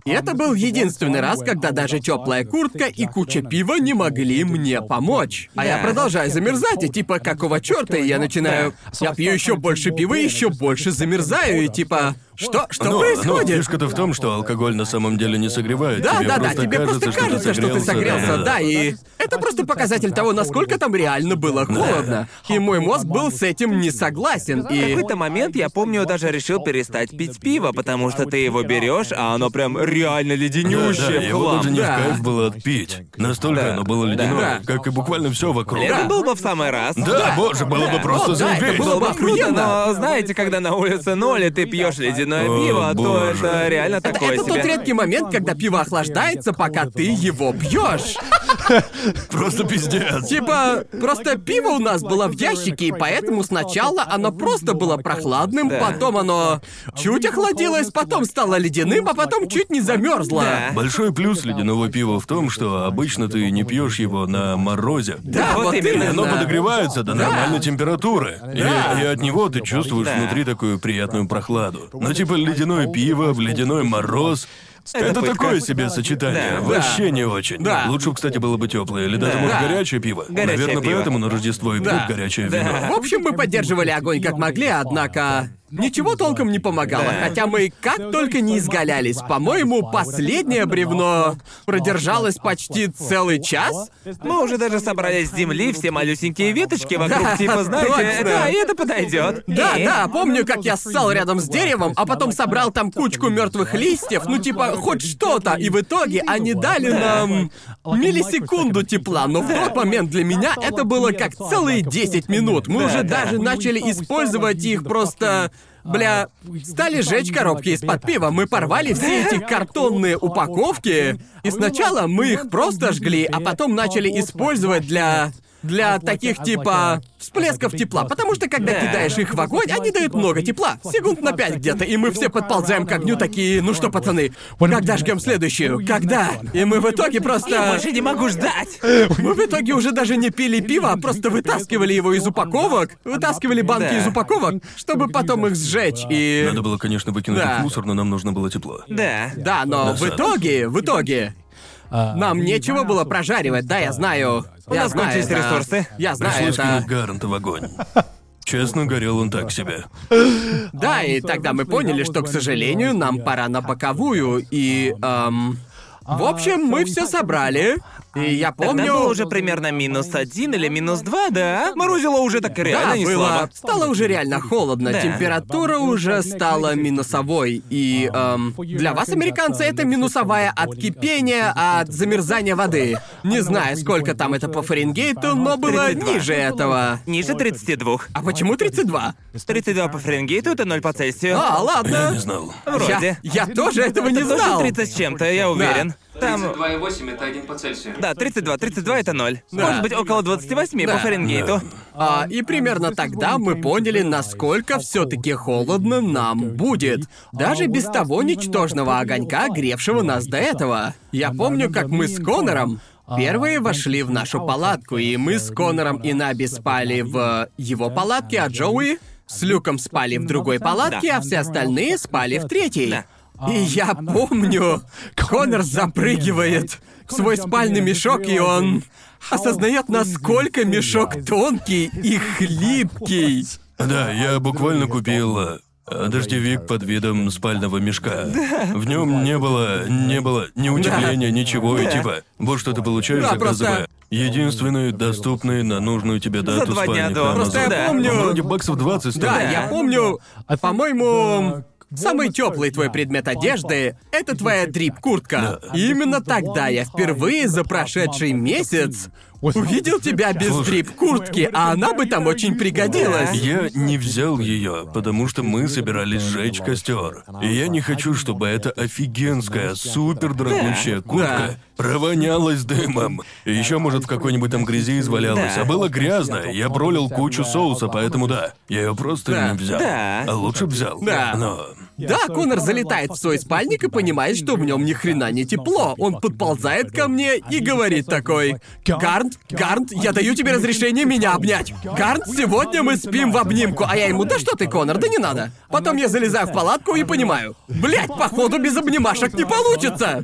[SPEAKER 3] И это был единственный раз, когда даже теплая куртка и куча пива не могли мне помочь. А я
[SPEAKER 2] Да.
[SPEAKER 3] продолжаю замерзать, и типа, какого черта, я начинаю... Я пью еще больше пива и еще больше замерзаю, и типа... Что? Что
[SPEAKER 1] Но,
[SPEAKER 3] происходит?
[SPEAKER 1] но фишка-то в том, что алкоголь на самом деле не согревает.
[SPEAKER 3] Да,
[SPEAKER 1] тебе
[SPEAKER 3] да, да,
[SPEAKER 1] просто
[SPEAKER 3] тебе
[SPEAKER 1] кажется,
[SPEAKER 3] просто кажется, что ты согрелся, да, и это просто показатель того, насколько там реально было холодно. И мой мозг был с этим не согласен,
[SPEAKER 2] В
[SPEAKER 3] и...
[SPEAKER 2] какой-то момент я помню, даже решил перестать пить пиво, потому что ты его берешь, а оно прям реально
[SPEAKER 1] Да, да,
[SPEAKER 2] леденющее в
[SPEAKER 1] его
[SPEAKER 2] хлам.
[SPEAKER 1] даже не
[SPEAKER 3] Да.
[SPEAKER 1] в кайф было отпить. Настолько
[SPEAKER 2] Да.
[SPEAKER 1] оно было ледяное,
[SPEAKER 3] Да.
[SPEAKER 1] как и буквально все вокруг.
[SPEAKER 2] Это был бы в самый раз.
[SPEAKER 1] Да, боже, было бы просто
[SPEAKER 3] О, да, это
[SPEAKER 1] заебись.
[SPEAKER 3] было
[SPEAKER 1] [laughs]
[SPEAKER 3] бы
[SPEAKER 2] Круто,
[SPEAKER 3] охуенно.
[SPEAKER 2] но знаете, когда на улице ноль, и ты пьешь ледяное
[SPEAKER 1] О,
[SPEAKER 2] пиво, то
[SPEAKER 1] боже.
[SPEAKER 2] это реально
[SPEAKER 3] Это,
[SPEAKER 2] такое
[SPEAKER 3] это тот
[SPEAKER 2] себе.
[SPEAKER 3] редкий момент, когда пиво охлаждается, пока ты его пьешь.
[SPEAKER 1] Просто пиздец.
[SPEAKER 3] Типа, просто пиво у нас было в ящике, и поэтому сначала оно просто было прохладным,
[SPEAKER 2] Да.
[SPEAKER 3] потом оно чуть охладилось, потом стало ледяным, а потом чуть не замерзло.
[SPEAKER 2] Да.
[SPEAKER 1] Большой плюс ледяного пива в том, что обычно ты не пьешь его на морозе.
[SPEAKER 3] Да,
[SPEAKER 2] Вот
[SPEAKER 3] вот
[SPEAKER 2] именно.
[SPEAKER 1] И
[SPEAKER 3] именно.
[SPEAKER 1] оно подогревается до нормальной температуры. И,
[SPEAKER 3] Да.
[SPEAKER 1] и от него ты чувствуешь
[SPEAKER 2] Да.
[SPEAKER 1] внутри такую приятную прохладу. Но типа ледяное пиво в ледяной мороз.
[SPEAKER 2] Это
[SPEAKER 1] Это
[SPEAKER 2] пытка.
[SPEAKER 1] такое себе сочетание.
[SPEAKER 2] Да.
[SPEAKER 1] Вообще не очень.
[SPEAKER 3] Да.
[SPEAKER 1] Лучше, кстати, было бы теплое или даже
[SPEAKER 2] Да.
[SPEAKER 1] может
[SPEAKER 3] Да.
[SPEAKER 1] горячее пиво.
[SPEAKER 2] Горячее
[SPEAKER 1] Наверное,
[SPEAKER 2] пиво.
[SPEAKER 1] поэтому на Рождество и пьют
[SPEAKER 3] Да.
[SPEAKER 1] горячее
[SPEAKER 2] Да.
[SPEAKER 1] вино.
[SPEAKER 3] В общем, мы поддерживали огонь как могли, однако ничего толком не помогало.
[SPEAKER 2] Да.
[SPEAKER 3] Хотя мы как только не изгалялись. По-моему, последнее бревно продержалось почти целый час.
[SPEAKER 2] Мы уже даже собрали с земли все малюсенькие веточки вокруг, типа, знаете,
[SPEAKER 3] точно.
[SPEAKER 2] да, и это подойдет.
[SPEAKER 3] Да,
[SPEAKER 2] И-
[SPEAKER 3] да, помню, как я ссал рядом с деревом, а потом собрал там кучку мертвых листьев, ну типа хоть что-то, и в итоге они дали нам миллисекунду тепла, но в тот момент для меня это было как целые 10 минут. Мы
[SPEAKER 4] Да,
[SPEAKER 3] уже
[SPEAKER 4] да.
[SPEAKER 3] даже начали использовать их просто... а, Бля,
[SPEAKER 4] А,
[SPEAKER 3] стали жечь коробки из-под пива, мы порвали все эти картонные упаковки,
[SPEAKER 4] А
[SPEAKER 3] и сначала мы их просто жгли, а потом начали использовать для для таких типа всплесков тепла. Потому что когда
[SPEAKER 2] Да.
[SPEAKER 3] кидаешь их в огонь, они дают много тепла. Секунд на пять где-то. И мы все подползаем к огню такие, ну что, пацаны, когда жгем следующую? Когда? И мы в итоге
[SPEAKER 2] Я
[SPEAKER 3] просто...
[SPEAKER 2] больше не могу ждать.
[SPEAKER 3] Мы в итоге уже даже не пили пиво, а просто вытаскивали его из упаковок, вытаскивали банки
[SPEAKER 2] Да.
[SPEAKER 3] из упаковок, чтобы потом их сжечь. И...
[SPEAKER 1] Надо было, конечно, выкинуть
[SPEAKER 3] Да.
[SPEAKER 1] их в мусор, но нам нужно было тепло.
[SPEAKER 2] Да.
[SPEAKER 3] Да, но в
[SPEAKER 1] Назад.
[SPEAKER 3] итоге, в итоге, А,
[SPEAKER 6] Нам нечего было прожаривать, да, я знаю.
[SPEAKER 2] У
[SPEAKER 3] Я
[SPEAKER 2] нас
[SPEAKER 3] знаю,
[SPEAKER 2] кончились
[SPEAKER 3] да.
[SPEAKER 2] ресурсы.
[SPEAKER 3] я знаю
[SPEAKER 1] Пришлось
[SPEAKER 3] это.
[SPEAKER 1] кинуть Гарнта в
[SPEAKER 3] [laughs]
[SPEAKER 1] огонь. Честно, горел он так себе.
[SPEAKER 3] Да, и тогда мы поняли, что, к сожалению, нам пора на боковую, и... эм,
[SPEAKER 2] А
[SPEAKER 3] В общем, мы все собрали, и я
[SPEAKER 2] Тогда
[SPEAKER 3] помню...
[SPEAKER 2] было уже примерно минус один или минус два, да? Морозило уже так реально
[SPEAKER 3] Да,
[SPEAKER 2] не
[SPEAKER 3] было...
[SPEAKER 2] слабо.
[SPEAKER 3] Стало уже реально холодно,
[SPEAKER 2] Да.
[SPEAKER 3] температура уже стала минусовой, и...
[SPEAKER 2] А,
[SPEAKER 3] эм, Для вас, американцы, это минусовая от кипения, а от замерзания воды. Не знаю, сколько там это по Фаренгейту, но было
[SPEAKER 2] 32.
[SPEAKER 3] ниже этого.
[SPEAKER 2] Ниже 32.
[SPEAKER 3] А почему 32?
[SPEAKER 2] 32 по Фаренгейту, это 0 по Цельсию.
[SPEAKER 3] А,
[SPEAKER 1] Я
[SPEAKER 3] ладно.
[SPEAKER 1] не знал.
[SPEAKER 2] Вроде.
[SPEAKER 3] Я, я тоже этого не
[SPEAKER 2] Это тоже
[SPEAKER 3] знал.
[SPEAKER 2] 30 с чем-то, я уверен.
[SPEAKER 1] Ну.
[SPEAKER 2] Там...
[SPEAKER 5] 32,8 это 1 по Цельсию.
[SPEAKER 2] Да, 32, 32 это 0.
[SPEAKER 3] Да.
[SPEAKER 2] Может быть, около 28
[SPEAKER 3] Да.
[SPEAKER 2] по Фаренгейту.
[SPEAKER 3] А, и примерно тогда мы поняли, насколько все-таки холодно нам будет. Даже без того ничтожного огонька, гревшего нас до этого. Я помню, как мы с Конором первые вошли в нашу палатку, и мы с Конором и Наби спали в его палатке, а Джоуи с Люком спали в другой палатке, а все остальные спали в третьей.
[SPEAKER 2] Да.
[SPEAKER 3] И я помню, Конор запрыгивает в свой спальный мешок, и он осознает, насколько мешок тонкий и хлипкий.
[SPEAKER 1] Да, я буквально купил э, дождевик под видом спального мешка. В нем не было, не было ни утепления, ничего, и типа, вот что ты получаешь,
[SPEAKER 3] Да,
[SPEAKER 1] заказывая.
[SPEAKER 3] просто-
[SPEAKER 1] Единственный доступный на нужную тебе дату
[SPEAKER 2] два дня
[SPEAKER 1] спальник
[SPEAKER 2] до
[SPEAKER 1] на
[SPEAKER 2] Просто я
[SPEAKER 1] Амазоне.
[SPEAKER 3] помню-
[SPEAKER 1] Вроде баксов 20 стоит.
[SPEAKER 3] Да, я помню, А по-моему, самый теплый твой предмет одежды — это твоя дрип-куртка.
[SPEAKER 6] Да.
[SPEAKER 3] И Именно тогда я впервые за прошедший месяц увидел тебя без
[SPEAKER 1] Слушай.
[SPEAKER 3] дрип-куртки, а она бы там очень пригодилась.
[SPEAKER 1] Я не взял ее, потому что мы собирались сжечь костер. И я не хочу, чтобы эта офигенская, супер дорогущая
[SPEAKER 3] Да.
[SPEAKER 1] куртка провонялась дымом. И еще, может, в какой-нибудь там грязи извалялась.
[SPEAKER 2] Да.
[SPEAKER 1] А было грязно, я пролил кучу соуса, поэтому да. Я ее просто
[SPEAKER 3] Да.
[SPEAKER 1] не взял.
[SPEAKER 2] Да.
[SPEAKER 1] А лучше б взял.
[SPEAKER 3] Да.
[SPEAKER 1] Но.
[SPEAKER 3] Да, Конор залетает в свой спальник и понимает, что в нем ни хрена не тепло. Он подползает ко мне и говорит такой: Гарнт, Гарнт, я даю тебе разрешение меня обнять. Гарнт, сегодня мы спим в обнимку. А я ему, да что ты, Конор, да не надо. Потом я залезаю в палатку и понимаю. Блять, походу без обнимашек не получится.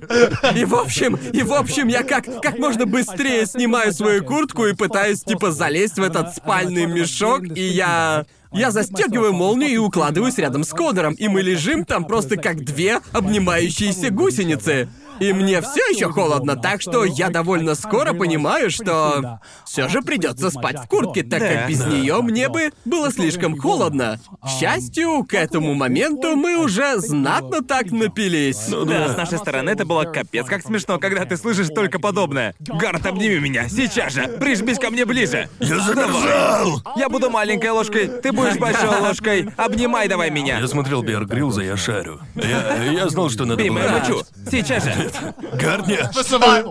[SPEAKER 3] И в общем, и в общем, я как, как можно быстрее снимаю свою куртку и пытаюсь типа залезть в этот спальный мешок, и я. а Я застегиваю молнию и укладываюсь рядом с Конором, и мы лежим там просто как две обнимающиеся гусеницы. И мне все еще холодно, так что я довольно скоро понимаю, что все же придется спать в куртке, так как без
[SPEAKER 6] Да.
[SPEAKER 3] нее мне бы было слишком холодно. К счастью, к этому моменту мы уже знатно так напились.
[SPEAKER 2] Да, с нашей стороны это было капец как смешно, когда ты слышишь только подобное. Гард, обними меня, сейчас же, прижмись ко мне ближе.
[SPEAKER 1] Я замерзал!
[SPEAKER 2] Я буду маленькой ложкой, ты будешь большой ложкой. Обнимай давай меня.
[SPEAKER 1] Я смотрел Биар Гриллза, я шарю. Я, я знал, что надо
[SPEAKER 2] Бей
[SPEAKER 1] было...
[SPEAKER 2] мою мочу. Сейчас же.
[SPEAKER 1] Гарнт, я...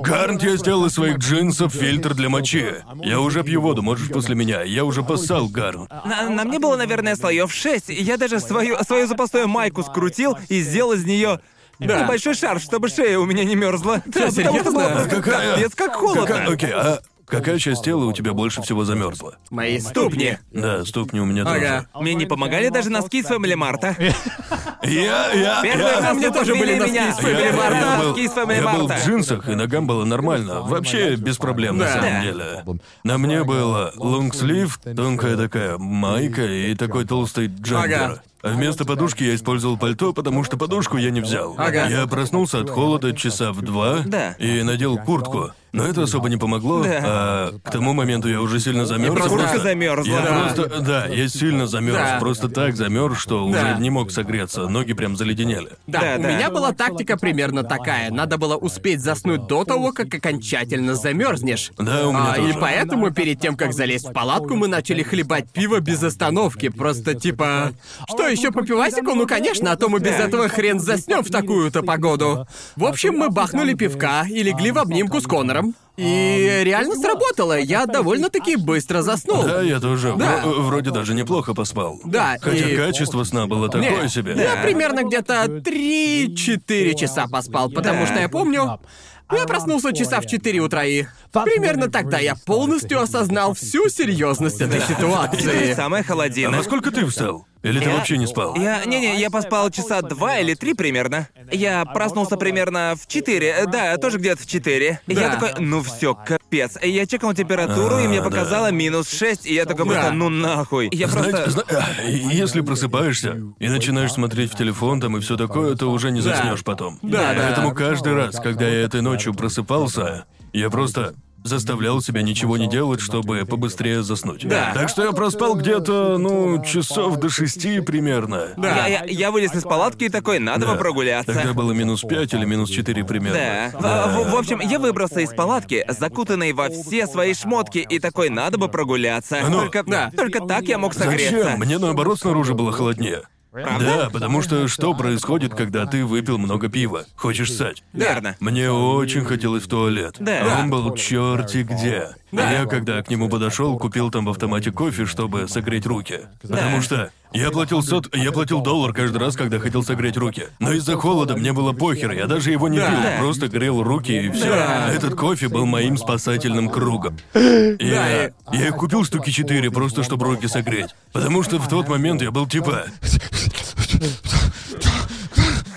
[SPEAKER 1] Гарнт, я сделал из своих джинсов фильтр для мочи. Я уже пью воду, можешь после меня. Я уже поссал, Гарнт.
[SPEAKER 2] На, на мне было, наверное, слоев 6. Я даже свою, свою запасную майку скрутил и сделал из нее
[SPEAKER 3] Да.
[SPEAKER 2] небольшой шарф, чтобы шея у меня не мерзла. Да, потому что
[SPEAKER 3] серьёзно?
[SPEAKER 2] было просто
[SPEAKER 1] Какая-
[SPEAKER 2] капец, как холодно.
[SPEAKER 1] Какая- Окей, а Какая часть тела у тебя больше всего замерзла?
[SPEAKER 3] Мои ступни.
[SPEAKER 1] Да, ступни у меня тоже.
[SPEAKER 3] Ага.
[SPEAKER 2] Мне не помогали даже носки с Фэмили Марта.
[SPEAKER 1] Я, я,
[SPEAKER 2] Первый
[SPEAKER 1] я-
[SPEAKER 2] раз
[SPEAKER 3] мне
[SPEAKER 2] мне
[SPEAKER 3] тоже
[SPEAKER 2] тоже
[SPEAKER 3] были носки
[SPEAKER 2] меня.
[SPEAKER 3] из Фэмили
[SPEAKER 2] Первый
[SPEAKER 3] Марта.
[SPEAKER 2] раз
[SPEAKER 1] А я был,
[SPEAKER 2] носки из Фэмили
[SPEAKER 1] я был
[SPEAKER 2] Марта.
[SPEAKER 1] в джинсах, и ногам было нормально. Вообще без проблем, на
[SPEAKER 3] Да.
[SPEAKER 1] самом деле. На мне было лонгслив, тонкая такая майка и такой толстый джампер.
[SPEAKER 3] Ага.
[SPEAKER 1] А Вместо подушки я использовал пальто, потому что подушку я не взял.
[SPEAKER 3] Ага.
[SPEAKER 1] Я проснулся от холода часа в два
[SPEAKER 2] Да.
[SPEAKER 1] и надел куртку. Но это особо не помогло,
[SPEAKER 2] Да.
[SPEAKER 1] а к тому моменту я уже сильно замерз.
[SPEAKER 3] просто-
[SPEAKER 2] Куртка
[SPEAKER 1] Просто-
[SPEAKER 2] замерзла.
[SPEAKER 1] я просто, да, я сильно замерз,
[SPEAKER 3] Да.
[SPEAKER 1] просто так замерз, что
[SPEAKER 3] Да.
[SPEAKER 1] уже не мог согреться, ноги прям заледенели.
[SPEAKER 3] Да,
[SPEAKER 2] Да,
[SPEAKER 3] у
[SPEAKER 2] да.
[SPEAKER 3] меня была тактика примерно такая. Надо было успеть заснуть до того, как окончательно замерзнешь.
[SPEAKER 1] Да, у меня
[SPEAKER 3] А,
[SPEAKER 1] тоже.
[SPEAKER 3] И поэтому перед тем, как залезть в палатку, мы начали хлебать пиво без остановки. Просто типа... Что, еще по пивасику? Ну, конечно, а то мы без
[SPEAKER 4] Да.
[SPEAKER 3] этого хрен заснем в такую-то погоду. В общем, мы бахнули пивка и легли в обнимку с Конором. И реально сработало. Я довольно-таки быстро заснул.
[SPEAKER 1] Да, я тоже.
[SPEAKER 3] Да.
[SPEAKER 1] Вро- э, вроде даже неплохо поспал.
[SPEAKER 3] Да,
[SPEAKER 1] Хотя
[SPEAKER 3] и-
[SPEAKER 1] качество сна было такое
[SPEAKER 3] Не,
[SPEAKER 1] себе.
[SPEAKER 3] Я примерно где-то 3-4 часа поспал, потому
[SPEAKER 2] Да.
[SPEAKER 3] что я помню, я проснулся часа в 4 утра и... Примерно тогда я полностью осознал всю серьезность этой
[SPEAKER 2] Это
[SPEAKER 3] ситуации.
[SPEAKER 2] самое
[SPEAKER 1] А
[SPEAKER 2] холодильное.
[SPEAKER 1] во сколько ты встал? Или ты
[SPEAKER 2] Я-
[SPEAKER 1] вообще не спал?
[SPEAKER 2] Я... Не-не, я поспал часа два или три примерно. Я проснулся примерно в четыре. э, Да, тоже где-то в четыре. Я
[SPEAKER 3] Да.
[SPEAKER 2] такой, ну все, капец. Я чекнул температуру, и мне
[SPEAKER 1] А, да.
[SPEAKER 2] показало минус шесть, и я такой просто,
[SPEAKER 3] Да.
[SPEAKER 2] ну нахуй. Я
[SPEAKER 1] Знаете,
[SPEAKER 2] просто...
[SPEAKER 1] зна- а, и Если просыпаешься и начинаешь смотреть в телефон там и все такое, то уже не
[SPEAKER 3] Да.
[SPEAKER 1] заснешь потом.
[SPEAKER 3] Да, да.
[SPEAKER 1] Поэтому каждый раз, когда я этой ночью просыпался, я просто заставлял себя ничего не делать, чтобы побыстрее заснуть.
[SPEAKER 3] Да.
[SPEAKER 1] Так что я проспал где-то, ну, часов до шести примерно.
[SPEAKER 2] Я, я- я вылез из палатки и такой, надо бы
[SPEAKER 1] Да.
[SPEAKER 2] прогуляться.
[SPEAKER 1] Тогда было минус пять или минус четыре
[SPEAKER 2] Да.
[SPEAKER 1] примерно.
[SPEAKER 3] А
[SPEAKER 2] В, в- в общем, я выбрался из палатки, закутанный во все свои шмотки, и такой, надо бы прогуляться.
[SPEAKER 1] ну.
[SPEAKER 2] только,
[SPEAKER 3] Да.
[SPEAKER 2] только так я мог согреться.
[SPEAKER 1] Зачем? Мне наоборот снаружи было холоднее. Да, потому что что происходит, когда ты выпил много пива? Хочешь ссать?
[SPEAKER 2] Верно.
[SPEAKER 1] Мне очень хотелось в туалет.
[SPEAKER 2] Да.
[SPEAKER 1] А Он был черти где.
[SPEAKER 3] Да.
[SPEAKER 1] Я, когда к нему подошел, купил там в автомате кофе, чтобы согреть руки. Потому что я платил сот... Я платил доллар каждый раз, когда хотел согреть руки. Но из-за холода мне было похер, я даже его не
[SPEAKER 3] Да.
[SPEAKER 1] пил,
[SPEAKER 2] Да.
[SPEAKER 1] просто грел руки и все.
[SPEAKER 3] Да.
[SPEAKER 1] Этот кофе был моим спасательным кругом. Я, я их купил штуки четыре, просто чтобы руки согреть. Потому что в тот момент я был типа...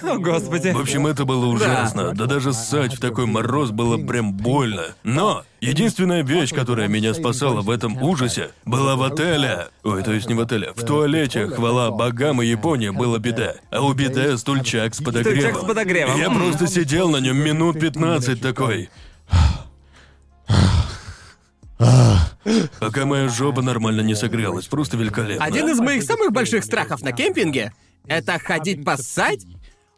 [SPEAKER 2] О, господи.
[SPEAKER 3] [laughs]
[SPEAKER 1] В общем, это было ужасно. Да. даже ссать в такой мороз было прям больно. Но единственная вещь, которая меня спасала в этом ужасе, была в отеле. Ой, то есть не в отеле. В туалете, хвала богам и Японии, была беда. А у беды стульчак с подогревом.
[SPEAKER 2] Стульчак с подогревом.
[SPEAKER 1] Я
[SPEAKER 2] М.
[SPEAKER 1] просто сидел на нем минут 15 такой. Пока моя жопа нормально не согрелась, просто великолепно.
[SPEAKER 3] Один из моих самых больших страхов на кемпинге — это ходить поссать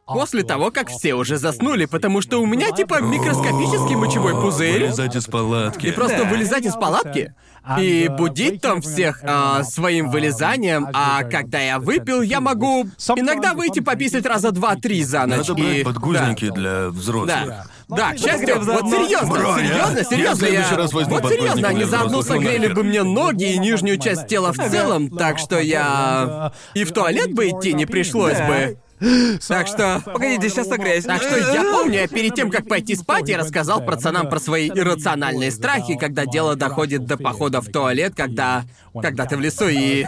[SPEAKER 3] после того, как все уже заснули, потому что у меня типа микроскопический мочевой пузырь,
[SPEAKER 1] Вылезать из палатки.
[SPEAKER 3] И
[SPEAKER 2] Да.
[SPEAKER 3] просто вылезать из палатки и будить там всех а, своим вылезанием, а когда я выпил, я могу иногда выйти пописать раза два-три за ночь.
[SPEAKER 1] Надо брать
[SPEAKER 3] и-
[SPEAKER 1] подгузники для взрослых.
[SPEAKER 3] Да. Да. Да, к счастью,
[SPEAKER 2] за
[SPEAKER 3] вот
[SPEAKER 2] мной.
[SPEAKER 3] серьезно,
[SPEAKER 1] Бро, я-
[SPEAKER 3] серьезно,
[SPEAKER 1] я
[SPEAKER 3] серьезно,
[SPEAKER 1] в следующий раз возьму
[SPEAKER 3] вот серьезно,
[SPEAKER 1] подгузники
[SPEAKER 3] они
[SPEAKER 1] для
[SPEAKER 3] заодно
[SPEAKER 1] взрослых, ну
[SPEAKER 3] согрели
[SPEAKER 1] нахер.
[SPEAKER 3] бы мне ноги и нижнюю часть тела в целом, так что я и в туалет бы идти не пришлось
[SPEAKER 2] Да.
[SPEAKER 3] бы. Так что
[SPEAKER 2] Погодите, сейчас согреюсь.
[SPEAKER 4] Так
[SPEAKER 3] так что я помню, я перед тем, как пойти спать, я рассказал пацанам про свои иррациональные страхи, когда дело доходит до похода в туалет, когда... Когда ты в лесу
[SPEAKER 1] [laughs]
[SPEAKER 3] и...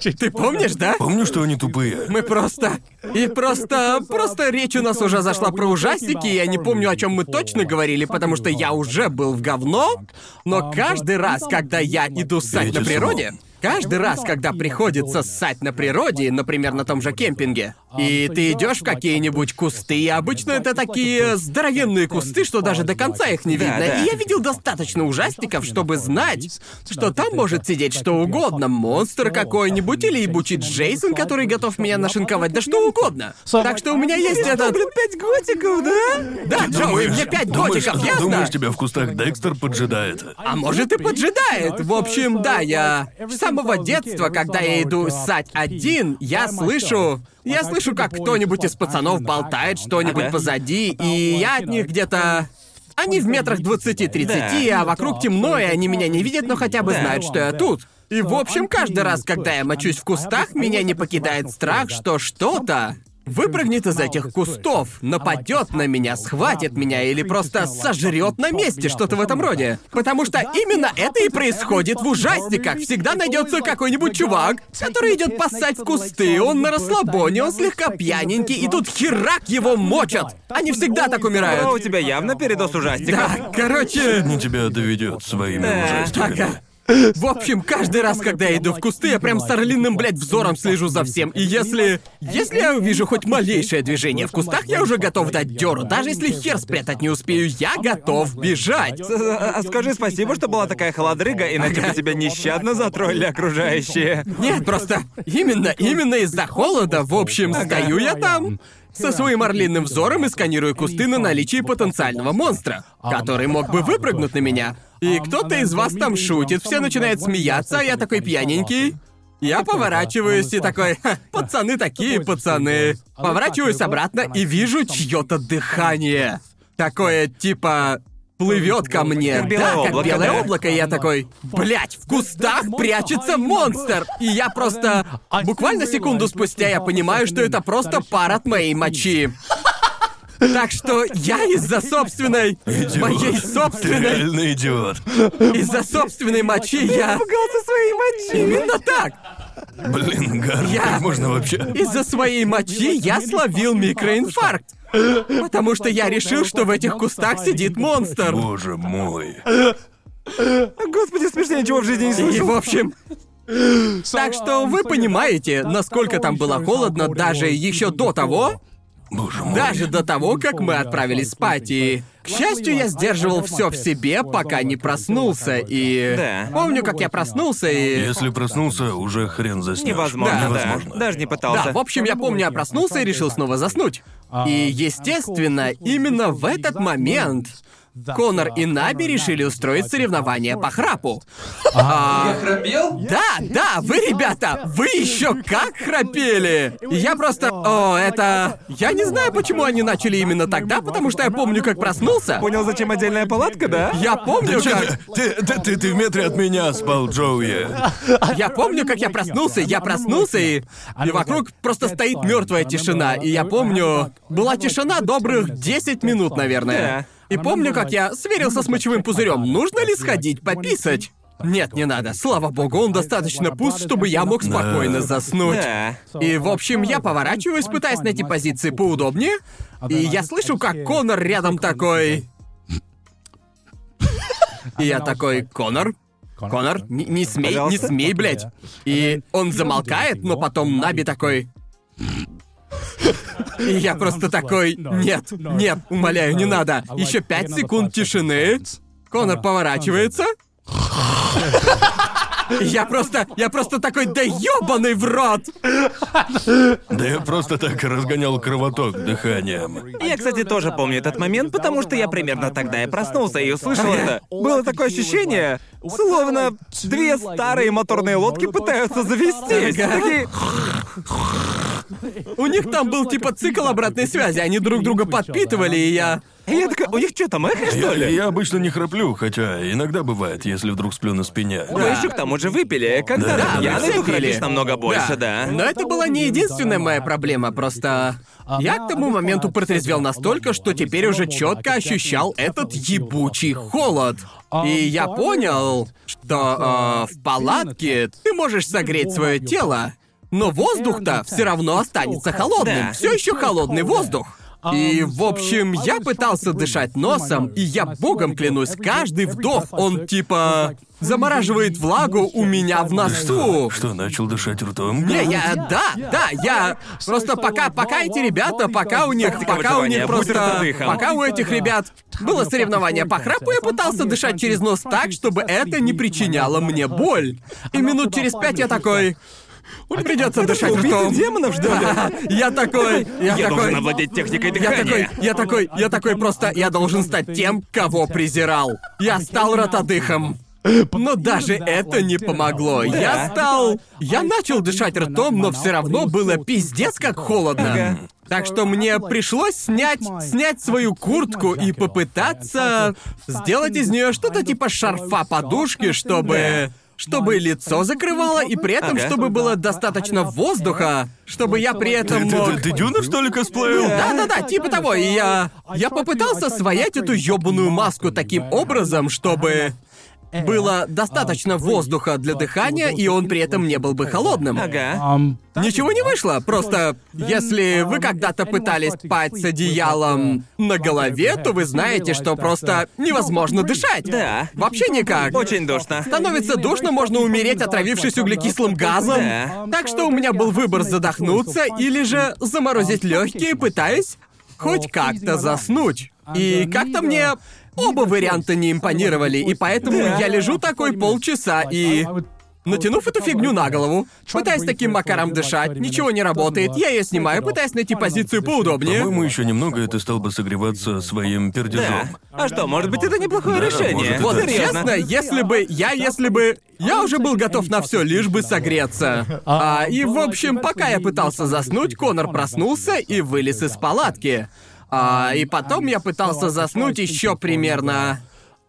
[SPEAKER 3] Ты помнишь, да?
[SPEAKER 1] Помню, что они тупые.
[SPEAKER 3] Мы просто... И просто... Просто речь у нас уже зашла про ужастики, и я не помню, о чем мы точно говорили, потому что я уже был в говно, но каждый раз, когда я иду ссать
[SPEAKER 1] Эти
[SPEAKER 3] на природе...
[SPEAKER 1] слова.
[SPEAKER 3] Каждый раз, когда приходится ссать на природе, например, на том же кемпинге, и ты идешь в какие-нибудь кусты, и обычно это такие здоровенные кусты, что даже до конца их не
[SPEAKER 2] Да,
[SPEAKER 3] видно.
[SPEAKER 2] да.
[SPEAKER 3] И я видел достаточно ужастиков, чтобы знать, что там может сидеть что угодно. Монстр какой-нибудь или ебучий Джейсон, который готов меня нашинковать, да что угодно. Так что у меня есть этот...
[SPEAKER 2] пять готиков, да?
[SPEAKER 3] Да, Джоуи, мне пять
[SPEAKER 1] Думаешь,
[SPEAKER 3] годиков, ясно?
[SPEAKER 1] думаешь, тебя в кустах Декстер поджидает?
[SPEAKER 3] А может и поджидает. В общем, да, я с самого детства, когда я иду ссать один, я слышу... Я слышу, как кто-нибудь из пацанов болтает что-нибудь
[SPEAKER 2] Ага.
[SPEAKER 3] позади, и я от них где-то... Они в метрах 20-30,
[SPEAKER 4] Да.
[SPEAKER 3] а вокруг темно, и они меня не видят, но хотя бы
[SPEAKER 4] Да.
[SPEAKER 3] знают, что я тут. И в общем, каждый раз, когда я мочусь в кустах, меня не покидает страх, что что-то выпрыгнет из этих кустов, нападет на меня, схватит меня или просто сожрет на месте, что-то в этом роде. Потому что именно это и происходит в ужастиках. Всегда найдется какой-нибудь чувак, который идет поссать в кусты, он на расслабоне, он слегка пьяненький, и тут херак
[SPEAKER 2] Ну,
[SPEAKER 3] его мочат. Они всегда так
[SPEAKER 2] А у
[SPEAKER 3] умирают.
[SPEAKER 2] тебя явно передоз ужастиков.
[SPEAKER 3] Да, короче,
[SPEAKER 1] Не тебя доведет своими
[SPEAKER 2] Да.
[SPEAKER 1] ужастиками.
[SPEAKER 3] Э, Ага. В общем, каждый раз, когда я иду в кусты, я прям с орлиным, блядь, взором слежу за всем. И если... Если я увижу хоть малейшее движение в кустах, я уже готов дать дёру. Даже если хер спрятать не успею, я готов бежать.
[SPEAKER 2] С- а- а Скажи спасибо, что была такая холодрыга, иначе бы тебя нещадно затролли окружающие.
[SPEAKER 3] Нет, просто [laughs] именно, именно из-за холода, в общем, стою я там со своим орлиным взором и сканирую кусты на наличие потенциального монстра, который мог бы выпрыгнуть на меня. И кто-то из вас там шутит, все начинают смеяться, а я такой пьяненький. Я поворачиваюсь и такой, «Ха, пацаны такие, пацаны. Поворачиваюсь обратно и вижу чье-то дыхание. Такое типа плывет ко мне.
[SPEAKER 2] Как белое
[SPEAKER 3] да,
[SPEAKER 2] облако,
[SPEAKER 3] как белое
[SPEAKER 2] да?
[SPEAKER 3] облако, и я такой, блять, в кустах прячется монстр! И я просто... Буквально секунду спустя я понимаю, что это просто пар от моей мочи. Так что я из-за собственной...
[SPEAKER 1] Идиот.
[SPEAKER 3] Моей
[SPEAKER 1] Ты
[SPEAKER 3] собственной...
[SPEAKER 1] реально идиот.
[SPEAKER 3] Из-за собственной мочи я...
[SPEAKER 2] Пугался своей мочи.
[SPEAKER 3] Именно так!
[SPEAKER 1] Блин, Гар,
[SPEAKER 3] Я-
[SPEAKER 1] как можно вообще?
[SPEAKER 3] Из-за своей мочи я словил микроинфаркт. Потому что я решил, что в этих кустах сидит монстр.
[SPEAKER 1] Боже мой.
[SPEAKER 2] Господи, смешнее ничего в жизни не
[SPEAKER 3] И,
[SPEAKER 2] слышал.
[SPEAKER 3] в общем... Так что вы понимаете, насколько там было холодно даже еще до того,
[SPEAKER 1] Боже мой.
[SPEAKER 3] Даже до того, как мы отправились спать, и... К счастью, я сдерживал все в себе, пока не проснулся, и...
[SPEAKER 2] Да.
[SPEAKER 3] Помню, как я проснулся, и...
[SPEAKER 1] Если проснулся, уже хрен заснешь.
[SPEAKER 2] Невозможно, да.
[SPEAKER 1] Невозможно.
[SPEAKER 2] Даже не
[SPEAKER 3] Да,
[SPEAKER 2] пытался.
[SPEAKER 3] в общем, я помню, я проснулся и решил снова заснуть. И, естественно, именно в этот момент Конор и Наби решили устроить соревнования по храпу. А,
[SPEAKER 5] Я храпел?
[SPEAKER 3] Да, да, вы, ребята, вы еще как храпели! И Я просто... О, это... Я не знаю, почему они начали именно тогда, потому что я помню, как проснулся.
[SPEAKER 2] Понял, зачем отдельная палатка, да?
[SPEAKER 3] Я помню,
[SPEAKER 1] Чё
[SPEAKER 3] как...
[SPEAKER 1] Э, Ты, ты, ты, ты в метре от меня спал, Джоуи.
[SPEAKER 3] Я помню, как я проснулся, я проснулся, и... И вокруг просто стоит мертвая тишина. И я помню... Была тишина добрых 10 минут, наверное. И помню, как я сверился с мочевым пузырем. Нужно ли сходить пописать? Нет, не надо. Слава богу, он достаточно пуст, чтобы я мог спокойно заснуть.
[SPEAKER 2] Да.
[SPEAKER 3] И, в общем, я поворачиваюсь, пытаясь найти позиции поудобнее, и я слышу, как Конор рядом [laughs] такой... И я такой, Конор, Конор, не, не смей, не
[SPEAKER 2] Пожалуйста.
[SPEAKER 3] смей, блядь. И он замолкает, но потом Наби такой... [laughs] И я просто такой, нет, нет, умоляю, не надо. Еще пять секунд тишины. Конор поворачивается. И Я просто, я просто такой, да ёбаный в рот!
[SPEAKER 1] Да я просто так разгонял кровоток дыханием.
[SPEAKER 2] Я, кстати, тоже помню этот момент, потому что я примерно тогда и проснулся и услышал это. Было такое ощущение, словно две старые моторные лодки пытаются завестись.
[SPEAKER 3] Ага.
[SPEAKER 2] Такие,
[SPEAKER 3] У них там был типа цикл обратной связи, они друг друга подпитывали, и я...
[SPEAKER 2] И я такой, у них что там, эхо,
[SPEAKER 1] Я,
[SPEAKER 2] что ли?
[SPEAKER 1] я обычно не храплю, хотя иногда бывает, если вдруг сплю на спине.
[SPEAKER 2] Вы еще к тому же выпили. Когда
[SPEAKER 1] Да,
[SPEAKER 2] ты пьяный,
[SPEAKER 3] мы все
[SPEAKER 2] то храпишь
[SPEAKER 3] пили.
[SPEAKER 2] намного больше, да.
[SPEAKER 3] Но это была не единственная моя проблема, просто... Я к тому моменту протрезвел настолько, что теперь уже четко ощущал этот ебучий холод. И я понял, что э, в палатке ты можешь согреть свое тело, но воздух-то все равно останется холодным.
[SPEAKER 2] Да.
[SPEAKER 3] Все еще холодный воздух. И, в общем, я пытался дышать носом, и я богом клянусь, каждый вдох, он типа замораживает влагу у меня в носу.
[SPEAKER 1] Что, начал дышать ртом?
[SPEAKER 3] А Не, я, да, да, я просто пока, пока эти ребята, пока у них,
[SPEAKER 2] Тактика
[SPEAKER 3] пока у
[SPEAKER 2] выживания,
[SPEAKER 3] них
[SPEAKER 2] будь
[SPEAKER 3] просто,
[SPEAKER 2] ртодыхом.
[SPEAKER 3] пока у этих ребят было соревнование по храпу, я пытался дышать через нос так, чтобы это не причиняло мне боль. И минут через пять я такой.
[SPEAKER 2] А
[SPEAKER 3] Придется дышать
[SPEAKER 2] убийца
[SPEAKER 3] ртом.
[SPEAKER 2] демонов, что ли?
[SPEAKER 3] Да, [laughs] Я такой, я
[SPEAKER 2] Я должен
[SPEAKER 3] такой,
[SPEAKER 2] овладеть техникой
[SPEAKER 3] я такой,
[SPEAKER 2] дыхания.
[SPEAKER 3] я такой, я такой просто, я должен стать тем, кого презирал. Я стал ротодыхом. Но даже это не помогло. Я стал... Я начал дышать ртом, но все равно было пиздец как холодно.
[SPEAKER 2] Ага.
[SPEAKER 3] Так что мне пришлось снять, снять свою куртку и попытаться сделать из нее что-то типа шарфа подушки, чтобы... чтобы лицо закрывало, и при этом,
[SPEAKER 2] Ага.
[SPEAKER 3] чтобы было достаточно воздуха, чтобы я при этом
[SPEAKER 1] Ты, ты-
[SPEAKER 3] мог...
[SPEAKER 1] ты- ты Дюна, что ли, косплеил?
[SPEAKER 3] Да-да-да, типа того, и я... Я попытался своять эту ёбаную маску таким образом, чтобы... Было достаточно воздуха для дыхания, и он при этом не был бы холодным.
[SPEAKER 2] Ага.
[SPEAKER 3] Ничего не вышло, просто если вы когда-то пытались спать с одеялом на голове, то вы знаете, что просто невозможно дышать.
[SPEAKER 2] Да.
[SPEAKER 3] Вообще никак.
[SPEAKER 2] Очень душно.
[SPEAKER 3] Становится душно, можно умереть, отравившись углекислым газом.
[SPEAKER 2] Да.
[SPEAKER 3] Так что у меня был выбор задохнуться или же заморозить легкие, пытаясь хоть как-то заснуть. И как-то мне оба варианта не импонировали, и поэтому
[SPEAKER 2] Да.
[SPEAKER 3] я лежу такой полчаса и... Натянув эту фигню на голову, пытаясь таким макаром дышать, ничего не работает, я ее снимаю, пытаясь найти позицию поудобнее.
[SPEAKER 1] По-моему, еще немного, и ты стал бы согреваться своим
[SPEAKER 2] Да.
[SPEAKER 1] пердежом.
[SPEAKER 2] А что, может быть, это неплохое
[SPEAKER 1] Да,
[SPEAKER 2] решение?
[SPEAKER 1] может,
[SPEAKER 3] Вот
[SPEAKER 1] это-
[SPEAKER 2] Серьезно.
[SPEAKER 3] честно, если бы я, если бы я уже был готов на все, лишь бы согреться. А, и в общем, пока я пытался заснуть, Конор проснулся и вылез из палатки. А, и потом я пытался заснуть еще примерно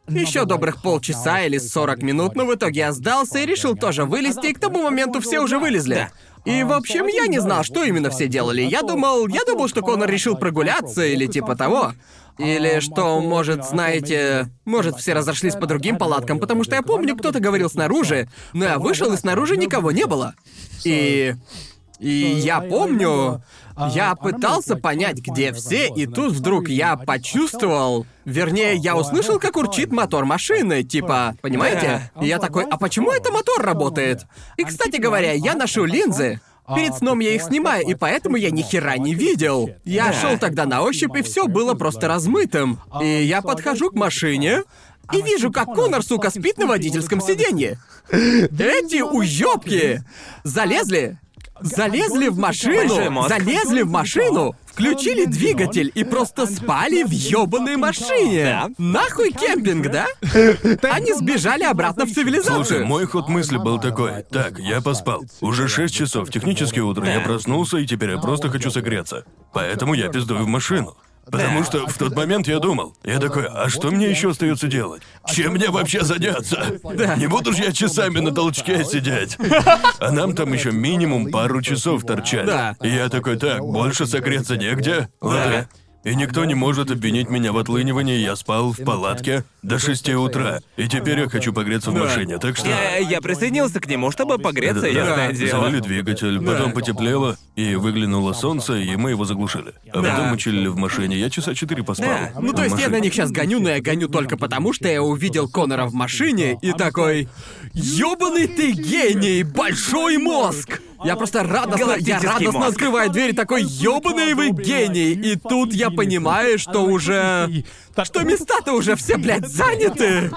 [SPEAKER 3] еще добрых полчаса или 40 минут, но в итоге я сдался и решил тоже вылезти, и к тому моменту все уже вылезли. И, в общем, я не знал, что именно все делали. Я думал, я думал, что Конор решил прогуляться или типа того. Или что, может, знаете, может, все разошлись по другим палаткам, потому что я помню, кто-то говорил снаружи, но я вышел, и снаружи никого не было. И... И я помню,
[SPEAKER 4] А
[SPEAKER 3] а, я пытался понять, где все, и тут вдруг
[SPEAKER 4] а
[SPEAKER 3] я почувствовал, вернее, я услышал, как урчит мотор машины, типа, понимаете? И я такой, а почему это мотор работает? И, кстати говоря, я ношу линзы. Перед сном я их снимаю, и поэтому я ни хера не видел. Я
[SPEAKER 2] Да.
[SPEAKER 3] шел тогда на ощупь, и все было просто размытым. И я подхожу к машине и вижу, как Конор, сука, спит на водительском сиденье. Эти уёбки залезли, залезли в
[SPEAKER 2] Большой
[SPEAKER 3] машину,
[SPEAKER 2] мозг.
[SPEAKER 3] залезли в машину, включили двигатель и просто спали в ёбаной
[SPEAKER 2] Да.
[SPEAKER 3] машине. Нахуй кемпинг, да? Они сбежали обратно в
[SPEAKER 1] Слушай,
[SPEAKER 3] цивилизацию.
[SPEAKER 1] мой ход мысли был такой. Так, я поспал. Уже 6 часов, технически утро, я проснулся, и теперь я просто хочу согреться. Поэтому я пиздую в машину. Потому что в тот момент я думал, я такой, а что мне еще остается делать? Чем мне вообще заняться? Не буду же я часами на толчке сидеть. А нам там еще минимум пару часов торчать.
[SPEAKER 3] Да.
[SPEAKER 1] И я такой, так, больше согреться негде. Ладно. И никто не может обвинить меня в отлынивании, я спал в палатке до 6 утра. И теперь я хочу погреться в
[SPEAKER 3] Да.
[SPEAKER 1] машине, так что...
[SPEAKER 2] Я, я присоединился к нему, чтобы погреться, ясное
[SPEAKER 1] Да,
[SPEAKER 2] дело.
[SPEAKER 1] Завели двигатель, потом потеплело, и выглянуло солнце, и мы его заглушили. А потом мы чилили в машине, я часа четыре поспал.
[SPEAKER 2] Да.
[SPEAKER 3] Ну,
[SPEAKER 1] В
[SPEAKER 3] то есть я
[SPEAKER 1] машине.
[SPEAKER 3] на них сейчас гоню, но я гоню только потому, что я увидел Конора в машине и такой... Ёбаный ты гений! Большой мозг! Я просто радостно, я
[SPEAKER 2] Галактический
[SPEAKER 3] радостно
[SPEAKER 2] мозг.
[SPEAKER 3] открываю дверь и такой ёбаный вы гений! И тут я понимаю, что уже... Что места-то уже все, блядь, заняты!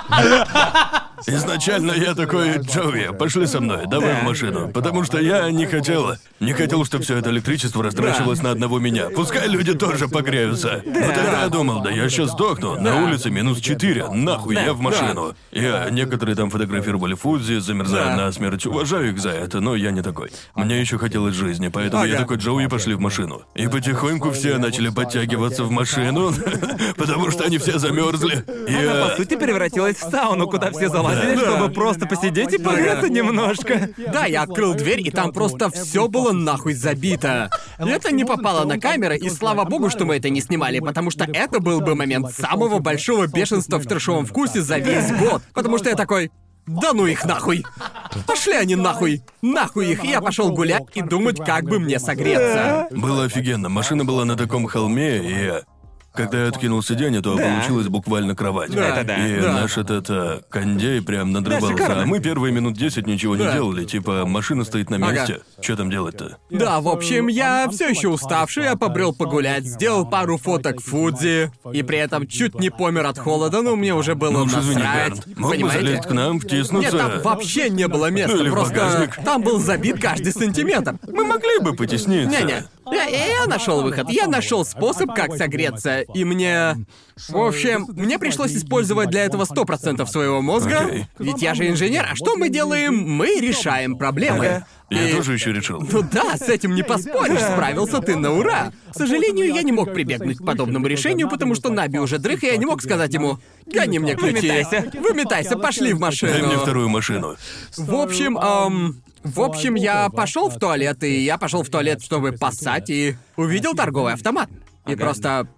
[SPEAKER 1] Изначально я такой, Джоуи, пошли со мной, давай в машину. Потому что я не хотела. Не хотел, чтобы все это электричество растрачивалось на одного меня. Пускай люди тоже погреются. Но тогда я думал, да я сейчас сдохну. На улице минус 4, нахуй я в машину. Я, некоторые там фотографировали Фудзи, замерзая на смерть. Уважаю их за это, но я не такой. Мне еще хотелось жизни, поэтому я
[SPEAKER 3] Ага.
[SPEAKER 1] такой, Джоуи, пошли в машину. И потихоньку все начали подтягиваться в машину, [laughs] потому что они все замерзли.
[SPEAKER 2] Она,
[SPEAKER 1] Я...
[SPEAKER 2] по сути, превратилась в сауну, куда все залазили,
[SPEAKER 4] Да.
[SPEAKER 2] чтобы просто посидеть и погреться
[SPEAKER 3] Да.
[SPEAKER 2] немножко.
[SPEAKER 4] Да,
[SPEAKER 3] Да, я открыл дверь, и там просто все было нахуй забито. Это не попало на камеры, и слава богу, что мы это не снимали, потому что это был бы момент самого большого бешенства в трешовом вкусе за весь год. Потому что я такой. Да ну их нахуй! Пошли они нахуй! Нахуй их! И я пошел гулять и думать, как бы мне согреться.
[SPEAKER 1] Было офигенно. Машина была на таком холме, и когда я откинул сиденье, то получилась буквально кровать.
[SPEAKER 3] Да. Это да.
[SPEAKER 1] И
[SPEAKER 3] Да.
[SPEAKER 1] наш этот э, кондей прям надрывался.
[SPEAKER 2] шикарно.
[SPEAKER 1] а мы первые минут 10 ничего не
[SPEAKER 3] Да.
[SPEAKER 1] делали. Типа, машина стоит на
[SPEAKER 3] Ага.
[SPEAKER 1] месте. Что там делать-то?
[SPEAKER 3] Да, в общем, я все еще уставший, я побрел погулять, сделал пару фоток Фудзи, и при этом чуть не помер от холода, но мне уже было
[SPEAKER 1] Ну уж извини,
[SPEAKER 3] насрать.
[SPEAKER 1] Берн. Мог бы
[SPEAKER 3] Понимаете?
[SPEAKER 1] залезть к нам,
[SPEAKER 3] Нет,
[SPEAKER 1] втиснуться.
[SPEAKER 3] там вообще не было места,
[SPEAKER 1] Ну или в
[SPEAKER 3] просто
[SPEAKER 1] багажник.
[SPEAKER 3] там был забит каждый сантиметр.
[SPEAKER 1] Мы могли [laughs] бы потесниться.
[SPEAKER 3] Не-не, Я, я нашел выход, я нашел способ, как согреться, и мне... В общем, мне пришлось использовать для этого 100% своего мозга,
[SPEAKER 1] Окей.
[SPEAKER 3] ведь я же инженер, а что мы делаем? Мы решаем проблемы.
[SPEAKER 1] Ага. Я
[SPEAKER 3] И-
[SPEAKER 1] тоже еще решил.
[SPEAKER 3] Ну да, с этим не поспоришь, справился ты на ура. К сожалению, я не мог прибегнуть к подобному решению, потому что Наби уже дрых, и я не мог сказать ему, гони мне ключи.
[SPEAKER 2] Выметайся.
[SPEAKER 3] Выметайся, пошли
[SPEAKER 1] Дай
[SPEAKER 3] в
[SPEAKER 1] мне
[SPEAKER 3] машину.
[SPEAKER 1] вторую
[SPEAKER 3] А?
[SPEAKER 1] машину.
[SPEAKER 3] В общем, эм, в общем, я пошел в туалет, и я пошел в туалет, чтобы поссать, и увидел торговый автомат. И просто...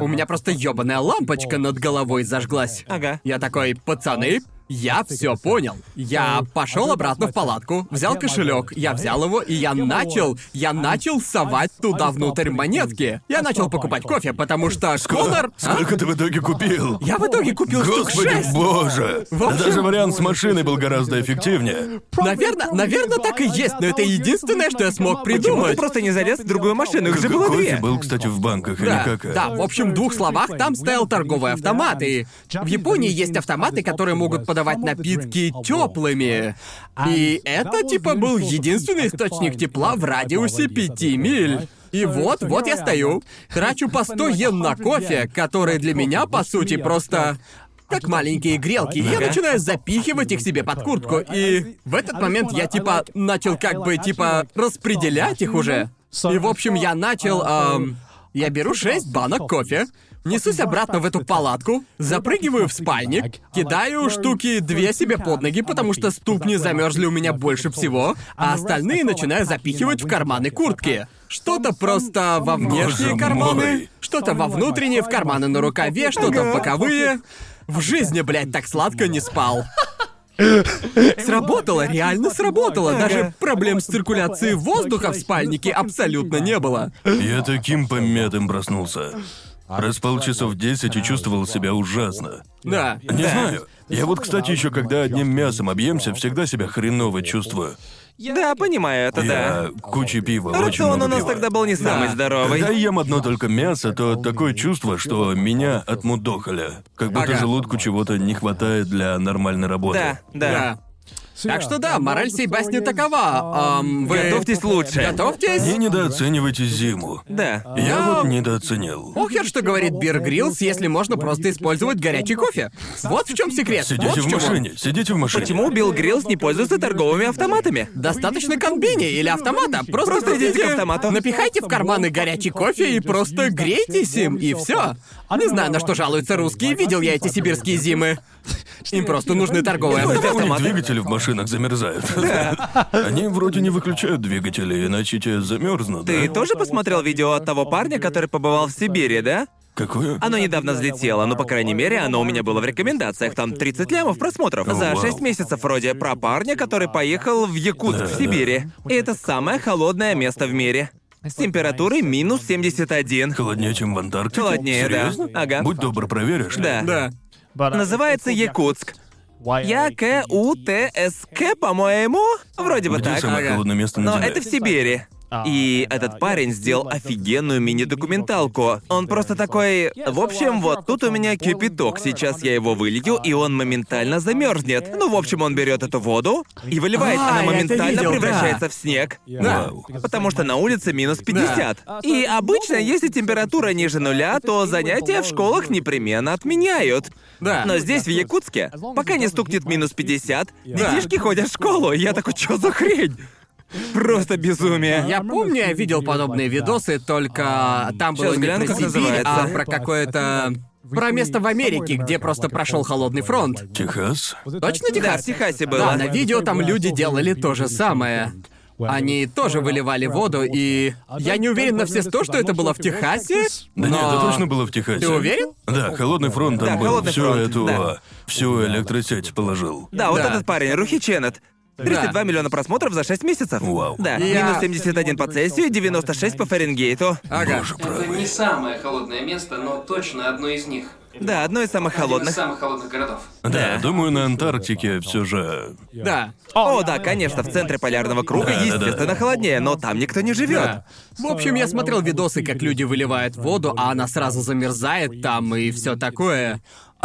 [SPEAKER 3] У меня просто ёбаная лампочка над головой зажглась.
[SPEAKER 2] Ага.
[SPEAKER 3] Я такой, пацаны, я все понял. Я пошел обратно в палатку, взял кошелек, я взял его, и я начал, я начал совать туда внутрь монетки. Я начал покупать кофе, потому что Конор... а?
[SPEAKER 1] Сколько ты в итоге купил?
[SPEAKER 3] Я в итоге купил штук
[SPEAKER 1] Господи
[SPEAKER 3] шесть.
[SPEAKER 1] боже!
[SPEAKER 3] В общем-
[SPEAKER 1] Да даже вариант с машиной был гораздо эффективнее.
[SPEAKER 3] Наверное, наверное, так и есть, но это единственное, что я смог
[SPEAKER 2] Почему ты
[SPEAKER 3] придумать.
[SPEAKER 2] просто не залез в другую машину? Их же
[SPEAKER 1] Ну,
[SPEAKER 2] было
[SPEAKER 1] Кофе
[SPEAKER 2] две.
[SPEAKER 1] был, кстати, в банках, а не
[SPEAKER 3] Да,
[SPEAKER 1] какая.
[SPEAKER 3] да, в общем, в двух словах, там стоял торговый автомат, и в Японии есть автоматы, которые могут подавать напитки теплыми. И это, типа, был единственный источник тепла в радиусе 5 миль. И вот, вот я стою, трачу по 100 йен на кофе, который для меня, по сути, просто как маленькие грелки. Я
[SPEAKER 2] Ага.
[SPEAKER 3] начинаю запихивать их себе под куртку, и в этот момент я типа начал как бы типа распределять их уже. И в общем я начал... эм, я беру 6 банок кофе, несусь обратно в эту палатку, запрыгиваю в спальник, кидаю штуки две себе под ноги, потому что ступни замерзли у меня больше всего, а остальные начинаю запихивать в карманы куртки. Что-то просто во внешние
[SPEAKER 1] Боже
[SPEAKER 3] карманы,
[SPEAKER 1] мой.
[SPEAKER 3] что-то во внутренние, в карманы на рукаве, что-то в боковые. В жизни, блядь, так сладко не спал. Сработало, реально сработало. Даже проблем с циркуляцией воздуха в спальнике абсолютно не было.
[SPEAKER 1] Я таким помятым проснулся. Проспал часов 10 и чувствовал себя ужасно.
[SPEAKER 3] Да.
[SPEAKER 1] Не знаю. Я вот, кстати, еще когда одним мясом объемся, всегда себя хреново чувствую.
[SPEAKER 2] Да, понимаю это, да.
[SPEAKER 1] Я куча пива, очень
[SPEAKER 2] Рацион
[SPEAKER 1] много
[SPEAKER 2] у нас
[SPEAKER 1] пива.
[SPEAKER 2] тогда был не самый
[SPEAKER 3] Да.
[SPEAKER 2] здоровый.
[SPEAKER 1] Когда я ем одно только мясо, то такое чувство, что меня отмудохали. Как будто
[SPEAKER 3] Ага.
[SPEAKER 1] желудку чего-то не хватает для нормальной работы.
[SPEAKER 2] Да, да.
[SPEAKER 3] Да. Так что да, мораль сей басни такова. Ам, вы...
[SPEAKER 2] Готовьтесь лучше.
[SPEAKER 1] Не
[SPEAKER 3] Готовьтесь.
[SPEAKER 1] недооценивайте зиму.
[SPEAKER 2] Да.
[SPEAKER 1] Я
[SPEAKER 3] Я-
[SPEAKER 1] вот недооценил.
[SPEAKER 3] Похер, что говорит Бир Гриллс, если можно просто использовать горячий кофе. Вот в чем секрет. вот
[SPEAKER 1] Сидите в
[SPEAKER 3] чём он.
[SPEAKER 1] машине, сидите в машине.
[SPEAKER 2] Почему Билл Гриллс не пользуется торговыми автоматами?
[SPEAKER 3] Достаточно комбини или автомата. Просто,
[SPEAKER 2] Просто идите к
[SPEAKER 3] купите-
[SPEAKER 2] автомату.
[SPEAKER 3] Напихайте в карманы горячий кофе и просто грейтесь им, и все. Не знаю, на что жалуются русские, видел я эти сибирские зимы. Им просто нужны торговые
[SPEAKER 1] Ну, это у
[SPEAKER 3] автоматы.
[SPEAKER 1] них
[SPEAKER 2] автоматы.
[SPEAKER 1] двигатели в машинах
[SPEAKER 2] [laughs]
[SPEAKER 1] замерзают. Они вроде не выключают двигатели, иначе те замерзнут.
[SPEAKER 2] Ты
[SPEAKER 1] да?
[SPEAKER 2] тоже посмотрел видео от того парня, который побывал в Сибири, да?
[SPEAKER 1] Какое?
[SPEAKER 2] Оно недавно взлетело, но, по крайней мере, оно у меня было в рекомендациях. Там 30 лямов просмотров.
[SPEAKER 1] О,
[SPEAKER 2] За
[SPEAKER 1] вау.
[SPEAKER 2] 6 месяцев вроде про парня, который поехал в Якутск
[SPEAKER 1] Да,
[SPEAKER 2] в Сибири. И это самое холодное место в мире. С температурой минус 71.
[SPEAKER 1] Холоднее, чем в Антарктике?
[SPEAKER 2] Холоднее, да.
[SPEAKER 1] Серьезно?
[SPEAKER 2] Ага.
[SPEAKER 1] Будь добр, проверишь.
[SPEAKER 2] Да.
[SPEAKER 3] Да.
[SPEAKER 2] Называется Якутск. Я К У Т С К, по-моему, вроде бы
[SPEAKER 1] Где
[SPEAKER 2] Типа так.
[SPEAKER 1] самое
[SPEAKER 2] Ага.
[SPEAKER 1] холодное место на
[SPEAKER 2] Но
[SPEAKER 1] Земле?
[SPEAKER 2] это в Сибири.
[SPEAKER 3] А,
[SPEAKER 2] И этот парень сделал офигенную мини-документалку. Он просто такой... В общем, вот тут у меня кипяток. Сейчас я его вылью, и он моментально замерзнет. Ну, в общем, он берет эту воду и выливает.
[SPEAKER 3] А,
[SPEAKER 2] Она
[SPEAKER 3] я это
[SPEAKER 2] моментально
[SPEAKER 3] видел, да.
[SPEAKER 2] превращается в снег.
[SPEAKER 3] Да.
[SPEAKER 1] Вау.
[SPEAKER 2] Потому что на улице минус 50. И обычно, если температура ниже нуля, то занятия в школах непременно отменяют.
[SPEAKER 3] Да.
[SPEAKER 2] Но здесь, в Якутске, пока не стукнет минус 50, детишки ходят в школу. Я такой, что за хрень? Просто безумие.
[SPEAKER 3] Я помню, я видел подобные видосы, только там было
[SPEAKER 2] А, Щас
[SPEAKER 3] не
[SPEAKER 2] гляну,
[SPEAKER 3] про
[SPEAKER 2] как
[SPEAKER 3] Сибирь,
[SPEAKER 2] называется.
[SPEAKER 3] а про какое-то... Про место в Америке, где просто прошел холодный фронт.
[SPEAKER 1] Техас?
[SPEAKER 3] Точно Техас?
[SPEAKER 2] Да, в Техасе было.
[SPEAKER 3] Да, на видео там люди делали то же самое. Они тоже выливали воду, и...
[SPEAKER 1] А
[SPEAKER 3] Я не уверен на все сто, что это было в Техасе,
[SPEAKER 1] Да нет, это
[SPEAKER 3] но-
[SPEAKER 1] точно было в Техасе.
[SPEAKER 3] Ты уверен?
[SPEAKER 1] Да, холодный фронт там
[SPEAKER 2] Да,
[SPEAKER 1] был.
[SPEAKER 2] холодный
[SPEAKER 1] Всю
[SPEAKER 2] фронт,
[SPEAKER 1] эту...
[SPEAKER 2] да.
[SPEAKER 1] а, Всю электросеть положил.
[SPEAKER 2] Да, вот
[SPEAKER 3] Да.
[SPEAKER 2] этот парень, Рухи Ченнет. 32
[SPEAKER 3] Да.
[SPEAKER 2] миллиона просмотров за 6 месяцев.
[SPEAKER 1] Вау.
[SPEAKER 2] Да,
[SPEAKER 3] Я-
[SPEAKER 2] минус 71 по Цельсию, 96 по Фаренгейту.
[SPEAKER 3] Ага.
[SPEAKER 1] Боже
[SPEAKER 5] Это
[SPEAKER 1] правый.
[SPEAKER 5] не самое холодное место, но точно одно из них.
[SPEAKER 2] Да, одно из самых
[SPEAKER 5] Один из
[SPEAKER 2] холодных.
[SPEAKER 5] самых холодных городов.
[SPEAKER 1] Да, думаю, на Антарктике все же.
[SPEAKER 3] Да.
[SPEAKER 2] О, да, конечно, в центре полярного круга,
[SPEAKER 1] Да, да, да.
[SPEAKER 2] естественно, холоднее, но там никто не живет.
[SPEAKER 3] Да. В общем, я смотрел видосы, как люди выливают воду, а она сразу замерзает там и все такое. [clears throat]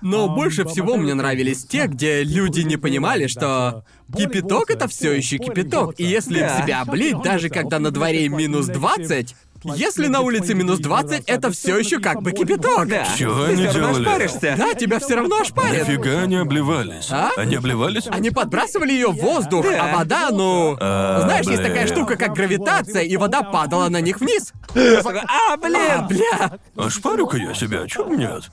[SPEAKER 3] Но больше всего мне нравились те, где люди не понимали, что кипяток это все еще кипяток. И если
[SPEAKER 2] Да.
[SPEAKER 3] тебя облить, даже когда на дворе минус 20, если на улице минус 20, это все еще как бы кипяток.
[SPEAKER 2] Да.
[SPEAKER 1] Чего
[SPEAKER 2] Ты
[SPEAKER 1] они
[SPEAKER 2] все равно
[SPEAKER 1] делали?
[SPEAKER 2] ошпаришься.
[SPEAKER 3] Да, тебя все равно ошпарит.
[SPEAKER 1] Нифига они обливались.
[SPEAKER 3] А?
[SPEAKER 1] Они обливались?
[SPEAKER 3] Они подбрасывали ее в воздух,
[SPEAKER 2] Да.
[SPEAKER 3] а вода, ну.
[SPEAKER 1] А,
[SPEAKER 3] Знаешь, есть
[SPEAKER 1] блин.
[SPEAKER 3] такая штука, как гравитация, и вода падала на них вниз.
[SPEAKER 2] А,
[SPEAKER 3] А,
[SPEAKER 2] блин!
[SPEAKER 3] бля!
[SPEAKER 1] А шпарю-ка я себя, чё нет?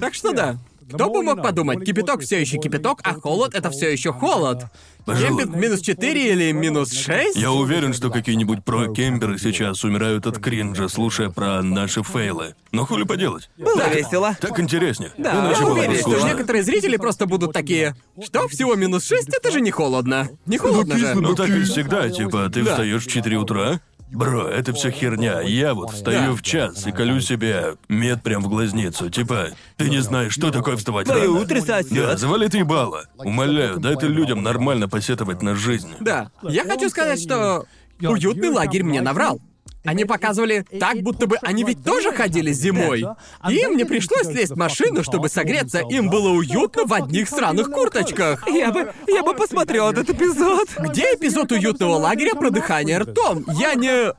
[SPEAKER 3] Так что да. Кто бы мог подумать, кипяток все еще кипяток, а холод это все еще холод.
[SPEAKER 1] Пожалуй.
[SPEAKER 3] Кемпинг минус 4 или минус 6?
[SPEAKER 1] Я уверен, что какие-нибудь про-кемперы сейчас умирают от кринжа, слушая про наши фейлы. Но хули поделать?
[SPEAKER 2] Было весело.
[SPEAKER 1] Так интереснее.
[SPEAKER 2] Да,
[SPEAKER 1] Иначе
[SPEAKER 3] Я
[SPEAKER 1] было бы
[SPEAKER 3] уверен, что
[SPEAKER 1] скучно.
[SPEAKER 3] некоторые зрители просто будут такие. Что, всего минус 6? Это же не холодно. Не холодно же.
[SPEAKER 1] Ну так и всегда, типа, ты встаешь в 4 утра. Бро, это все херня. Я вот встаю
[SPEAKER 3] Да.
[SPEAKER 1] в час и колю себе мед прям в глазницу. Типа, ты не знаешь, что такое вставать
[SPEAKER 2] Твое
[SPEAKER 1] рано.
[SPEAKER 2] утро сосёт.
[SPEAKER 1] Да, завали ты ебало. Умоляю, дай ты людям нормально посетовать на жизнь.
[SPEAKER 3] Да. Я хочу сказать, что уютный лагерь мне наврал. Они показывали так, будто бы они ведь тоже ходили зимой. И мне пришлось лезть в машину, чтобы согреться. Им было уютно в одних сраных курточках.
[SPEAKER 2] Я бы, я бы посмотрел этот эпизод.
[SPEAKER 3] Где эпизод уютного лагеря про дыхание ртом? Я не...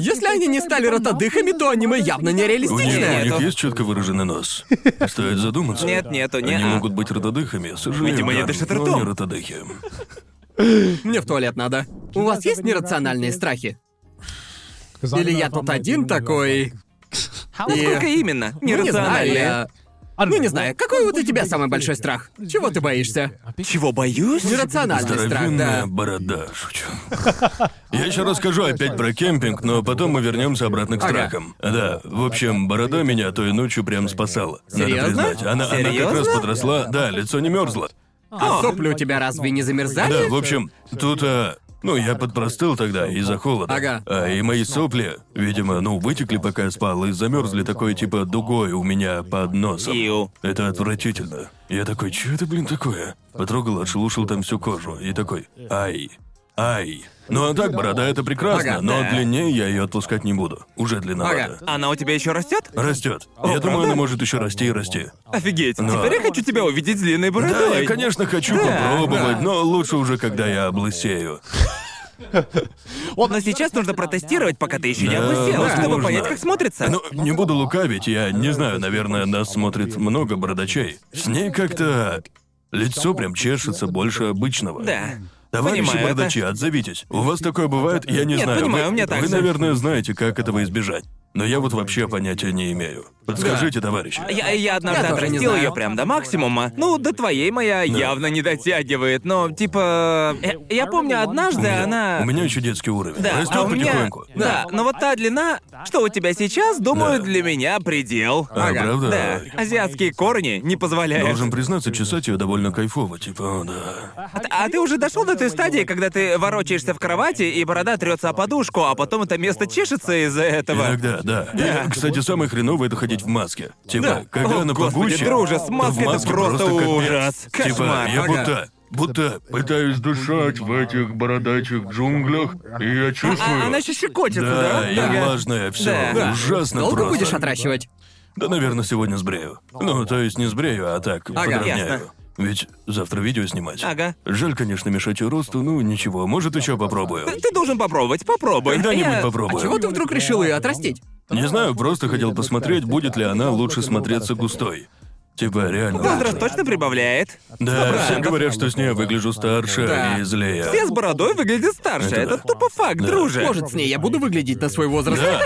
[SPEAKER 3] Если они не стали ротодыхами, то аниме явно
[SPEAKER 1] У них,
[SPEAKER 3] нереалистичное.
[SPEAKER 1] у них
[SPEAKER 2] Нету.
[SPEAKER 1] есть четко выраженный нос. Стоит задуматься.
[SPEAKER 2] ну. Нет, нету,
[SPEAKER 1] Они
[SPEAKER 2] не-а.
[SPEAKER 3] А.
[SPEAKER 1] могут быть ротодыхами, сожалею.
[SPEAKER 2] Видимо, не
[SPEAKER 1] да,
[SPEAKER 2] дышат
[SPEAKER 1] но
[SPEAKER 2] ртом.
[SPEAKER 1] не ротодыхи.
[SPEAKER 3] Мне в туалет надо. У вас есть нерациональные страхи? Или я тут один такой?
[SPEAKER 2] Насколько
[SPEAKER 3] И-
[SPEAKER 2] именно?
[SPEAKER 3] Ну, не знаю,
[SPEAKER 2] Нерациональные.
[SPEAKER 3] я- Ну, не знаю, какой вот у тебя самый большой страх? Чего ты боишься?
[SPEAKER 2] Чего боюсь?
[SPEAKER 3] Нерациональный страх,
[SPEAKER 1] Здоровенная
[SPEAKER 3] да.
[SPEAKER 1] борода, шучу. [laughs] Я еще расскажу опять про кемпинг, но потом мы вернемся обратно к
[SPEAKER 3] Ага.
[SPEAKER 1] страхам. Да, в общем, борода меня той ночью прям спасала. Надо
[SPEAKER 3] Серьезно?
[SPEAKER 1] признать. Она, она как раз
[SPEAKER 2] Серьезно?
[SPEAKER 1] подросла, да, лицо не мерзло.
[SPEAKER 3] А сопли у тебя разве не замерзали?
[SPEAKER 1] Да, в общем, тут, а, ну, я подпростыл тогда из-за холода.
[SPEAKER 3] Ага.
[SPEAKER 1] А, и мои сопли, видимо, ну, вытекли, пока я спал, и замерзли такой, типа, дугой у меня под носом.
[SPEAKER 2] Ил.
[SPEAKER 1] Это отвратительно. Я такой, что это, блин, такое? Потрогал, отшелушил там всю кожу. И такой, ай, ай. Ну а так, борода, это прекрасно,
[SPEAKER 3] Ага,
[SPEAKER 1] но
[SPEAKER 3] да.
[SPEAKER 1] длиннее я ее отпускать не буду. Уже длинновато.
[SPEAKER 3] Ага.
[SPEAKER 2] Она у тебя еще растет?
[SPEAKER 1] Растет. я думаю, она может еще расти и расти.
[SPEAKER 2] Офигеть. Теперь я хочу тебя увидеть с длинной бородой.
[SPEAKER 1] Да, я, конечно, хочу попробовать, но лучше уже, когда я облысею.
[SPEAKER 2] Но сейчас нужно протестировать, пока ты еще не
[SPEAKER 1] Да,
[SPEAKER 2] облысел, чтобы
[SPEAKER 1] возможно.
[SPEAKER 2] понять, как смотрится.
[SPEAKER 1] Ну, не буду лукавить, я не знаю, наверное, нас смотрит много бородачей. С ней как-то лицо прям чешется больше обычного.
[SPEAKER 2] Да.
[SPEAKER 1] Товарищи
[SPEAKER 2] Понимаю, это-
[SPEAKER 1] бородачи, отзовитесь. У вас такое бывает, я не
[SPEAKER 2] Нет,
[SPEAKER 1] знаю.
[SPEAKER 2] понимаю,
[SPEAKER 1] вы,
[SPEAKER 2] у меня так
[SPEAKER 1] Вы,
[SPEAKER 2] же.
[SPEAKER 1] наверное, знаете, как этого избежать. Но я вот вообще понятия не имею. Подскажите, товарищи.
[SPEAKER 2] Я, я однажды
[SPEAKER 3] Я тоже не
[SPEAKER 2] отрастил
[SPEAKER 3] знаю.
[SPEAKER 2] ее прям до максимума. Ну, до твоей моя явно не дотягивает, но типа. э, Я, помню, однажды она.
[SPEAKER 1] У меня еще детский уровень.
[SPEAKER 2] Да,
[SPEAKER 1] Растет
[SPEAKER 2] а у меня-
[SPEAKER 1] потихоньку.
[SPEAKER 2] Да, но вот та длина, что у тебя сейчас, думаю,
[SPEAKER 1] Да.
[SPEAKER 2] для меня предел.
[SPEAKER 1] А,
[SPEAKER 3] Ага,
[SPEAKER 1] правда?
[SPEAKER 2] Да, азиатские корни не позволяют.
[SPEAKER 1] Должен признаться, чесать ее довольно кайфово, типа, «О, да.
[SPEAKER 2] А, т- а ты уже дошел до той стадии, когда ты ворочаешься в кровати, и борода трется о подушку, а потом это место чешется из-за этого.
[SPEAKER 1] Иногда, да. И, кстати, самое хреновое это ходить в маске. Типа,
[SPEAKER 2] Да.
[SPEAKER 1] когда
[SPEAKER 2] О,
[SPEAKER 1] она
[SPEAKER 2] господи,
[SPEAKER 1] погуще,
[SPEAKER 2] друже, с
[SPEAKER 1] то
[SPEAKER 2] маской
[SPEAKER 1] в
[SPEAKER 2] это
[SPEAKER 1] маске
[SPEAKER 2] просто
[SPEAKER 1] капец.
[SPEAKER 2] ужас.
[SPEAKER 1] Типа,
[SPEAKER 2] Кошмар.
[SPEAKER 1] я
[SPEAKER 2] Ага.
[SPEAKER 1] будто, будто пытаюсь дышать в этих бородачих джунглях, и я чувствую...
[SPEAKER 2] А, она еще щекочется, да?
[SPEAKER 1] Да, и
[SPEAKER 2] Ага.
[SPEAKER 1] влажная, все.
[SPEAKER 2] Да.
[SPEAKER 1] Ужасно
[SPEAKER 3] Долго
[SPEAKER 1] просто.
[SPEAKER 3] будешь отращивать?
[SPEAKER 1] Да, наверное, сегодня сбрею. Ну, то есть не сбрею, а так, подровняю.
[SPEAKER 2] ясно.
[SPEAKER 1] Ведь завтра видео снимать.
[SPEAKER 2] Ага.
[SPEAKER 1] Жаль, конечно, мешать ее росту, ну ничего, может, еще попробую.
[SPEAKER 2] [laughs] Ты, ты должен попробовать, попробуй.
[SPEAKER 1] Когда-нибудь
[SPEAKER 2] Я-
[SPEAKER 1] попробую.
[SPEAKER 3] А Чего ты вдруг решил ее отрастить?
[SPEAKER 1] Не знаю, просто хотел посмотреть, будет ли она лучше смотреться густой. Типа, реально.
[SPEAKER 2] Возраст
[SPEAKER 1] лучше.
[SPEAKER 2] точно прибавляет.
[SPEAKER 1] Да, все говорят, что с ней я выгляжу старше
[SPEAKER 3] Да.
[SPEAKER 1] и злее.
[SPEAKER 2] Все с бородой выглядят старше.
[SPEAKER 1] Это
[SPEAKER 2] Это,
[SPEAKER 1] да.
[SPEAKER 2] тупо факт, друже.
[SPEAKER 3] Может, с ней я буду выглядеть на свой возраст?
[SPEAKER 1] Да.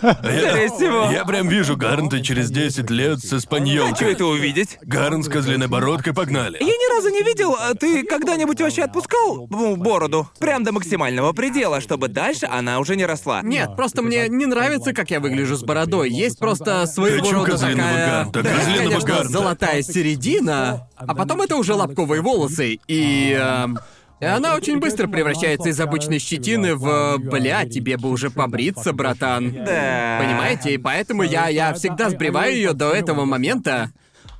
[SPEAKER 1] А
[SPEAKER 2] Скорее всего.
[SPEAKER 1] Я прям вижу Гарнта через 10 лет с
[SPEAKER 2] Хочу
[SPEAKER 1] испаньолкой.
[SPEAKER 2] это увидеть.
[SPEAKER 1] Гарн с козлиной бородкой, погнали.
[SPEAKER 2] Я ни разу не видел, а ты когда-нибудь вообще отпускал ну, бороду? Прям до максимального предела, чтобы дальше она уже не росла.
[SPEAKER 3] Нет, просто мне не нравится, как я выгляжу с бородой. Есть просто своего
[SPEAKER 1] Хочу
[SPEAKER 3] рода
[SPEAKER 1] козлиного
[SPEAKER 3] такая...
[SPEAKER 1] гарнта,
[SPEAKER 3] Да,
[SPEAKER 1] козлиного
[SPEAKER 3] конечно,
[SPEAKER 1] гарнта.
[SPEAKER 3] золотая середина, а потом это уже лобковые волосы, и... эм, И она очень быстро превращается из обычной щетины в... Бля, тебе бы уже побриться, братан.
[SPEAKER 2] Да.
[SPEAKER 3] Понимаете? И поэтому я, я всегда сбриваю ее до этого момента.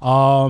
[SPEAKER 4] Да,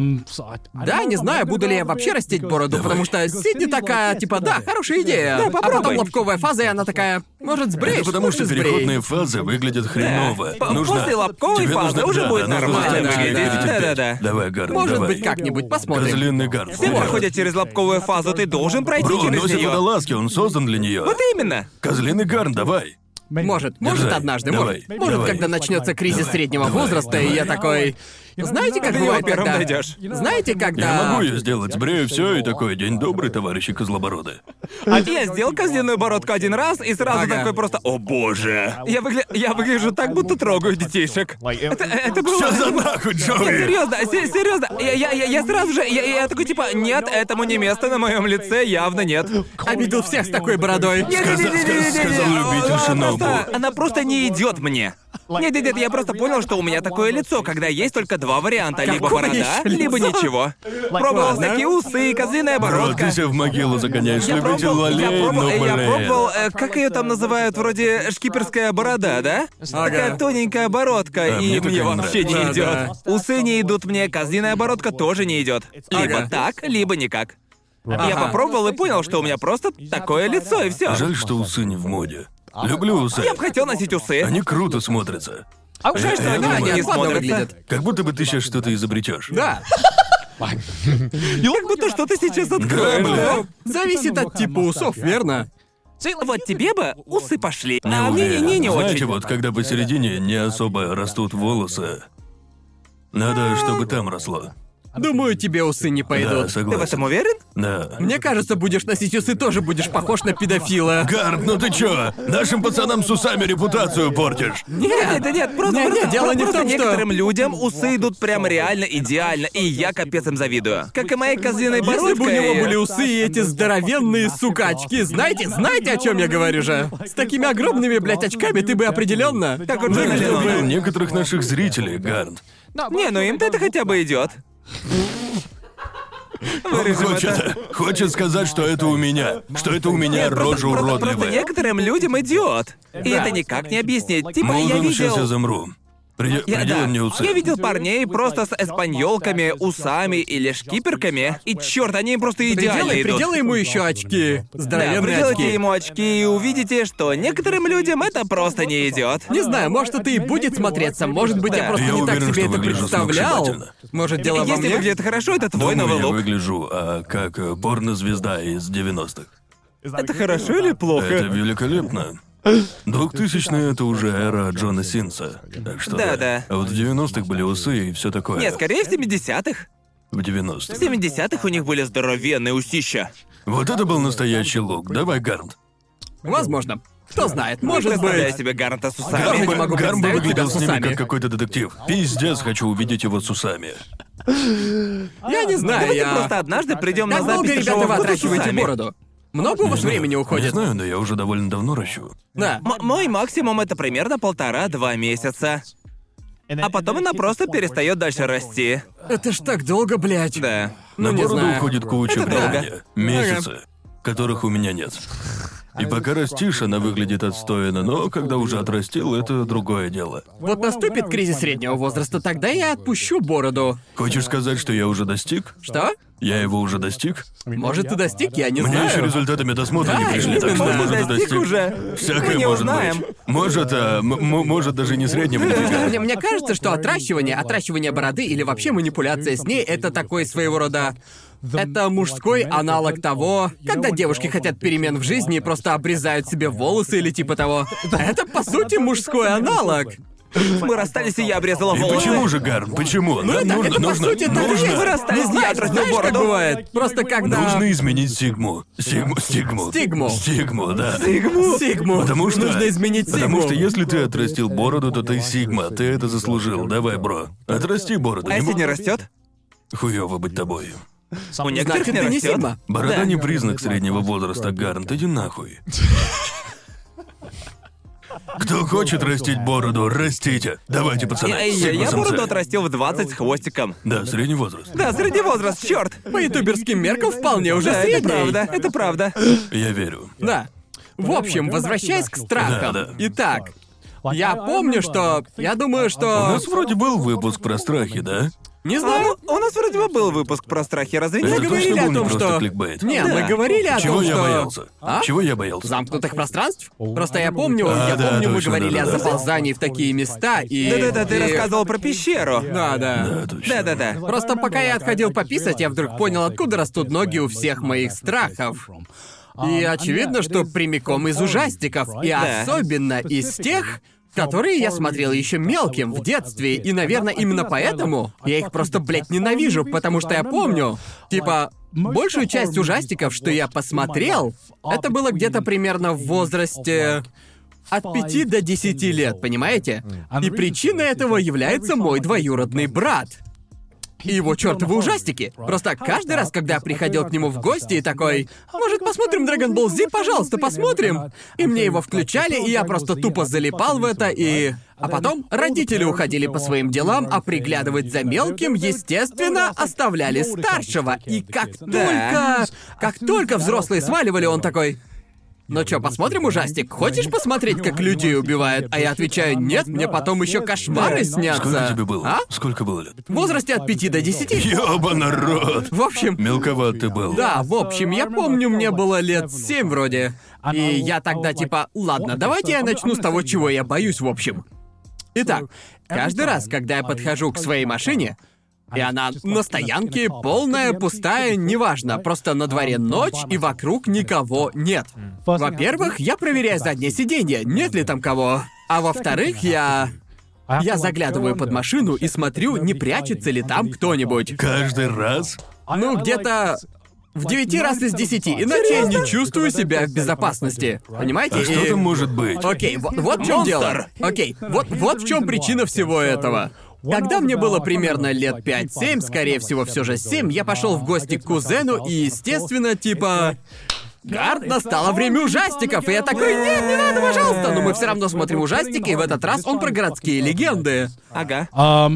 [SPEAKER 3] Да, не знаю, буду ли я вообще растить [laughs] бороду, потому что Сидни такая, типа, да, хорошая идея.
[SPEAKER 2] Да,
[SPEAKER 3] А
[SPEAKER 2] попробуй.
[SPEAKER 3] потом лобковая фаза, и она такая, может, сбреешь?
[SPEAKER 1] Это потому, что
[SPEAKER 3] лучше сбрей».
[SPEAKER 1] переходные фазы выглядят хреново.
[SPEAKER 2] По-
[SPEAKER 1] Нужно...
[SPEAKER 2] после лобковой
[SPEAKER 1] тебе
[SPEAKER 2] фазы
[SPEAKER 1] нужно-
[SPEAKER 2] уже
[SPEAKER 1] да,
[SPEAKER 2] будет
[SPEAKER 1] да, нужно
[SPEAKER 2] нормально
[SPEAKER 1] заставить
[SPEAKER 3] выглядеть.
[SPEAKER 1] тебя
[SPEAKER 2] Да, да,
[SPEAKER 1] терпеть.
[SPEAKER 2] да.
[SPEAKER 1] Давай, Гарн,
[SPEAKER 3] Может
[SPEAKER 1] давай.
[SPEAKER 3] быть, как-нибудь посмотрим.
[SPEAKER 1] Козлиный Гарн.
[SPEAKER 2] Все
[SPEAKER 1] вперед.
[SPEAKER 2] проходят через лобковую фазу, ты должен пройти
[SPEAKER 1] Бро, ну
[SPEAKER 2] через
[SPEAKER 1] носит
[SPEAKER 2] нее.
[SPEAKER 1] водолазки, он создан для нее.
[SPEAKER 2] Вот именно.
[SPEAKER 1] Козлиный Гарн, давай.
[SPEAKER 3] Может, может
[SPEAKER 1] Держай.
[SPEAKER 3] однажды,
[SPEAKER 1] Давай,
[SPEAKER 3] может. Может,
[SPEAKER 1] давай.
[SPEAKER 3] когда начнется кризис
[SPEAKER 1] Давай,
[SPEAKER 3] среднего
[SPEAKER 1] давай,
[SPEAKER 3] возраста, и я
[SPEAKER 1] давай.
[SPEAKER 3] такой... Знаете, как
[SPEAKER 2] Ты его
[SPEAKER 3] бывает,
[SPEAKER 2] первым
[SPEAKER 3] когда...
[SPEAKER 2] найдешь.
[SPEAKER 3] Знаете, когда...
[SPEAKER 1] Я могу ее сделать, сбрею все и такой день добрый, товарищи козлобороды.
[SPEAKER 2] А Я сделал козлиную бородку один раз и сразу
[SPEAKER 3] Ага.
[SPEAKER 2] такой просто «О боже!» я, выгля- я выгляжу так, будто трогаю детишек. Это, это было...
[SPEAKER 1] Что за нахуй,
[SPEAKER 2] [laughs] Нет,
[SPEAKER 1] Джоуи?
[SPEAKER 2] серьезно, се- серьезно, я, я, я, я сразу же, я, я такой типа, нет, этому не место на моем лице, явно нет.
[SPEAKER 3] Обидел всех с такой бородой.
[SPEAKER 2] Нет, нет,
[SPEAKER 1] Сказал-
[SPEAKER 2] нет, нет, нет, нет,
[SPEAKER 1] сказал
[SPEAKER 2] нет, нет.
[SPEAKER 1] любитель
[SPEAKER 2] Она
[SPEAKER 1] Шинобу.
[SPEAKER 2] просто- Она просто не идет мне. Нет, нет, нет, я просто понял, что у меня такое лицо, когда есть только два варианта. Либо
[SPEAKER 3] Какое
[SPEAKER 2] борода,
[SPEAKER 3] еще
[SPEAKER 2] либо
[SPEAKER 3] лицо?
[SPEAKER 2] ничего. Пробовал
[SPEAKER 4] ладно.
[SPEAKER 2] всякие усы, козлиная
[SPEAKER 1] Бро,
[SPEAKER 2] бородка.
[SPEAKER 1] ты себя в могилу загоняешь,
[SPEAKER 2] Я
[SPEAKER 1] любитель
[SPEAKER 2] пробовал, я
[SPEAKER 1] лолей,
[SPEAKER 2] пробовал,
[SPEAKER 1] ну
[SPEAKER 2] э, я пробовал,
[SPEAKER 1] блин.
[SPEAKER 2] э, как ее там называют, вроде шкиперская борода, да? Такая тоненькая бородка,
[SPEAKER 1] Да,
[SPEAKER 2] и
[SPEAKER 1] мне
[SPEAKER 2] мне
[SPEAKER 1] такая нравится.
[SPEAKER 2] вообще не
[SPEAKER 3] Да,
[SPEAKER 2] идет.
[SPEAKER 3] да.
[SPEAKER 2] Усы не идут мне, козлиная бородка тоже не идет. Либо
[SPEAKER 3] Ага.
[SPEAKER 2] так, либо никак. Я
[SPEAKER 3] Ага.
[SPEAKER 2] попробовал и понял, что у меня просто такое лицо, и все.
[SPEAKER 1] Жаль, что усы не в моде. Люблю усы.
[SPEAKER 2] А, Я бы хотел носить усы.
[SPEAKER 1] Они круто смотрятся.
[SPEAKER 2] Жаль, что
[SPEAKER 1] я
[SPEAKER 2] они на
[SPEAKER 1] думаю.
[SPEAKER 2] мне не
[SPEAKER 3] Ладно
[SPEAKER 2] смотрятся.
[SPEAKER 3] выглядят.
[SPEAKER 1] Как будто бы ты сейчас что-то изобретешь.
[SPEAKER 3] Да,
[SPEAKER 2] Как будто что-то сейчас откроешь.
[SPEAKER 1] бля.
[SPEAKER 2] да?
[SPEAKER 3] зависит от типа усов, верно?
[SPEAKER 2] Вот тебе бы усы пошли.
[SPEAKER 1] Не
[SPEAKER 2] А мне не,
[SPEAKER 1] уверен.
[SPEAKER 2] не, не
[SPEAKER 1] Знаете,
[SPEAKER 2] очень.
[SPEAKER 1] вот когда посередине не особо растут волосы, надо, чтобы там росло.
[SPEAKER 3] Думаю, тебе усы не
[SPEAKER 1] Да,
[SPEAKER 3] пойдут.
[SPEAKER 2] Ты в
[SPEAKER 1] согласен.
[SPEAKER 2] этом уверен?
[SPEAKER 1] Да.
[SPEAKER 3] Мне кажется, будешь носить усы, тоже будешь похож на педофила.
[SPEAKER 1] Гард, ну ты чё? Нашим пацанам с усами репутацию портишь.
[SPEAKER 2] Нет, нет, нет, нет, просто,
[SPEAKER 3] Нет,
[SPEAKER 2] просто,
[SPEAKER 3] нет, дело не в
[SPEAKER 2] просто
[SPEAKER 3] том, что-
[SPEAKER 2] некоторым людям усы идут прям реально идеально, и я капец им завидую. Как и моей козлиной бородкой.
[SPEAKER 3] Если бы у него были усы и эти здоровенные, сука, очки, знаете, знаете, о чем я говорю же? С такими огромными, блядь, очками ты бы определенно.
[SPEAKER 2] Так вот
[SPEAKER 1] Выглядел бы
[SPEAKER 2] выглядел бы.
[SPEAKER 1] некоторых наших зрителей, Гард.
[SPEAKER 2] Не, ну им-то это хотя бы идет.
[SPEAKER 1] Он
[SPEAKER 2] Вырежем это.
[SPEAKER 1] хочет, хочет сказать, что это у меня. Что это у меня
[SPEAKER 2] Нет,
[SPEAKER 1] рожа
[SPEAKER 2] просто, просто, просто
[SPEAKER 1] уродливая.
[SPEAKER 2] некоторым людям идет. И это никак не объяснить. Типа, я
[SPEAKER 1] Молден, сейчас я
[SPEAKER 2] видел...
[SPEAKER 1] замру. Приди-
[SPEAKER 2] Я,
[SPEAKER 1] приделай
[SPEAKER 2] да.
[SPEAKER 1] мне усы.
[SPEAKER 2] я видел парней просто с эспаньолками, усами или шкиперками, и черт, они им просто идеально
[SPEAKER 3] Приделай,
[SPEAKER 2] идут.
[SPEAKER 3] приделай ему еще очки.
[SPEAKER 2] Да,
[SPEAKER 3] Здоровенные
[SPEAKER 2] приделайте
[SPEAKER 3] очки.
[SPEAKER 2] ему очки и увидите, что некоторым людям это просто не идет.
[SPEAKER 3] Не знаю, может, это и будет смотреться. Может быть, я
[SPEAKER 2] Да.
[SPEAKER 3] просто
[SPEAKER 1] Я
[SPEAKER 3] не так
[SPEAKER 1] уверен,
[SPEAKER 3] себе
[SPEAKER 1] что
[SPEAKER 3] это
[SPEAKER 1] выгляжу
[SPEAKER 3] представлял.
[SPEAKER 1] сногсшибательно.
[SPEAKER 3] Может, дело во
[SPEAKER 2] Если
[SPEAKER 3] мне?
[SPEAKER 2] выглядит хорошо, это твой
[SPEAKER 1] Думаю,
[SPEAKER 2] новый
[SPEAKER 1] я
[SPEAKER 2] лук.
[SPEAKER 1] выгляжу а, как э, порнозвезда из 90-х.
[SPEAKER 3] ну,
[SPEAKER 2] Это хорошо или
[SPEAKER 1] Это
[SPEAKER 2] плохо?
[SPEAKER 1] великолепно. 2000-е это уже эра Джона Синса. Так что
[SPEAKER 2] Да, да.
[SPEAKER 1] А вот в 90-х были усы и все такое.
[SPEAKER 2] Нет, скорее в 70-х.
[SPEAKER 1] В
[SPEAKER 2] В
[SPEAKER 1] 90-х.
[SPEAKER 2] 70-х у них были здоровенные усища.
[SPEAKER 1] Вот это был настоящий лук. Давай, Гарнт.
[SPEAKER 3] Возможно. Кто знает,
[SPEAKER 2] Может,
[SPEAKER 3] может
[SPEAKER 2] представляю
[SPEAKER 3] быть.
[SPEAKER 2] себе Гарнта с
[SPEAKER 3] Гарн
[SPEAKER 1] Гарн
[SPEAKER 2] усами.
[SPEAKER 3] бы- не
[SPEAKER 1] Гарн
[SPEAKER 3] могу
[SPEAKER 1] бы
[SPEAKER 3] представить
[SPEAKER 1] выглядел
[SPEAKER 3] тебя с
[SPEAKER 1] с ними
[SPEAKER 3] усами.
[SPEAKER 1] как какой-то детектив. Пиздец, хочу увидеть его с усами.
[SPEAKER 3] Я не знаю,
[SPEAKER 2] Давайте
[SPEAKER 3] я...
[SPEAKER 2] просто однажды придем на
[SPEAKER 3] Как
[SPEAKER 2] запись
[SPEAKER 3] долго, ребята,
[SPEAKER 2] «Шоу
[SPEAKER 3] вы
[SPEAKER 2] Вкуса» с
[SPEAKER 3] отращиваете
[SPEAKER 2] усами.
[SPEAKER 3] бороду? Много у вас времени
[SPEAKER 1] Не
[SPEAKER 3] уходит?
[SPEAKER 1] знаю, но я уже довольно давно ращу.
[SPEAKER 3] Да.
[SPEAKER 2] М- мой максимум это примерно полтора-два месяца. А потом она просто перестает дальше расти.
[SPEAKER 3] Это ж так долго, блядь.
[SPEAKER 2] Да.
[SPEAKER 3] Ну,
[SPEAKER 1] На
[SPEAKER 3] не
[SPEAKER 1] бороду
[SPEAKER 3] знаю.
[SPEAKER 1] уходит куча
[SPEAKER 2] Это долго.
[SPEAKER 1] времени. Месяцы, которых у меня нет. И пока растишь, она выглядит отстойно, но когда уже отрастил, это другое дело.
[SPEAKER 3] Вот наступит кризис среднего возраста, тогда я отпущу бороду.
[SPEAKER 1] Хочешь сказать, что я уже достиг?
[SPEAKER 3] Что?
[SPEAKER 1] Я его уже достиг?
[SPEAKER 3] Может, и достиг, я не
[SPEAKER 1] Мне еще
[SPEAKER 3] знаю.
[SPEAKER 1] результатами досмотра не пришли,
[SPEAKER 2] именно,
[SPEAKER 1] так что
[SPEAKER 2] может,
[SPEAKER 1] может и
[SPEAKER 2] достиг
[SPEAKER 1] достиг.
[SPEAKER 2] уже. Мы
[SPEAKER 1] Всякое
[SPEAKER 2] не
[SPEAKER 1] может
[SPEAKER 2] узнаем.
[SPEAKER 1] быть. Может, а, м- м- может даже не
[SPEAKER 3] [laughs]
[SPEAKER 1] среднего
[SPEAKER 3] Да,
[SPEAKER 1] достига.
[SPEAKER 3] Мне, мне кажется, что отращивание, отращивание бороды или вообще манипуляция с ней — это такой своего рода... Это мужской аналог того, когда девушки хотят перемен в жизни и просто обрезают себе волосы или типа того. Это, по сути, мужской аналог.
[SPEAKER 2] Мы расстались, и я обрезала
[SPEAKER 1] И
[SPEAKER 2] волосы.
[SPEAKER 1] почему же, Гарн, почему? Ну,
[SPEAKER 3] это-
[SPEAKER 1] нужно,
[SPEAKER 3] это, по
[SPEAKER 1] нужно,
[SPEAKER 3] сути, так и
[SPEAKER 1] нужно,
[SPEAKER 3] есть.
[SPEAKER 2] Вы расстались,
[SPEAKER 3] Ну, знаешь,
[SPEAKER 2] я отрастил
[SPEAKER 3] знаешь, как
[SPEAKER 2] бороду.
[SPEAKER 3] бывает? Просто когда...
[SPEAKER 1] нужно изменить сигму. Сигму, стигму.
[SPEAKER 3] Стигму.
[SPEAKER 1] Стигму, да.
[SPEAKER 3] Сигму. Сигму.
[SPEAKER 1] Потому что...
[SPEAKER 3] Нужно изменить сигму.
[SPEAKER 1] Потому что если ты отрастил бороду, то ты Сигма, ты это заслужил. Давай, бро. Отрасти бороду.
[SPEAKER 2] А если
[SPEAKER 1] бу-
[SPEAKER 2] не растет?
[SPEAKER 1] Хуёво быть тобой.
[SPEAKER 2] У некоторых
[SPEAKER 3] Значит,
[SPEAKER 2] не
[SPEAKER 3] ты не
[SPEAKER 2] растет.
[SPEAKER 3] сигма.
[SPEAKER 1] Борода
[SPEAKER 2] Да.
[SPEAKER 1] не признак среднего возраста, Гарнт, иди нахуй. Кто хочет растить бороду, растите. Давайте, пацаны.
[SPEAKER 2] А Я, я, я
[SPEAKER 1] Сигма-сенсей.
[SPEAKER 2] бороду отрастил в 20 с хвостиком.
[SPEAKER 1] Да, средний возраст.
[SPEAKER 2] Да, средний возраст, черт!
[SPEAKER 3] По ютуберским меркам вполне уже
[SPEAKER 2] Да,
[SPEAKER 3] средний.
[SPEAKER 2] это правда, это правда. А,
[SPEAKER 1] Я верю.
[SPEAKER 3] Да. В общем, возвращаясь к страхам.
[SPEAKER 1] Да, да.
[SPEAKER 3] Итак,
[SPEAKER 2] А
[SPEAKER 3] я помню, что... Я думаю,
[SPEAKER 1] У
[SPEAKER 3] что...
[SPEAKER 1] нас вроде был выпуск про страхи, да?
[SPEAKER 3] Не
[SPEAKER 2] А,
[SPEAKER 3] знаю.
[SPEAKER 2] ну, у нас вроде бы был выпуск про страхи, разве
[SPEAKER 1] Это
[SPEAKER 2] нет?
[SPEAKER 1] точно
[SPEAKER 3] говорили о
[SPEAKER 1] был не
[SPEAKER 3] том,
[SPEAKER 1] просто
[SPEAKER 3] что-
[SPEAKER 1] кликбейт.
[SPEAKER 3] Не,
[SPEAKER 2] Да.
[SPEAKER 3] мы говорили о
[SPEAKER 1] А, Чего
[SPEAKER 3] том,
[SPEAKER 1] я
[SPEAKER 3] что...
[SPEAKER 1] боялся?
[SPEAKER 3] А?
[SPEAKER 1] Чего я боялся?
[SPEAKER 3] Замкнутых пространств? Просто я помню,
[SPEAKER 4] А,
[SPEAKER 3] я
[SPEAKER 1] да,
[SPEAKER 3] помню, мы
[SPEAKER 1] точно,
[SPEAKER 3] говорили о
[SPEAKER 1] да-да-да.
[SPEAKER 3] заползании в такие места и...
[SPEAKER 2] Да-да-да, ты
[SPEAKER 3] и-
[SPEAKER 2] рассказывал про пещеру.
[SPEAKER 3] Да, да.
[SPEAKER 1] Да, точно.
[SPEAKER 2] Да-да-да.
[SPEAKER 3] Просто пока я отходил пописать, я
[SPEAKER 4] uh,
[SPEAKER 3] вдруг понял, откуда растут ноги у всех моих страхов. И
[SPEAKER 4] Um,
[SPEAKER 3] очевидно, что прямиком из ужастиков, и
[SPEAKER 2] Да.
[SPEAKER 3] особенно из тех, которые я смотрел еще мелким в детстве, и, наверное, именно поэтому я их просто, блядь, ненавижу, потому что я помню, типа, большую часть ужастиков, что я посмотрел, это было где-то примерно в возрасте от 5 до 10 лет, понимаете? И причиной этого является мой двоюродный брат. И его чертовы ужастики. Просто каждый раз, когда я приходил к нему в гости и такой, может, посмотрим Dragon Ball Z, пожалуйста, посмотрим. И мне его включали, и я просто тупо залипал в это, и... А потом родители уходили по своим делам, а приглядывать за мелким, естественно, оставляли старшего. И как
[SPEAKER 2] Да.
[SPEAKER 3] только... Как только взрослые сваливали, он такой... Ну чё, посмотрим ужастик? Хочешь посмотреть, как людей убивают? А я отвечаю, нет, мне потом еще кошмары снятся.
[SPEAKER 1] Сколько тебе было?
[SPEAKER 3] А?
[SPEAKER 1] Сколько было лет?
[SPEAKER 3] В возрасте от 5 до 10.
[SPEAKER 1] Ёба, народ!
[SPEAKER 3] В общем,
[SPEAKER 1] Мелковат ты был.
[SPEAKER 3] да, в общем, я помню, мне было лет семь вроде. И я тогда типа, ладно, давайте я начну с того, чего я боюсь, в общем. Итак, каждый раз, когда я подхожу к своей машине, и она на стоянке, полная, пустая, неважно, просто на дворе ночь и вокруг никого нет. Во-первых, я проверяю заднее сиденье, нет ли там кого. А во-вторых, я... Я заглядываю под машину и смотрю, не прячется ли там кто-нибудь.
[SPEAKER 1] Каждый раз?
[SPEAKER 3] Ну, где-то в девяти раз из десяти, иначе я не чувствую себя в безопасности. Понимаете?
[SPEAKER 1] А что
[SPEAKER 3] И-
[SPEAKER 1] там может быть?
[SPEAKER 3] Окей, во- вот в чем дело. Окей, вот, вот в чем причина всего этого. Когда мне было примерно лет 5-7, скорее всего, все же 7, я пошел в гости к кузену и, естественно, типа... Гард, настало время ужастиков, и я такой, нет, не надо, пожалуйста, но мы все равно смотрим ужастики, и в этот раз он про городские легенды.
[SPEAKER 2] Ага.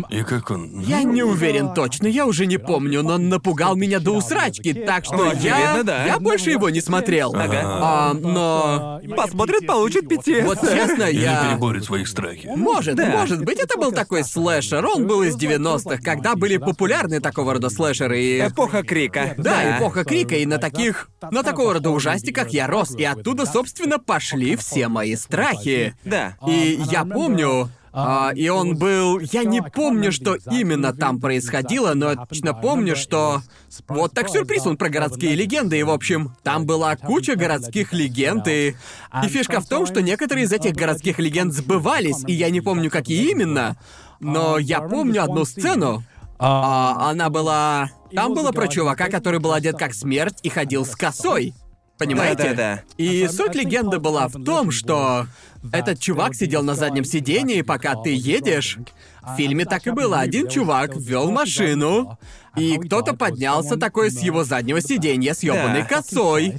[SPEAKER 1] И как он?
[SPEAKER 3] Я не уверен точно, я уже не помню, но он напугал меня до усрачки, так что
[SPEAKER 2] Ну,
[SPEAKER 3] я...
[SPEAKER 2] очевидно, да.
[SPEAKER 3] Я больше его не смотрел.
[SPEAKER 2] Ага.
[SPEAKER 3] А, но...
[SPEAKER 2] Посмотрит, получит пяти.
[SPEAKER 3] Вот честно,
[SPEAKER 1] Или
[SPEAKER 3] я...
[SPEAKER 1] переборет свои страхи?
[SPEAKER 3] Может,
[SPEAKER 2] Да.
[SPEAKER 3] может быть, это был такой слэшер. Он был из 90-х, когда были популярны такого рода слэшеры и...
[SPEAKER 2] Эпоха крика.
[SPEAKER 3] Да, эпоха крика, и на таких... На такого рода ужастиках я рос, и оттуда, собственно, пошли все мои страхи.
[SPEAKER 2] Да.
[SPEAKER 4] Um,
[SPEAKER 3] И я помню, а, и он был... Я не помню, что именно там происходило, но я точно помню, что... Вот так сюрприз, он про городские легенды, и, в общем, там была куча городских легенд, и... И фишка в том, что некоторые из этих городских легенд сбывались, и я не помню, какие именно, но я помню одну сцену, а, она была... Там было про чувака, который был одет как смерть и ходил с косой. Понимаете?
[SPEAKER 2] Да-да-да.
[SPEAKER 3] И суть легенды была в том, что этот чувак сидел на заднем сидении, пока ты едешь.
[SPEAKER 2] А,
[SPEAKER 3] В фильме так и было. Один чувак вел машину, и кто-то поднялся такой с его заднего сиденья с ёбаной
[SPEAKER 2] Да.
[SPEAKER 3] косой.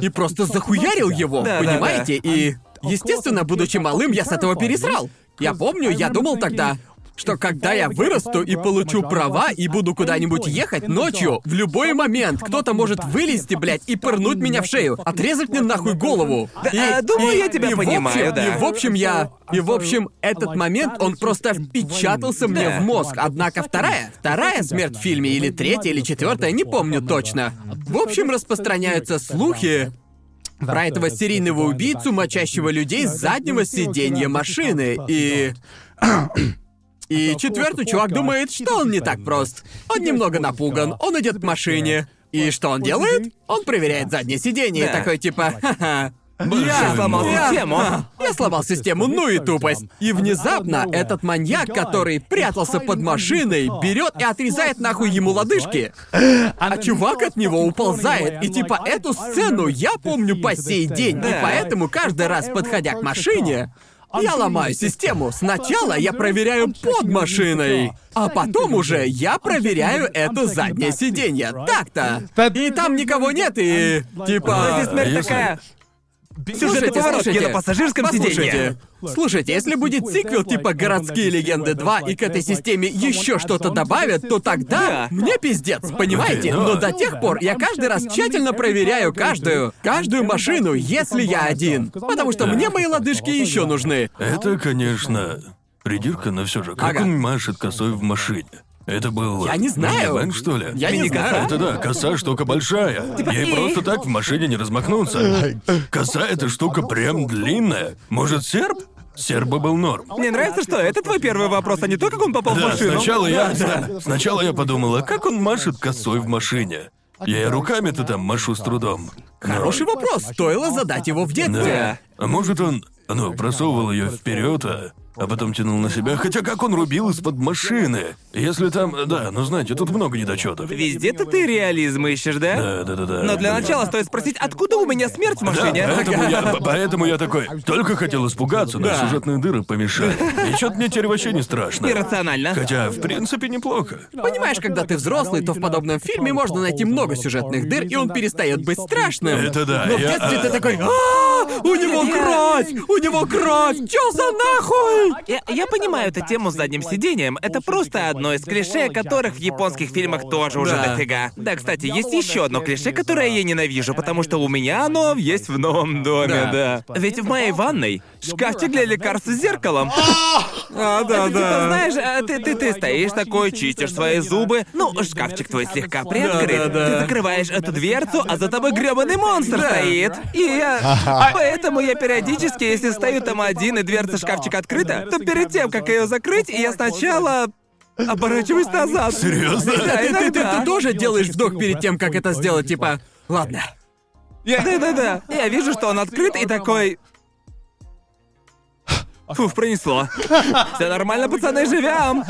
[SPEAKER 3] И просто захуярил его,
[SPEAKER 2] Да, да, да.
[SPEAKER 3] понимаете? И, естественно, будучи малым, я с этого пересрал. Я помню, я думал тогда, что когда я вырасту и получу права и буду куда-нибудь ехать ночью, в любой момент кто-то может вылезти, блядь, и пырнуть меня в шею, отрезать мне нахуй голову.
[SPEAKER 2] Да, а, думаю, я тебя
[SPEAKER 3] и в общем-
[SPEAKER 2] понимаю, да.
[SPEAKER 3] И в общем я... И в общем, этот момент, он просто впечатался мне
[SPEAKER 2] Да.
[SPEAKER 3] в мозг. Однако вторая, вторая смерть в фильме, или третья, или четвертая, не помню точно. В общем, распространяются слухи, про этого серийного убийцу, мочащего людей с
[SPEAKER 4] Ну,
[SPEAKER 3] заднего сиденья машины. И... [clears throat] И четвертый чувак думает, что он не так прост. Он немного напуган, он идет к машине. И что он делает? Он проверяет заднее сиденье и
[SPEAKER 2] Да.
[SPEAKER 3] такой типа... «Ха-ха,
[SPEAKER 2] Я сломал
[SPEAKER 1] мой.
[SPEAKER 2] систему.
[SPEAKER 3] я сломал систему, ну и тупость. И внезапно этот маньяк, который прятался под машиной, берет и отрезает нахуй ему лодыжки. А чувак от него уползает. И типа эту сцену я помню по сей день. И
[SPEAKER 2] Да.
[SPEAKER 3] поэтому каждый раз, подходя к машине, я ломаю систему. Сначала я проверяю под машиной, а потом уже я проверяю это заднее
[SPEAKER 2] [laughs]
[SPEAKER 3] сиденье. Так-то. И там никого нет, и... Типа...
[SPEAKER 2] А, Здесь смерть
[SPEAKER 1] А, если-
[SPEAKER 2] такая. Сюжетный
[SPEAKER 3] Слушайте,
[SPEAKER 2] поворот, я
[SPEAKER 3] слушайте.
[SPEAKER 2] на пассажирском сиденье.
[SPEAKER 3] Послушайте, слушайте, если будет сиквел типа «Городские легенды 2» и к этой системе еще что-то добавят, то
[SPEAKER 2] Да.
[SPEAKER 3] тогда мне пиздец, понимаете?
[SPEAKER 1] Ну,
[SPEAKER 3] Но до тех пор я каждый раз тщательно проверяю каждую, каждую машину, если я один. Потому что мне мои лодыжки еще нужны.
[SPEAKER 1] Это, конечно, придирка, но все же. Как
[SPEAKER 3] Ага.
[SPEAKER 1] он машет косой в машине? Это был...
[SPEAKER 3] Я не знаю.
[SPEAKER 1] минивэн, что ли?
[SPEAKER 3] Я не
[SPEAKER 1] Минивэн?
[SPEAKER 3] знаю. Типа
[SPEAKER 1] Это да, коса штука большая. Ей
[SPEAKER 2] окей.
[SPEAKER 1] просто так в машине не размахнуться. Коса эта штука прям длинная. Может, серб? Серб бы был норм.
[SPEAKER 2] Мне нравится, что это твой первый вопрос, а не то, как он попал в
[SPEAKER 1] Да,
[SPEAKER 2] машину.
[SPEAKER 1] сначала я,
[SPEAKER 2] Да,
[SPEAKER 1] да, сначала я подумала, как он машет косой в машине. Я и руками-то там машу с трудом. Но-
[SPEAKER 3] Хороший вопрос, стоило задать его в
[SPEAKER 1] Да.
[SPEAKER 3] детстве.
[SPEAKER 1] А может он, ну, просовывал ее вперед, а, а потом тянул на себя. Хотя как он рубил из-под машины? Если там, да, ну знаете, тут много недочетов.
[SPEAKER 2] Везде-то ты реализм ищешь, да?
[SPEAKER 1] Да, да, да, да.
[SPEAKER 2] Но для начала стоит спросить, откуда у меня смерть в
[SPEAKER 1] Да,
[SPEAKER 2] машине?
[SPEAKER 1] поэтому я, п- поэтому я такой. Только хотел испугаться, но сюжетные дыры помешали. И что-то мне теперь вообще не страшно.
[SPEAKER 2] Иррационально.
[SPEAKER 1] Хотя, в принципе, неплохо.
[SPEAKER 3] Понимаешь, когда ты взрослый, то в подобном фильме можно найти много сюжетных дыр, и он перестает быть страшным.
[SPEAKER 1] Это да,
[SPEAKER 3] Но в
[SPEAKER 1] я-
[SPEAKER 3] детстве
[SPEAKER 1] а-
[SPEAKER 3] ты такой, а у него кровь, у него кровь, чё за нахуй?
[SPEAKER 2] Я, я понимаю эту тему с задним сидением. Это просто одно из клише, которых в японских фильмах тоже уже
[SPEAKER 3] Да.
[SPEAKER 2] дофига. Да, кстати, есть еще одно клише, которое я ненавижу, потому что у меня оно есть в новом доме, да.
[SPEAKER 3] Да.
[SPEAKER 2] Ведь в моей ванной шкафчик для лекарств с зеркалом.
[SPEAKER 3] А, да,
[SPEAKER 2] Ты типа, знаешь,
[SPEAKER 3] э,
[SPEAKER 2] а ты, ты, ты стоишь такой, чистишь свои зубы. Ну, шкафчик твой слегка приоткрыт.
[SPEAKER 3] Да, да, да.
[SPEAKER 2] Ты закрываешь эту дверцу, а за тобой грёбаный монстр стоит. И я... Поэтому я периодически, если стою там один и дверца шкафчика открыта, то перед тем, как ее закрыть, я сначала оборачиваюсь назад.
[SPEAKER 1] Серьезно?
[SPEAKER 2] Да,
[SPEAKER 3] [laughs] Ты, ты- ты-
[SPEAKER 2] иногда.
[SPEAKER 3] ты тоже делаешь вдох перед тем, как это сделать, типа, ладно.
[SPEAKER 2] Да-да-да. Я вижу, что он открыт и такой... Фуф, пронесло. Все нормально, пацаны,
[SPEAKER 3] [laughs]
[SPEAKER 2] живем.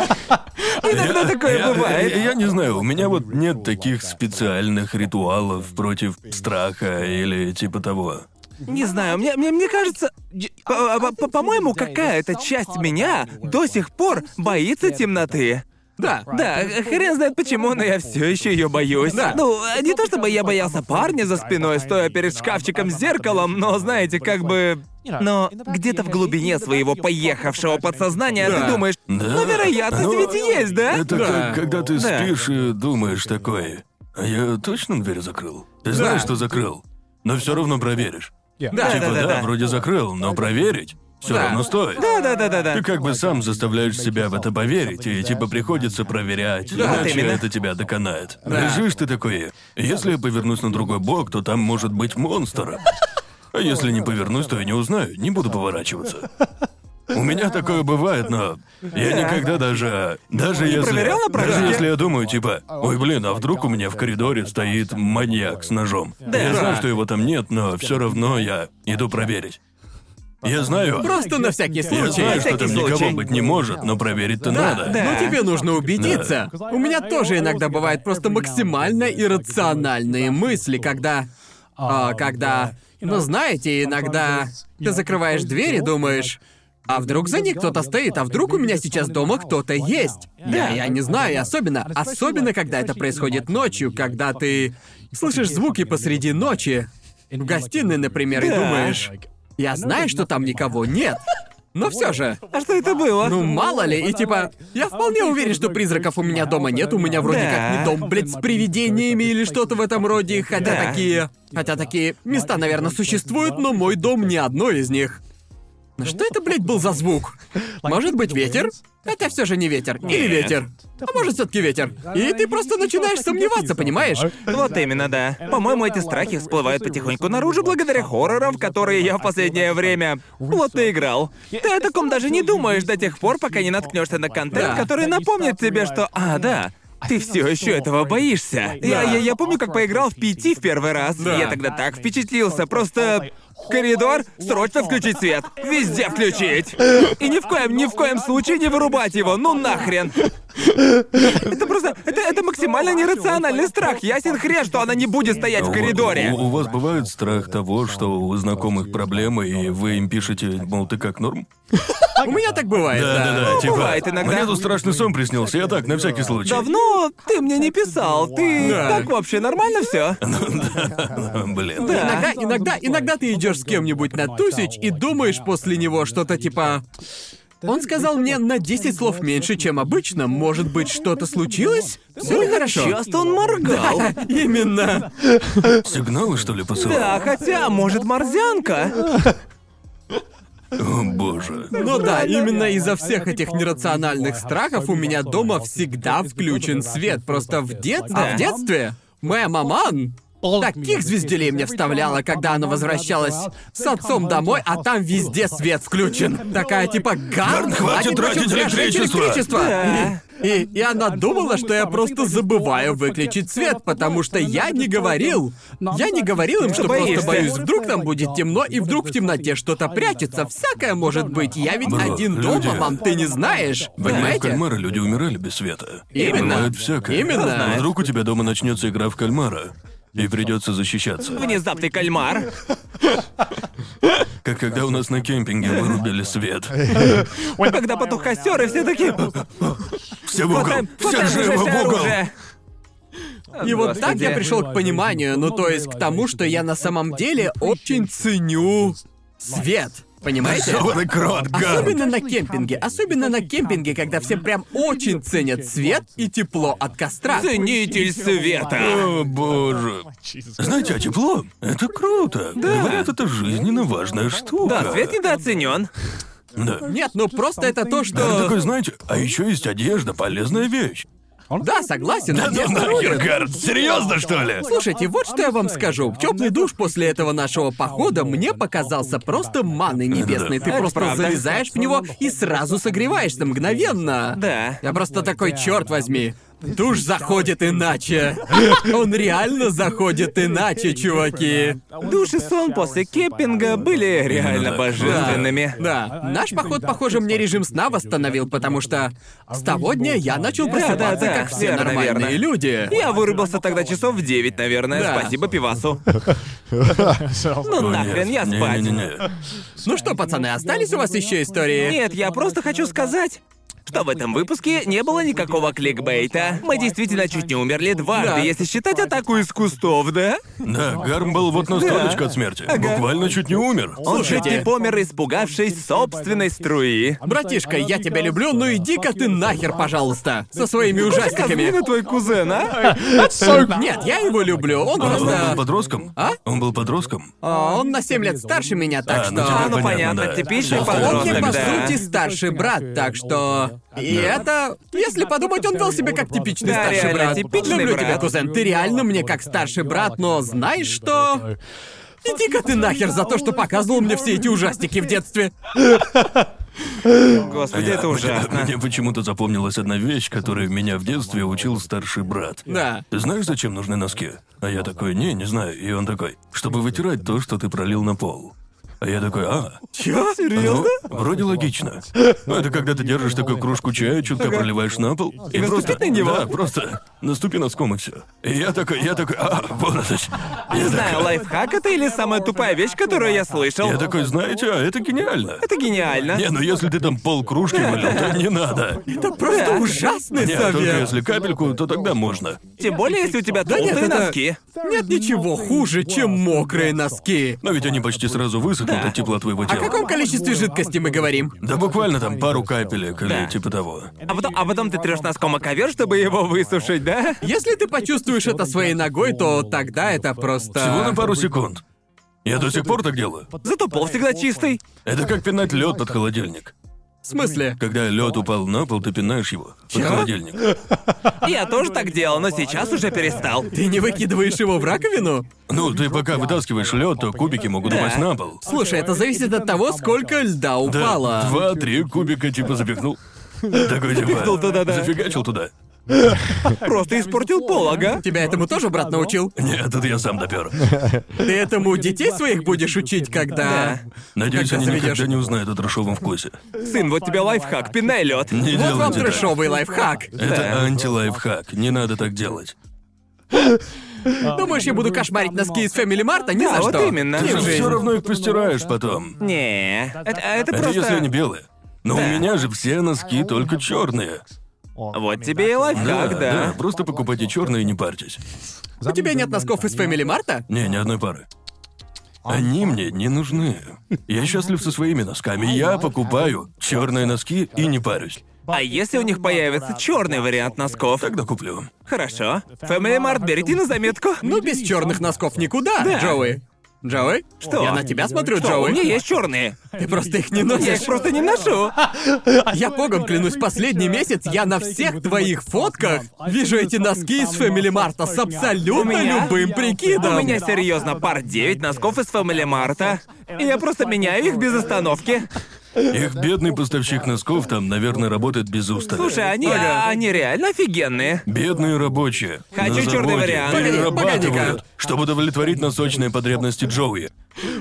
[SPEAKER 2] Иногда такое
[SPEAKER 1] Я-
[SPEAKER 2] бывает.
[SPEAKER 1] Я, я не знаю, у меня вот нет таких специальных ритуалов против страха или типа того.
[SPEAKER 2] Не знаю, мне, мне, мне кажется, д- по- по- по- по-моему, какая-то часть меня до сих пор боится темноты.
[SPEAKER 3] Да.
[SPEAKER 2] Да, хрен знает почему, но я все еще ее боюсь.
[SPEAKER 3] Да.
[SPEAKER 2] Ну, не то чтобы я боялся парня за спиной, стоя перед шкафчиком с зеркалом, но знаете, как бы. Но где-то в глубине своего поехавшего подсознания
[SPEAKER 3] Да.
[SPEAKER 2] ты думаешь,
[SPEAKER 1] Да.
[SPEAKER 2] ну вероятность
[SPEAKER 1] Ну,
[SPEAKER 2] ведь есть, да?
[SPEAKER 1] Это
[SPEAKER 3] Да.
[SPEAKER 1] как когда ты
[SPEAKER 2] Да.
[SPEAKER 1] спишь и думаешь такой. А я точно дверь закрыл? Ты знаешь, что закрыл? Но все равно проверишь.
[SPEAKER 3] Да,
[SPEAKER 1] типа,
[SPEAKER 2] да, да, да.
[SPEAKER 1] вроде закрыл, но проверить все
[SPEAKER 3] Да.
[SPEAKER 1] равно стоит.
[SPEAKER 2] Да, да, да, да, да.
[SPEAKER 1] Ты как бы сам заставляешь себя в это поверить, и типа приходится проверять,
[SPEAKER 3] Да,
[SPEAKER 1] иначе
[SPEAKER 2] вот именно.
[SPEAKER 1] это тебя доконает. Лежишь ты такой, если я повернусь на другой бок, то там может быть монстр. А если не повернусь, то я не узнаю, не буду поворачиваться. У меня такое бывает, но я никогда даже... Даже если...
[SPEAKER 2] проверял на
[SPEAKER 1] Даже
[SPEAKER 2] практике?
[SPEAKER 1] если я думаю, типа, ой, блин, а вдруг у меня в коридоре стоит маньяк с ножом. Я
[SPEAKER 2] Да.
[SPEAKER 1] знаю, что его там нет, но все равно я иду проверить. Я знаю...
[SPEAKER 3] Просто на всякий
[SPEAKER 1] Я
[SPEAKER 3] случай.
[SPEAKER 1] знаю,
[SPEAKER 2] всякий
[SPEAKER 1] что там
[SPEAKER 2] случай.
[SPEAKER 1] никого быть не может, но проверить-то
[SPEAKER 3] Да,
[SPEAKER 1] надо.
[SPEAKER 2] да.
[SPEAKER 3] но тебе нужно убедиться.
[SPEAKER 6] Да.
[SPEAKER 3] У меня тоже иногда бывают просто максимально иррациональные мысли, когда... а, когда... Ну, знаете, иногда ты закрываешь дверь и думаешь... А вдруг за ней кто-то стоит, а вдруг у меня сейчас дома кто-то есть? Да, я не знаю, и особенно, особенно когда это происходит ночью, когда ты слышишь звуки посреди ночи, в гостиной, например, и
[SPEAKER 2] Да.
[SPEAKER 3] думаешь, я знаю, что там никого нет, но все же.
[SPEAKER 2] А что это было?
[SPEAKER 3] Ну, мало ли, и типа, я вполне уверен, что призраков у меня дома нет, у меня вроде
[SPEAKER 2] Да.
[SPEAKER 3] как не дом, блядь, с привидениями или что-то в этом роде, хотя
[SPEAKER 2] Да.
[SPEAKER 3] такие... Хотя такие места, наверное, существуют, но мой дом не одно из них. Ну Что это, блядь, был за звук? Может быть, ветер? Хотя все же не ветер. Или
[SPEAKER 2] Нет.
[SPEAKER 3] ветер. А может, все-таки ветер. И ты просто
[SPEAKER 4] типа
[SPEAKER 3] начинаешь сомневаться, понимаешь?
[SPEAKER 4] А
[SPEAKER 2] Вот именно, да. По-моему, эти страхи всплывают потихоньку наружу благодаря хоррорам, в которые я в последнее время вот и играл. Ты о таком даже не думаешь до тех пор, пока не наткнешься на контент,
[SPEAKER 3] Да.
[SPEAKER 2] который напомнит тебе, что «А, да, ты все еще этого боишься. Я, я, я помню, как поиграл в PT в первый раз.
[SPEAKER 3] Да.
[SPEAKER 2] Я тогда так впечатлился. Просто коридор, срочно включить свет. [laughs] Везде включить. И ни в коем, ни в коем случае не вырубать его. Ну нахрен. Это просто... Это, это максимально нерациональный страх. Ясен хрен, что она не будет стоять в
[SPEAKER 1] Вот,
[SPEAKER 2] коридоре.
[SPEAKER 1] У, у вас бывает страх того, что у знакомых проблемы, и вы им пишете, мол, ты как норм?
[SPEAKER 3] У меня так бывает, да.
[SPEAKER 1] Да-да-да, типа.
[SPEAKER 2] ну, бывает иногда.
[SPEAKER 1] Мне тут страшный сон приснился, я так, на всякий случай. [laughs]
[SPEAKER 2] Давно ты мне не писал. Ты
[SPEAKER 3] Да.
[SPEAKER 2] как вообще нормально все?
[SPEAKER 1] Блин.
[SPEAKER 2] Да.
[SPEAKER 3] Иногда, иногда, иногда ты идешь с кем-нибудь на тусич и думаешь после него что-то типа. Он сказал мне на 10 слов меньше, чем обычно. Может быть, что-то случилось? Все ли хорошо? [laughs]
[SPEAKER 2] Часто он моргал.
[SPEAKER 3] Именно.
[SPEAKER 1] Сигналы, что ли, посылал?
[SPEAKER 2] Да, хотя, может, морзянка?
[SPEAKER 1] О, боже.
[SPEAKER 3] Ну да, именно из-за всех этих нерациональных страхов у меня дома всегда включен свет. Просто в дет- а в
[SPEAKER 2] Да.
[SPEAKER 3] детстве моя маман таких звезделей мне вставляла, когда она возвращалась с отцом домой, а там везде свет включен. Такая типа Гарн,
[SPEAKER 1] хватит тратить электричество!»
[SPEAKER 2] Да.
[SPEAKER 3] И, и она думала, что я просто забываю выключить свет, потому что я не говорил. Я не говорил им, что просто
[SPEAKER 2] Боишься.
[SPEAKER 3] боюсь, вдруг там будет темно, и вдруг в темноте что-то прячется. Всякое может быть. Я ведь
[SPEAKER 1] Бро,
[SPEAKER 3] один
[SPEAKER 1] люди.
[SPEAKER 3] дома, мам, ты не знаешь.
[SPEAKER 1] В игре в
[SPEAKER 3] Понимаете?
[SPEAKER 1] кальмара люди умирали без света.
[SPEAKER 3] Именно.
[SPEAKER 1] Бывает всякое.
[SPEAKER 3] Именно.
[SPEAKER 1] Но вдруг у тебя дома начнется игра в кальмара, и придется защищаться.
[SPEAKER 2] Внезапный кальмар.
[SPEAKER 1] Как когда у нас на кемпинге вырубили свет.
[SPEAKER 2] Когда потух костер, и все такие...
[SPEAKER 1] Все в угол!
[SPEAKER 2] «Хватаем-
[SPEAKER 1] Все
[SPEAKER 2] хватаем
[SPEAKER 1] живо
[SPEAKER 2] ближайшее
[SPEAKER 1] в угол!
[SPEAKER 2] оружие!»
[SPEAKER 3] И вот так
[SPEAKER 2] Господи.
[SPEAKER 3] я пришел к пониманию, ну то есть к тому, что я на самом деле очень ценю свет. Понимаете?
[SPEAKER 1] Сованный крот, Гарн!
[SPEAKER 3] Особенно на кемпинге, особенно на кемпинге, когда все прям очень ценят свет и тепло от костра.
[SPEAKER 2] Ценитель света.
[SPEAKER 1] О, боже. Знаете, а тепло — это круто. Говорят, это жизненно важная штука.
[SPEAKER 2] Да, свет недооценен.
[SPEAKER 1] Да.
[SPEAKER 3] Нет, ну просто это то,
[SPEAKER 1] Гарн
[SPEAKER 3] что...
[SPEAKER 1] такой, знаете, а еще есть одежда, полезная вещь.
[SPEAKER 3] Да, согласен,
[SPEAKER 1] Да ну
[SPEAKER 3] одежда
[SPEAKER 1] нахер,
[SPEAKER 3] рулит.
[SPEAKER 1] Гарн, серьезно, что ли?
[SPEAKER 3] Слушайте, вот что я вам скажу. Теплый душ после этого нашего похода мне показался просто маной небесной. Ты
[SPEAKER 2] Это
[SPEAKER 3] просто
[SPEAKER 2] правда.
[SPEAKER 3] залезаешь в него и сразу согреваешься мгновенно.
[SPEAKER 2] Да.
[SPEAKER 3] Я просто такой, черт возьми. Душ заходит иначе. Он реально заходит иначе, чуваки.
[SPEAKER 2] Душ и сон после кемпинга были реально
[SPEAKER 1] так.
[SPEAKER 2] божественными.
[SPEAKER 3] Да, наш поход, похоже, мне режим сна восстановил, потому что с того дня я начал
[SPEAKER 4] Да, да,
[SPEAKER 3] просыпаться,
[SPEAKER 2] да,
[SPEAKER 3] как все
[SPEAKER 2] верно,
[SPEAKER 3] нормальные
[SPEAKER 2] верно.
[SPEAKER 3] люди.
[SPEAKER 2] Я вырубился тогда часов в 9, наверное.
[SPEAKER 3] Да.
[SPEAKER 2] Спасибо пивасу. Ну
[SPEAKER 1] О,
[SPEAKER 2] нахрен, я
[SPEAKER 1] нет,
[SPEAKER 2] спать.
[SPEAKER 1] Не-не-не.
[SPEAKER 3] Ну что, пацаны, остались у вас еще истории?
[SPEAKER 2] Нет, я просто хочу сказать, что в этом выпуске не было никакого кликбейта. Мы действительно чуть не умерли дважды,
[SPEAKER 3] Да.
[SPEAKER 2] если считать атаку из кустов, да?
[SPEAKER 1] Да, Гарм был вот настолько от смерти. Буквально чуть не умер.
[SPEAKER 2] Он чуть
[SPEAKER 3] Слушайте.
[SPEAKER 2] не помер, испугавшись собственной струи.
[SPEAKER 3] А, Братишка, я тебя люблю, но иди-ка ты нахер, пожалуйста, со своими ужастиками.
[SPEAKER 2] Казмина твой кузен, а?
[SPEAKER 4] ну,
[SPEAKER 3] Нет, я его люблю, он
[SPEAKER 1] Он был
[SPEAKER 3] просто...
[SPEAKER 1] подростком?
[SPEAKER 3] А?
[SPEAKER 1] Он был подростком?
[SPEAKER 3] а, Он на 7 лет старше меня, так
[SPEAKER 1] А, ну теперь
[SPEAKER 2] А,
[SPEAKER 3] что...
[SPEAKER 2] ну
[SPEAKER 1] понятно,
[SPEAKER 2] понятно,
[SPEAKER 1] да.
[SPEAKER 2] типичный
[SPEAKER 1] Да,
[SPEAKER 3] Он
[SPEAKER 1] подросток,
[SPEAKER 3] мне, по
[SPEAKER 2] подросток, да.
[SPEAKER 3] сути, старший брат, так что... И это... Если подумать, он вел себя как типичный
[SPEAKER 2] Да,
[SPEAKER 3] старший
[SPEAKER 2] реально,
[SPEAKER 3] брат.
[SPEAKER 2] типичный
[SPEAKER 3] Люблю
[SPEAKER 2] брат.
[SPEAKER 3] тебя, кузен, ты реально мне как старший брат, но знаешь что? Иди-ка ты нахер за то, что показывал мне все эти ужастики в детстве.
[SPEAKER 2] Господи,
[SPEAKER 1] Я-
[SPEAKER 2] это
[SPEAKER 1] мне-
[SPEAKER 2] ужасно.
[SPEAKER 1] Мне почему-то запомнилась одна вещь, которую меня в детстве учил старший брат.
[SPEAKER 3] Да.
[SPEAKER 1] Ты знаешь, зачем нужны носки? А я такой, не, не знаю. И он такой, чтобы вытирать то, что ты пролил на пол. А я такой, а,
[SPEAKER 2] Чё? Серьезно?
[SPEAKER 1] ну, вроде логично. Ну, это когда ты держишь такую кружку чая, чутка проливаешь на пол, и
[SPEAKER 2] наступить
[SPEAKER 1] просто...
[SPEAKER 2] на него?
[SPEAKER 1] Да, просто наступи носком и все. И я такой, я такой, а, вот это ж».
[SPEAKER 2] Не
[SPEAKER 1] Я
[SPEAKER 2] знаю,
[SPEAKER 1] такой-
[SPEAKER 2] лайфхак это или самая тупая вещь, которую я слышал.
[SPEAKER 1] Я такой, знаете, а, это гениально.
[SPEAKER 2] Это гениально.
[SPEAKER 1] Не, ну если ты там пол кружки вылил, то не надо.
[SPEAKER 3] Это просто ужасный
[SPEAKER 1] А Нет, только
[SPEAKER 3] совет.
[SPEAKER 1] если капельку, то тогда можно.
[SPEAKER 2] Тем более, если у тебя
[SPEAKER 4] Да
[SPEAKER 3] нет,
[SPEAKER 2] толстые
[SPEAKER 3] это-
[SPEAKER 2] носки.
[SPEAKER 3] Нет ничего хуже, чем мокрые носки.
[SPEAKER 1] Но ведь они почти сразу высохнут от тепла твоего
[SPEAKER 3] О
[SPEAKER 1] тела.
[SPEAKER 3] каком количестве жидкости мы говорим?
[SPEAKER 1] Да буквально там пару капелек или
[SPEAKER 2] Да.
[SPEAKER 1] типа того.
[SPEAKER 2] А потом, а потом ты трешь носком о ковер, чтобы его высушить, да?
[SPEAKER 3] Если ты почувствуешь это своей ногой, то тогда это просто...
[SPEAKER 1] Всего на пару секунд. Я до сих пор так делаю.
[SPEAKER 2] Зато пол всегда чистый.
[SPEAKER 1] Это как пинать лед под холодильник.
[SPEAKER 3] В смысле?
[SPEAKER 1] Когда лед упал на пол, ты пинаешь его под холодильник.
[SPEAKER 2] Я тоже так делал, но сейчас уже перестал.
[SPEAKER 3] Ты не выкидываешь его в раковину?
[SPEAKER 1] Ну, ты пока вытаскиваешь лед, то кубики могут
[SPEAKER 2] Да.
[SPEAKER 1] упасть на пол.
[SPEAKER 3] Слушай, это зависит от того, сколько льда
[SPEAKER 1] Да,
[SPEAKER 3] упало.
[SPEAKER 1] два-три кубика типа запихнул. Такой типа.
[SPEAKER 2] Запихнул, да-да-да.
[SPEAKER 1] Зафигачил туда.
[SPEAKER 2] Просто испортил пол, ага.
[SPEAKER 3] Тебя этому тоже брат научил?
[SPEAKER 1] Нет, это я сам допер.
[SPEAKER 3] Ты этому детей своих будешь учить, когда...
[SPEAKER 1] Надеюсь,
[SPEAKER 3] Когда
[SPEAKER 1] они никогда
[SPEAKER 3] заведёшь?
[SPEAKER 1] не узнают о трешовом вкусе.
[SPEAKER 2] Сын, вот тебе лайфхак, пинай лед.
[SPEAKER 1] Не
[SPEAKER 3] Вот вам
[SPEAKER 1] делайте так.
[SPEAKER 3] трешовый лайфхак.
[SPEAKER 2] Э.
[SPEAKER 1] Это антилайфхак. Не надо так делать.
[SPEAKER 3] Думаешь, я буду кошмарить носки из Фэмили Марта? Ни
[SPEAKER 2] Да,
[SPEAKER 3] за
[SPEAKER 2] А вот
[SPEAKER 3] что.
[SPEAKER 2] именно.
[SPEAKER 3] Ни в
[SPEAKER 2] Слушай,
[SPEAKER 1] Все
[SPEAKER 3] жизнь.
[SPEAKER 1] равно их постираешь потом.
[SPEAKER 2] Не, это, это
[SPEAKER 1] Это
[SPEAKER 2] просто...
[SPEAKER 1] если они белые. Но у
[SPEAKER 2] Да.
[SPEAKER 1] меня же все носки только черные.
[SPEAKER 2] Вот тебе и лайфхак, да.
[SPEAKER 1] Просто покупайте черные и не парьтесь.
[SPEAKER 3] У тебя нет носков из Фэмили Марта?
[SPEAKER 1] Не, ни одной пары. Они мне не нужны. Я счастлив со своими носками. Я покупаю черные носки и не парюсь.
[SPEAKER 2] А если у них появится черный вариант носков?
[SPEAKER 1] Тогда куплю.
[SPEAKER 2] Хорошо. Family Mart, берите на заметку.
[SPEAKER 3] Ну, без черных носков никуда, Джоуи. Джоуи?
[SPEAKER 2] Что?
[SPEAKER 3] Я на тебя смотрю,
[SPEAKER 2] Что, у
[SPEAKER 3] Джоуи.
[SPEAKER 2] меня есть черные.
[SPEAKER 3] Ты просто их не
[SPEAKER 2] Я
[SPEAKER 3] носишь.
[SPEAKER 2] их просто не ношу.
[SPEAKER 3] Я богом клянусь, последний месяц я на всех твоих фотках вижу эти носки из Фэмили Марта с
[SPEAKER 2] У
[SPEAKER 3] абсолютно
[SPEAKER 2] меня-
[SPEAKER 3] любым прикидом.
[SPEAKER 2] У меня серьезно пар 9 носков из Family Mart. И я просто меняю их без остановки.
[SPEAKER 1] Их бедный поставщик носков там, наверное, работает без устава.
[SPEAKER 2] Слушай, они, а, они реально офигенные.
[SPEAKER 1] Бедные рабочие.
[SPEAKER 2] Хочу
[SPEAKER 1] на
[SPEAKER 2] чёрный
[SPEAKER 1] заводе
[SPEAKER 2] вариант.
[SPEAKER 3] Погоди,
[SPEAKER 1] Перерабатывают,
[SPEAKER 3] погоди-ка.
[SPEAKER 1] чтобы удовлетворить насочные потребности Джоуи.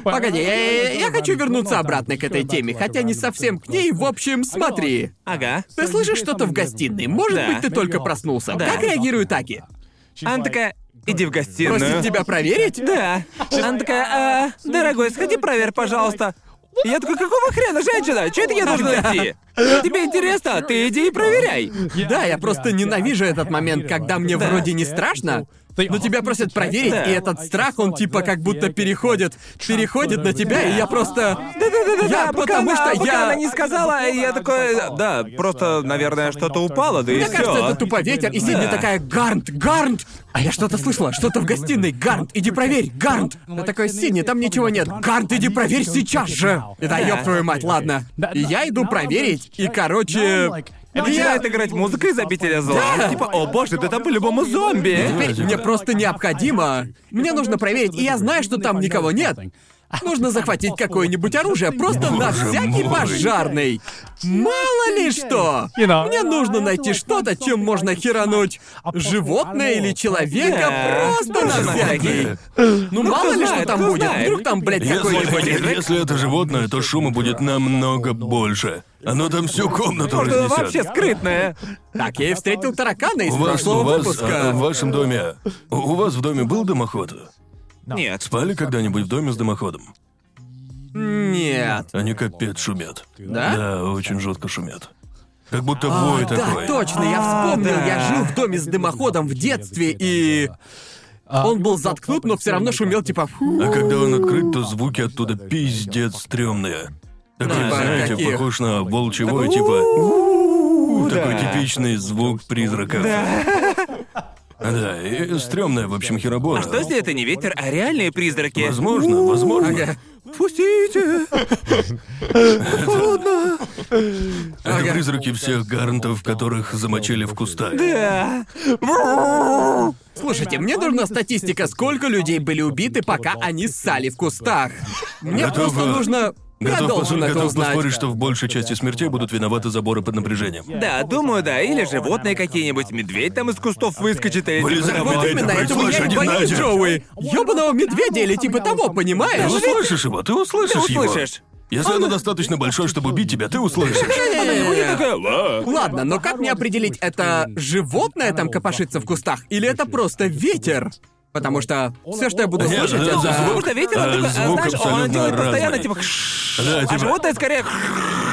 [SPEAKER 3] Погоди, я, я- я хочу вернуться обратно к этой теме, хотя не совсем к ней. В общем, смотри.
[SPEAKER 2] Ага.
[SPEAKER 3] Ты слышишь что-то в гостиной? Может
[SPEAKER 2] Да.
[SPEAKER 3] быть, ты только проснулся.
[SPEAKER 2] Да.
[SPEAKER 3] Как реагирует Аки?
[SPEAKER 2] Она такая, иди в гостиную.
[SPEAKER 3] Просит тебя проверить?
[SPEAKER 2] Да. Она такая, «А, дорогой, сходи проверь, пожалуйста. Я такой, какого хрена, женщина? Че это я должна идти? Тебе интересно? Ты иди и проверяй.
[SPEAKER 3] Да, я просто ненавижу этот момент, когда мне
[SPEAKER 4] Да.
[SPEAKER 3] вроде не страшно, но тебя просят проверить,
[SPEAKER 2] Да.
[SPEAKER 3] и этот страх, он типа как будто переходит, переходит на тебя, и я просто...
[SPEAKER 2] Да-да-да-да,
[SPEAKER 3] Я,
[SPEAKER 2] пока
[SPEAKER 3] потому
[SPEAKER 2] она-
[SPEAKER 3] что
[SPEAKER 2] пока
[SPEAKER 3] я-
[SPEAKER 2] она не сказала, я такой, да, просто, наверное, что-то упало, да и
[SPEAKER 4] Мне
[SPEAKER 3] Мне
[SPEAKER 2] все.
[SPEAKER 3] кажется, это тупо ветер, и Сидни
[SPEAKER 2] Да.
[SPEAKER 3] такая «Гарнт! Гарнт!» А я что-то слышала, что-то в гостиной «Гарнт! Иди проверь! Гарнт!» Я такой «Сидни, там ничего нет! Гарнт, иди проверь сейчас же!» И да, ёб твою мать, ладно. И я иду проверить, и, короче...
[SPEAKER 2] И начинает играть музыка из обители зла. Типа, о боже, да там по-любому зомби.
[SPEAKER 3] Теперь мне просто необходимо. Мне нужно проверить, и я знаю, что там никого нет. Нужно захватить какое-нибудь оружие, просто на
[SPEAKER 1] Боже мой.
[SPEAKER 3] всякий пожарный. Мало ли что! Мне нужно найти что-то, чем можно херануть животное или человека,
[SPEAKER 2] Да.
[SPEAKER 3] просто на
[SPEAKER 2] Нужно
[SPEAKER 3] всякий. Ну
[SPEAKER 2] кто
[SPEAKER 3] мало ли что
[SPEAKER 2] знает,
[SPEAKER 3] там
[SPEAKER 2] кто
[SPEAKER 3] будет,
[SPEAKER 2] знает.
[SPEAKER 3] вдруг там, блядь, какой-нибудь...
[SPEAKER 1] Если, если это животное, то шума будет намного больше. Оно там всю комнату
[SPEAKER 2] Может, она
[SPEAKER 1] разнесет.
[SPEAKER 2] вообще скрытная.
[SPEAKER 3] Так, я и встретил таракана из
[SPEAKER 1] У вас, у
[SPEAKER 3] прошлого
[SPEAKER 1] вас, а, в
[SPEAKER 3] выпуска.
[SPEAKER 1] вашем доме, у- у вас в доме был дымоход?
[SPEAKER 2] Нет.
[SPEAKER 1] Спали когда-нибудь в доме с дымоходом?
[SPEAKER 3] Нет.
[SPEAKER 1] Они капец шумят.
[SPEAKER 3] Да? А,
[SPEAKER 1] Да, очень жутко шумят. Как будто вой
[SPEAKER 3] Да,
[SPEAKER 1] такой.
[SPEAKER 3] точно, я вспомнил,
[SPEAKER 2] да.
[SPEAKER 3] я жил в доме с дымоходом в детстве, и... Он был заткнут, но все равно шумел, типа... «Фу».
[SPEAKER 1] А когда он открыт, то звуки оттуда пиздец стрёмные. Такой,
[SPEAKER 3] Типа
[SPEAKER 1] знаете,
[SPEAKER 3] каких?
[SPEAKER 1] похож на волчий вой, типа...
[SPEAKER 2] Ну
[SPEAKER 1] Такой типичный звук призрака. Да. Да, и стрёмная, в общем,
[SPEAKER 3] А
[SPEAKER 1] херобора.
[SPEAKER 2] Что если это не ветер, а реальные призраки?
[SPEAKER 1] Возможно, возможно.
[SPEAKER 3] Ага.
[SPEAKER 2] Пустите!
[SPEAKER 1] Это призраки всех гарантов, которых замочили в кустах.
[SPEAKER 2] Да.
[SPEAKER 3] Слушайте, мне нужна статистика, сколько людей были убиты, пока они ссали в кустах. Мне
[SPEAKER 1] Готово.
[SPEAKER 3] просто нужно... Я
[SPEAKER 1] Готов,
[SPEAKER 3] должен
[SPEAKER 1] пос-
[SPEAKER 3] это
[SPEAKER 1] готов
[SPEAKER 3] узнать.
[SPEAKER 1] поспорить, что в большей части смертей будут виноваты заборы под напряжением.
[SPEAKER 2] Да, думаю, да. Или животные какие-нибудь, медведь там из кустов выскочит или...
[SPEAKER 1] Вылезай,
[SPEAKER 2] типа того.
[SPEAKER 3] Вот
[SPEAKER 1] медведь.
[SPEAKER 3] именно
[SPEAKER 1] Давай,
[SPEAKER 3] этого я
[SPEAKER 1] слышь,
[SPEAKER 3] и
[SPEAKER 1] один на
[SPEAKER 3] боюсь,
[SPEAKER 1] один.
[SPEAKER 3] Джоуи. Ёбаного медведя или типа того,
[SPEAKER 1] Ты
[SPEAKER 3] понимаешь?
[SPEAKER 1] услышишь его, ты услышишь
[SPEAKER 2] Ты
[SPEAKER 1] его.
[SPEAKER 2] услышишь.
[SPEAKER 1] Если оно достаточно большое, чтобы убить тебя, ты услышишь.
[SPEAKER 2] И такая, «Ла».
[SPEAKER 3] Ладно, но как мне определить, это животное там копошится в кустах или это просто ветер? Потому что все, что я буду
[SPEAKER 1] Нет,
[SPEAKER 3] слышать,
[SPEAKER 1] это
[SPEAKER 2] Ну,
[SPEAKER 1] звук.
[SPEAKER 2] потому
[SPEAKER 3] это...
[SPEAKER 2] что ветер,
[SPEAKER 1] Э,
[SPEAKER 2] он такой, а,
[SPEAKER 1] звук
[SPEAKER 2] знаешь, он
[SPEAKER 1] абсолютно
[SPEAKER 2] делает постоянно,
[SPEAKER 1] разный.
[SPEAKER 2] типа, «Кш».
[SPEAKER 1] Да,
[SPEAKER 2] а
[SPEAKER 1] типа,
[SPEAKER 2] животное скорее...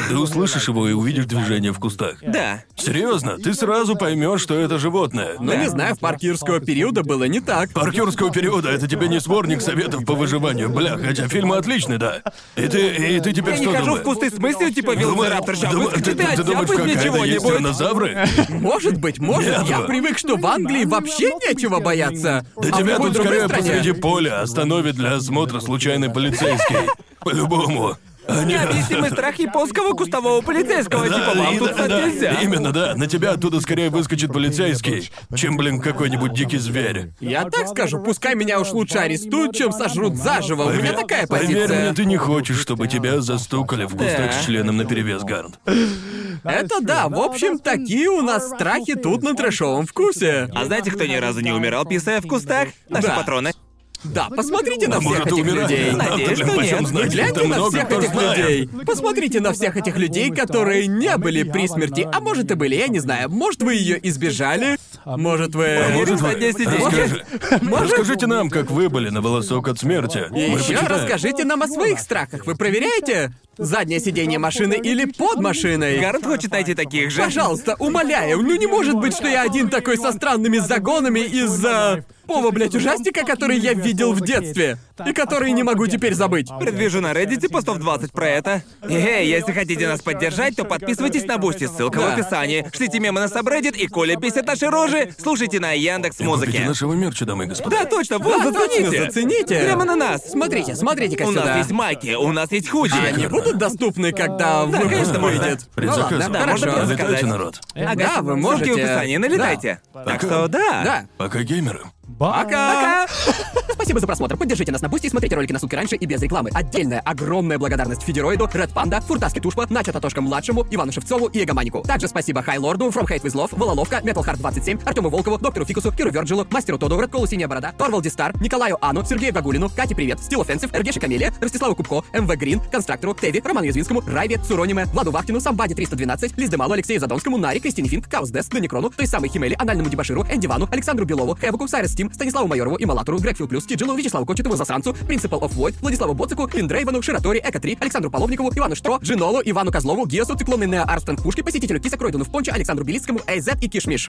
[SPEAKER 1] ты услышишь его и увидишь движение в кустах.
[SPEAKER 2] Да.
[SPEAKER 1] Серьезно, ты сразу поймешь, что это животное.
[SPEAKER 3] Ну не знаю, в парк юрского периода было не так.
[SPEAKER 1] Паркерского периода это тебе не сборник советов по выживанию, бля, хотя фильмы отличные, да. И ты, и ты теперь
[SPEAKER 2] Я не
[SPEAKER 1] что
[SPEAKER 2] хожу в
[SPEAKER 1] думаешь?
[SPEAKER 2] кусты с мыслью, типа,
[SPEAKER 1] Дума-
[SPEAKER 2] велосираптор сейчас
[SPEAKER 1] дума- ты,
[SPEAKER 2] выскочит и
[SPEAKER 1] ты- ты думаешь,
[SPEAKER 2] оттяпает
[SPEAKER 1] какая-то
[SPEAKER 2] мне
[SPEAKER 1] есть
[SPEAKER 2] чего-нибудь.
[SPEAKER 1] динозавры?
[SPEAKER 3] Может быть, может,
[SPEAKER 1] Нет,
[SPEAKER 3] я
[SPEAKER 1] да.
[SPEAKER 3] привык, что в Англии вообще нечего бояться.
[SPEAKER 1] Да
[SPEAKER 3] а в
[SPEAKER 1] тебя
[SPEAKER 3] любой
[SPEAKER 1] тут
[SPEAKER 3] другой
[SPEAKER 1] скорее
[SPEAKER 3] стране.
[SPEAKER 1] посреди поля остановит для осмотра случайный полицейский. По-любому.
[SPEAKER 2] Необъяснимый страх японского кустового полицейского, типа вам тут
[SPEAKER 1] именно,
[SPEAKER 2] стать
[SPEAKER 1] да,
[SPEAKER 2] нельзя.
[SPEAKER 1] именно, да. На тебя оттуда скорее выскочит полицейский, чем, блин, какой-нибудь дикий зверь.
[SPEAKER 4] Я так скажу, пускай меня уж лучше арестуют, чем сожрут заживо. У меня
[SPEAKER 1] Поверь-
[SPEAKER 4] такая
[SPEAKER 1] Поверь мне,
[SPEAKER 4] позиция.
[SPEAKER 1] ты не хочешь, чтобы тебя застукали в кустах
[SPEAKER 2] Да.
[SPEAKER 1] с членом наперевес, Гарнт. А
[SPEAKER 4] Это да, в общем, такие у нас страхи тут на трэшовом вкусе.
[SPEAKER 2] А знаете, кто ни разу не умирал, писая в кустах? Наши
[SPEAKER 4] Да.
[SPEAKER 2] патроны.
[SPEAKER 4] Да, посмотрите на
[SPEAKER 1] А
[SPEAKER 4] всех
[SPEAKER 1] может,
[SPEAKER 4] этих
[SPEAKER 1] умирать?
[SPEAKER 4] людей.
[SPEAKER 1] Да,
[SPEAKER 2] Надеюсь,
[SPEAKER 1] блин,
[SPEAKER 2] что
[SPEAKER 1] почем
[SPEAKER 2] нет.
[SPEAKER 1] знать?
[SPEAKER 4] Гляньте
[SPEAKER 1] Это
[SPEAKER 4] на
[SPEAKER 1] много
[SPEAKER 4] всех
[SPEAKER 1] кто
[SPEAKER 4] этих
[SPEAKER 1] знает.
[SPEAKER 4] людей. Посмотрите на всех этих людей, которые не были при смерти, а может и были, я не знаю. Может, вы ее избежали? Может, вы...
[SPEAKER 1] А может, вы-
[SPEAKER 2] Одессе день.
[SPEAKER 1] Расскажи-
[SPEAKER 4] Может?
[SPEAKER 1] Расскажите нам, как вы были на волосок от смерти.
[SPEAKER 4] И
[SPEAKER 1] Мы
[SPEAKER 4] еще
[SPEAKER 1] почитаем.
[SPEAKER 4] расскажите нам о своих страхах. Вы проверяете заднее сиденье машины или под машиной?
[SPEAKER 2] Гарнт хочет найти таких же.
[SPEAKER 4] Пожалуйста, умоляю, ну не может быть, что я один такой со странными загонами из-за... Пова, блядь, ужастика, который я видел в детстве. И который не могу теперь забыть.
[SPEAKER 2] Предвижу на Reddit постов 20 про это. Эй, если хотите нас поддержать, то подписывайтесь на Бусти, ссылка в
[SPEAKER 4] Да.
[SPEAKER 2] описании. Шлите мемы на Subreddit и Коля бесит наши рожи. Слушайте на Яндекс
[SPEAKER 1] Купите
[SPEAKER 2] Музыке.
[SPEAKER 1] нашего мерча, дамы и господа.
[SPEAKER 2] Да, точно, вот,
[SPEAKER 4] Да, точно,
[SPEAKER 2] зацените.
[SPEAKER 4] зацените.
[SPEAKER 2] Прямо на нас. А,
[SPEAKER 4] Смотрите, смотрите-ка
[SPEAKER 2] У
[SPEAKER 4] сюда.
[SPEAKER 2] нас есть майки, у нас есть худи.
[SPEAKER 4] Они будут доступны, когда выпуск
[SPEAKER 2] конечно, можно.
[SPEAKER 4] выйдет. Ну
[SPEAKER 1] Предзаказ.
[SPEAKER 4] ладно,
[SPEAKER 2] Да, можно
[SPEAKER 4] хорошо.
[SPEAKER 2] предзаказать.
[SPEAKER 1] Налетайте, народ.
[SPEAKER 4] Да, вы можете.
[SPEAKER 2] Ссылки в описании, налетайте. Так что да.
[SPEAKER 4] Да.
[SPEAKER 1] Пока геймеры.
[SPEAKER 4] Пока!
[SPEAKER 3] Спасибо за просмотр. Поддержите нас на бусте и смотрите ролики на сутки раньше и без рекламы. Отдельная огромная благодарность Федероиду, Ред Панда, Фуртаске Тушпа, Нача Татошка младшему, Ивану Шевцову и Эгоманику. Также спасибо Хайлорду, From Hate with Love, Вололовка, Metal Hard 27, Артему Волкову, Доктору Фикусу, Киру Верджилу, Мастеру Тоду, Редколу Синяя Борода, Торвалди Стар, Николаю Ану, Сергею Гагулину, Кате Привет, Стил Офенсив, Эргеше Камелия, Ростиславу Кубко, МВ Грин, Констрактору, Теви, Роману Язвинскому, Райве, Сурониме, Владу Вахтину, Самбаде 312, Лиз Демалу, Алексею Задонскому, Наре, Кристине Финк, Каус Дес, Даникрону, той самой Химели, Анальному Дебаширу, Эндивану, Александру Белову, Хэвуку, Сайрес Тим, Станиславу Майорову, Ималатору, Грегфил Плюс, Тиджилу, Вячеславу Кочетову, Засранцу, Принципал оф Войд, Владиславу Боцику, Линдрейвану, Ширатори, Эко-3, Александру Половникову, Ивану Штро, Джинолу, Ивану Козлову, Гесу, Циклонный Нео Арстен Пушки, посетителю Киса Кройдуну в Понче, Александру Белицкому, Эйзет и Кишмиш.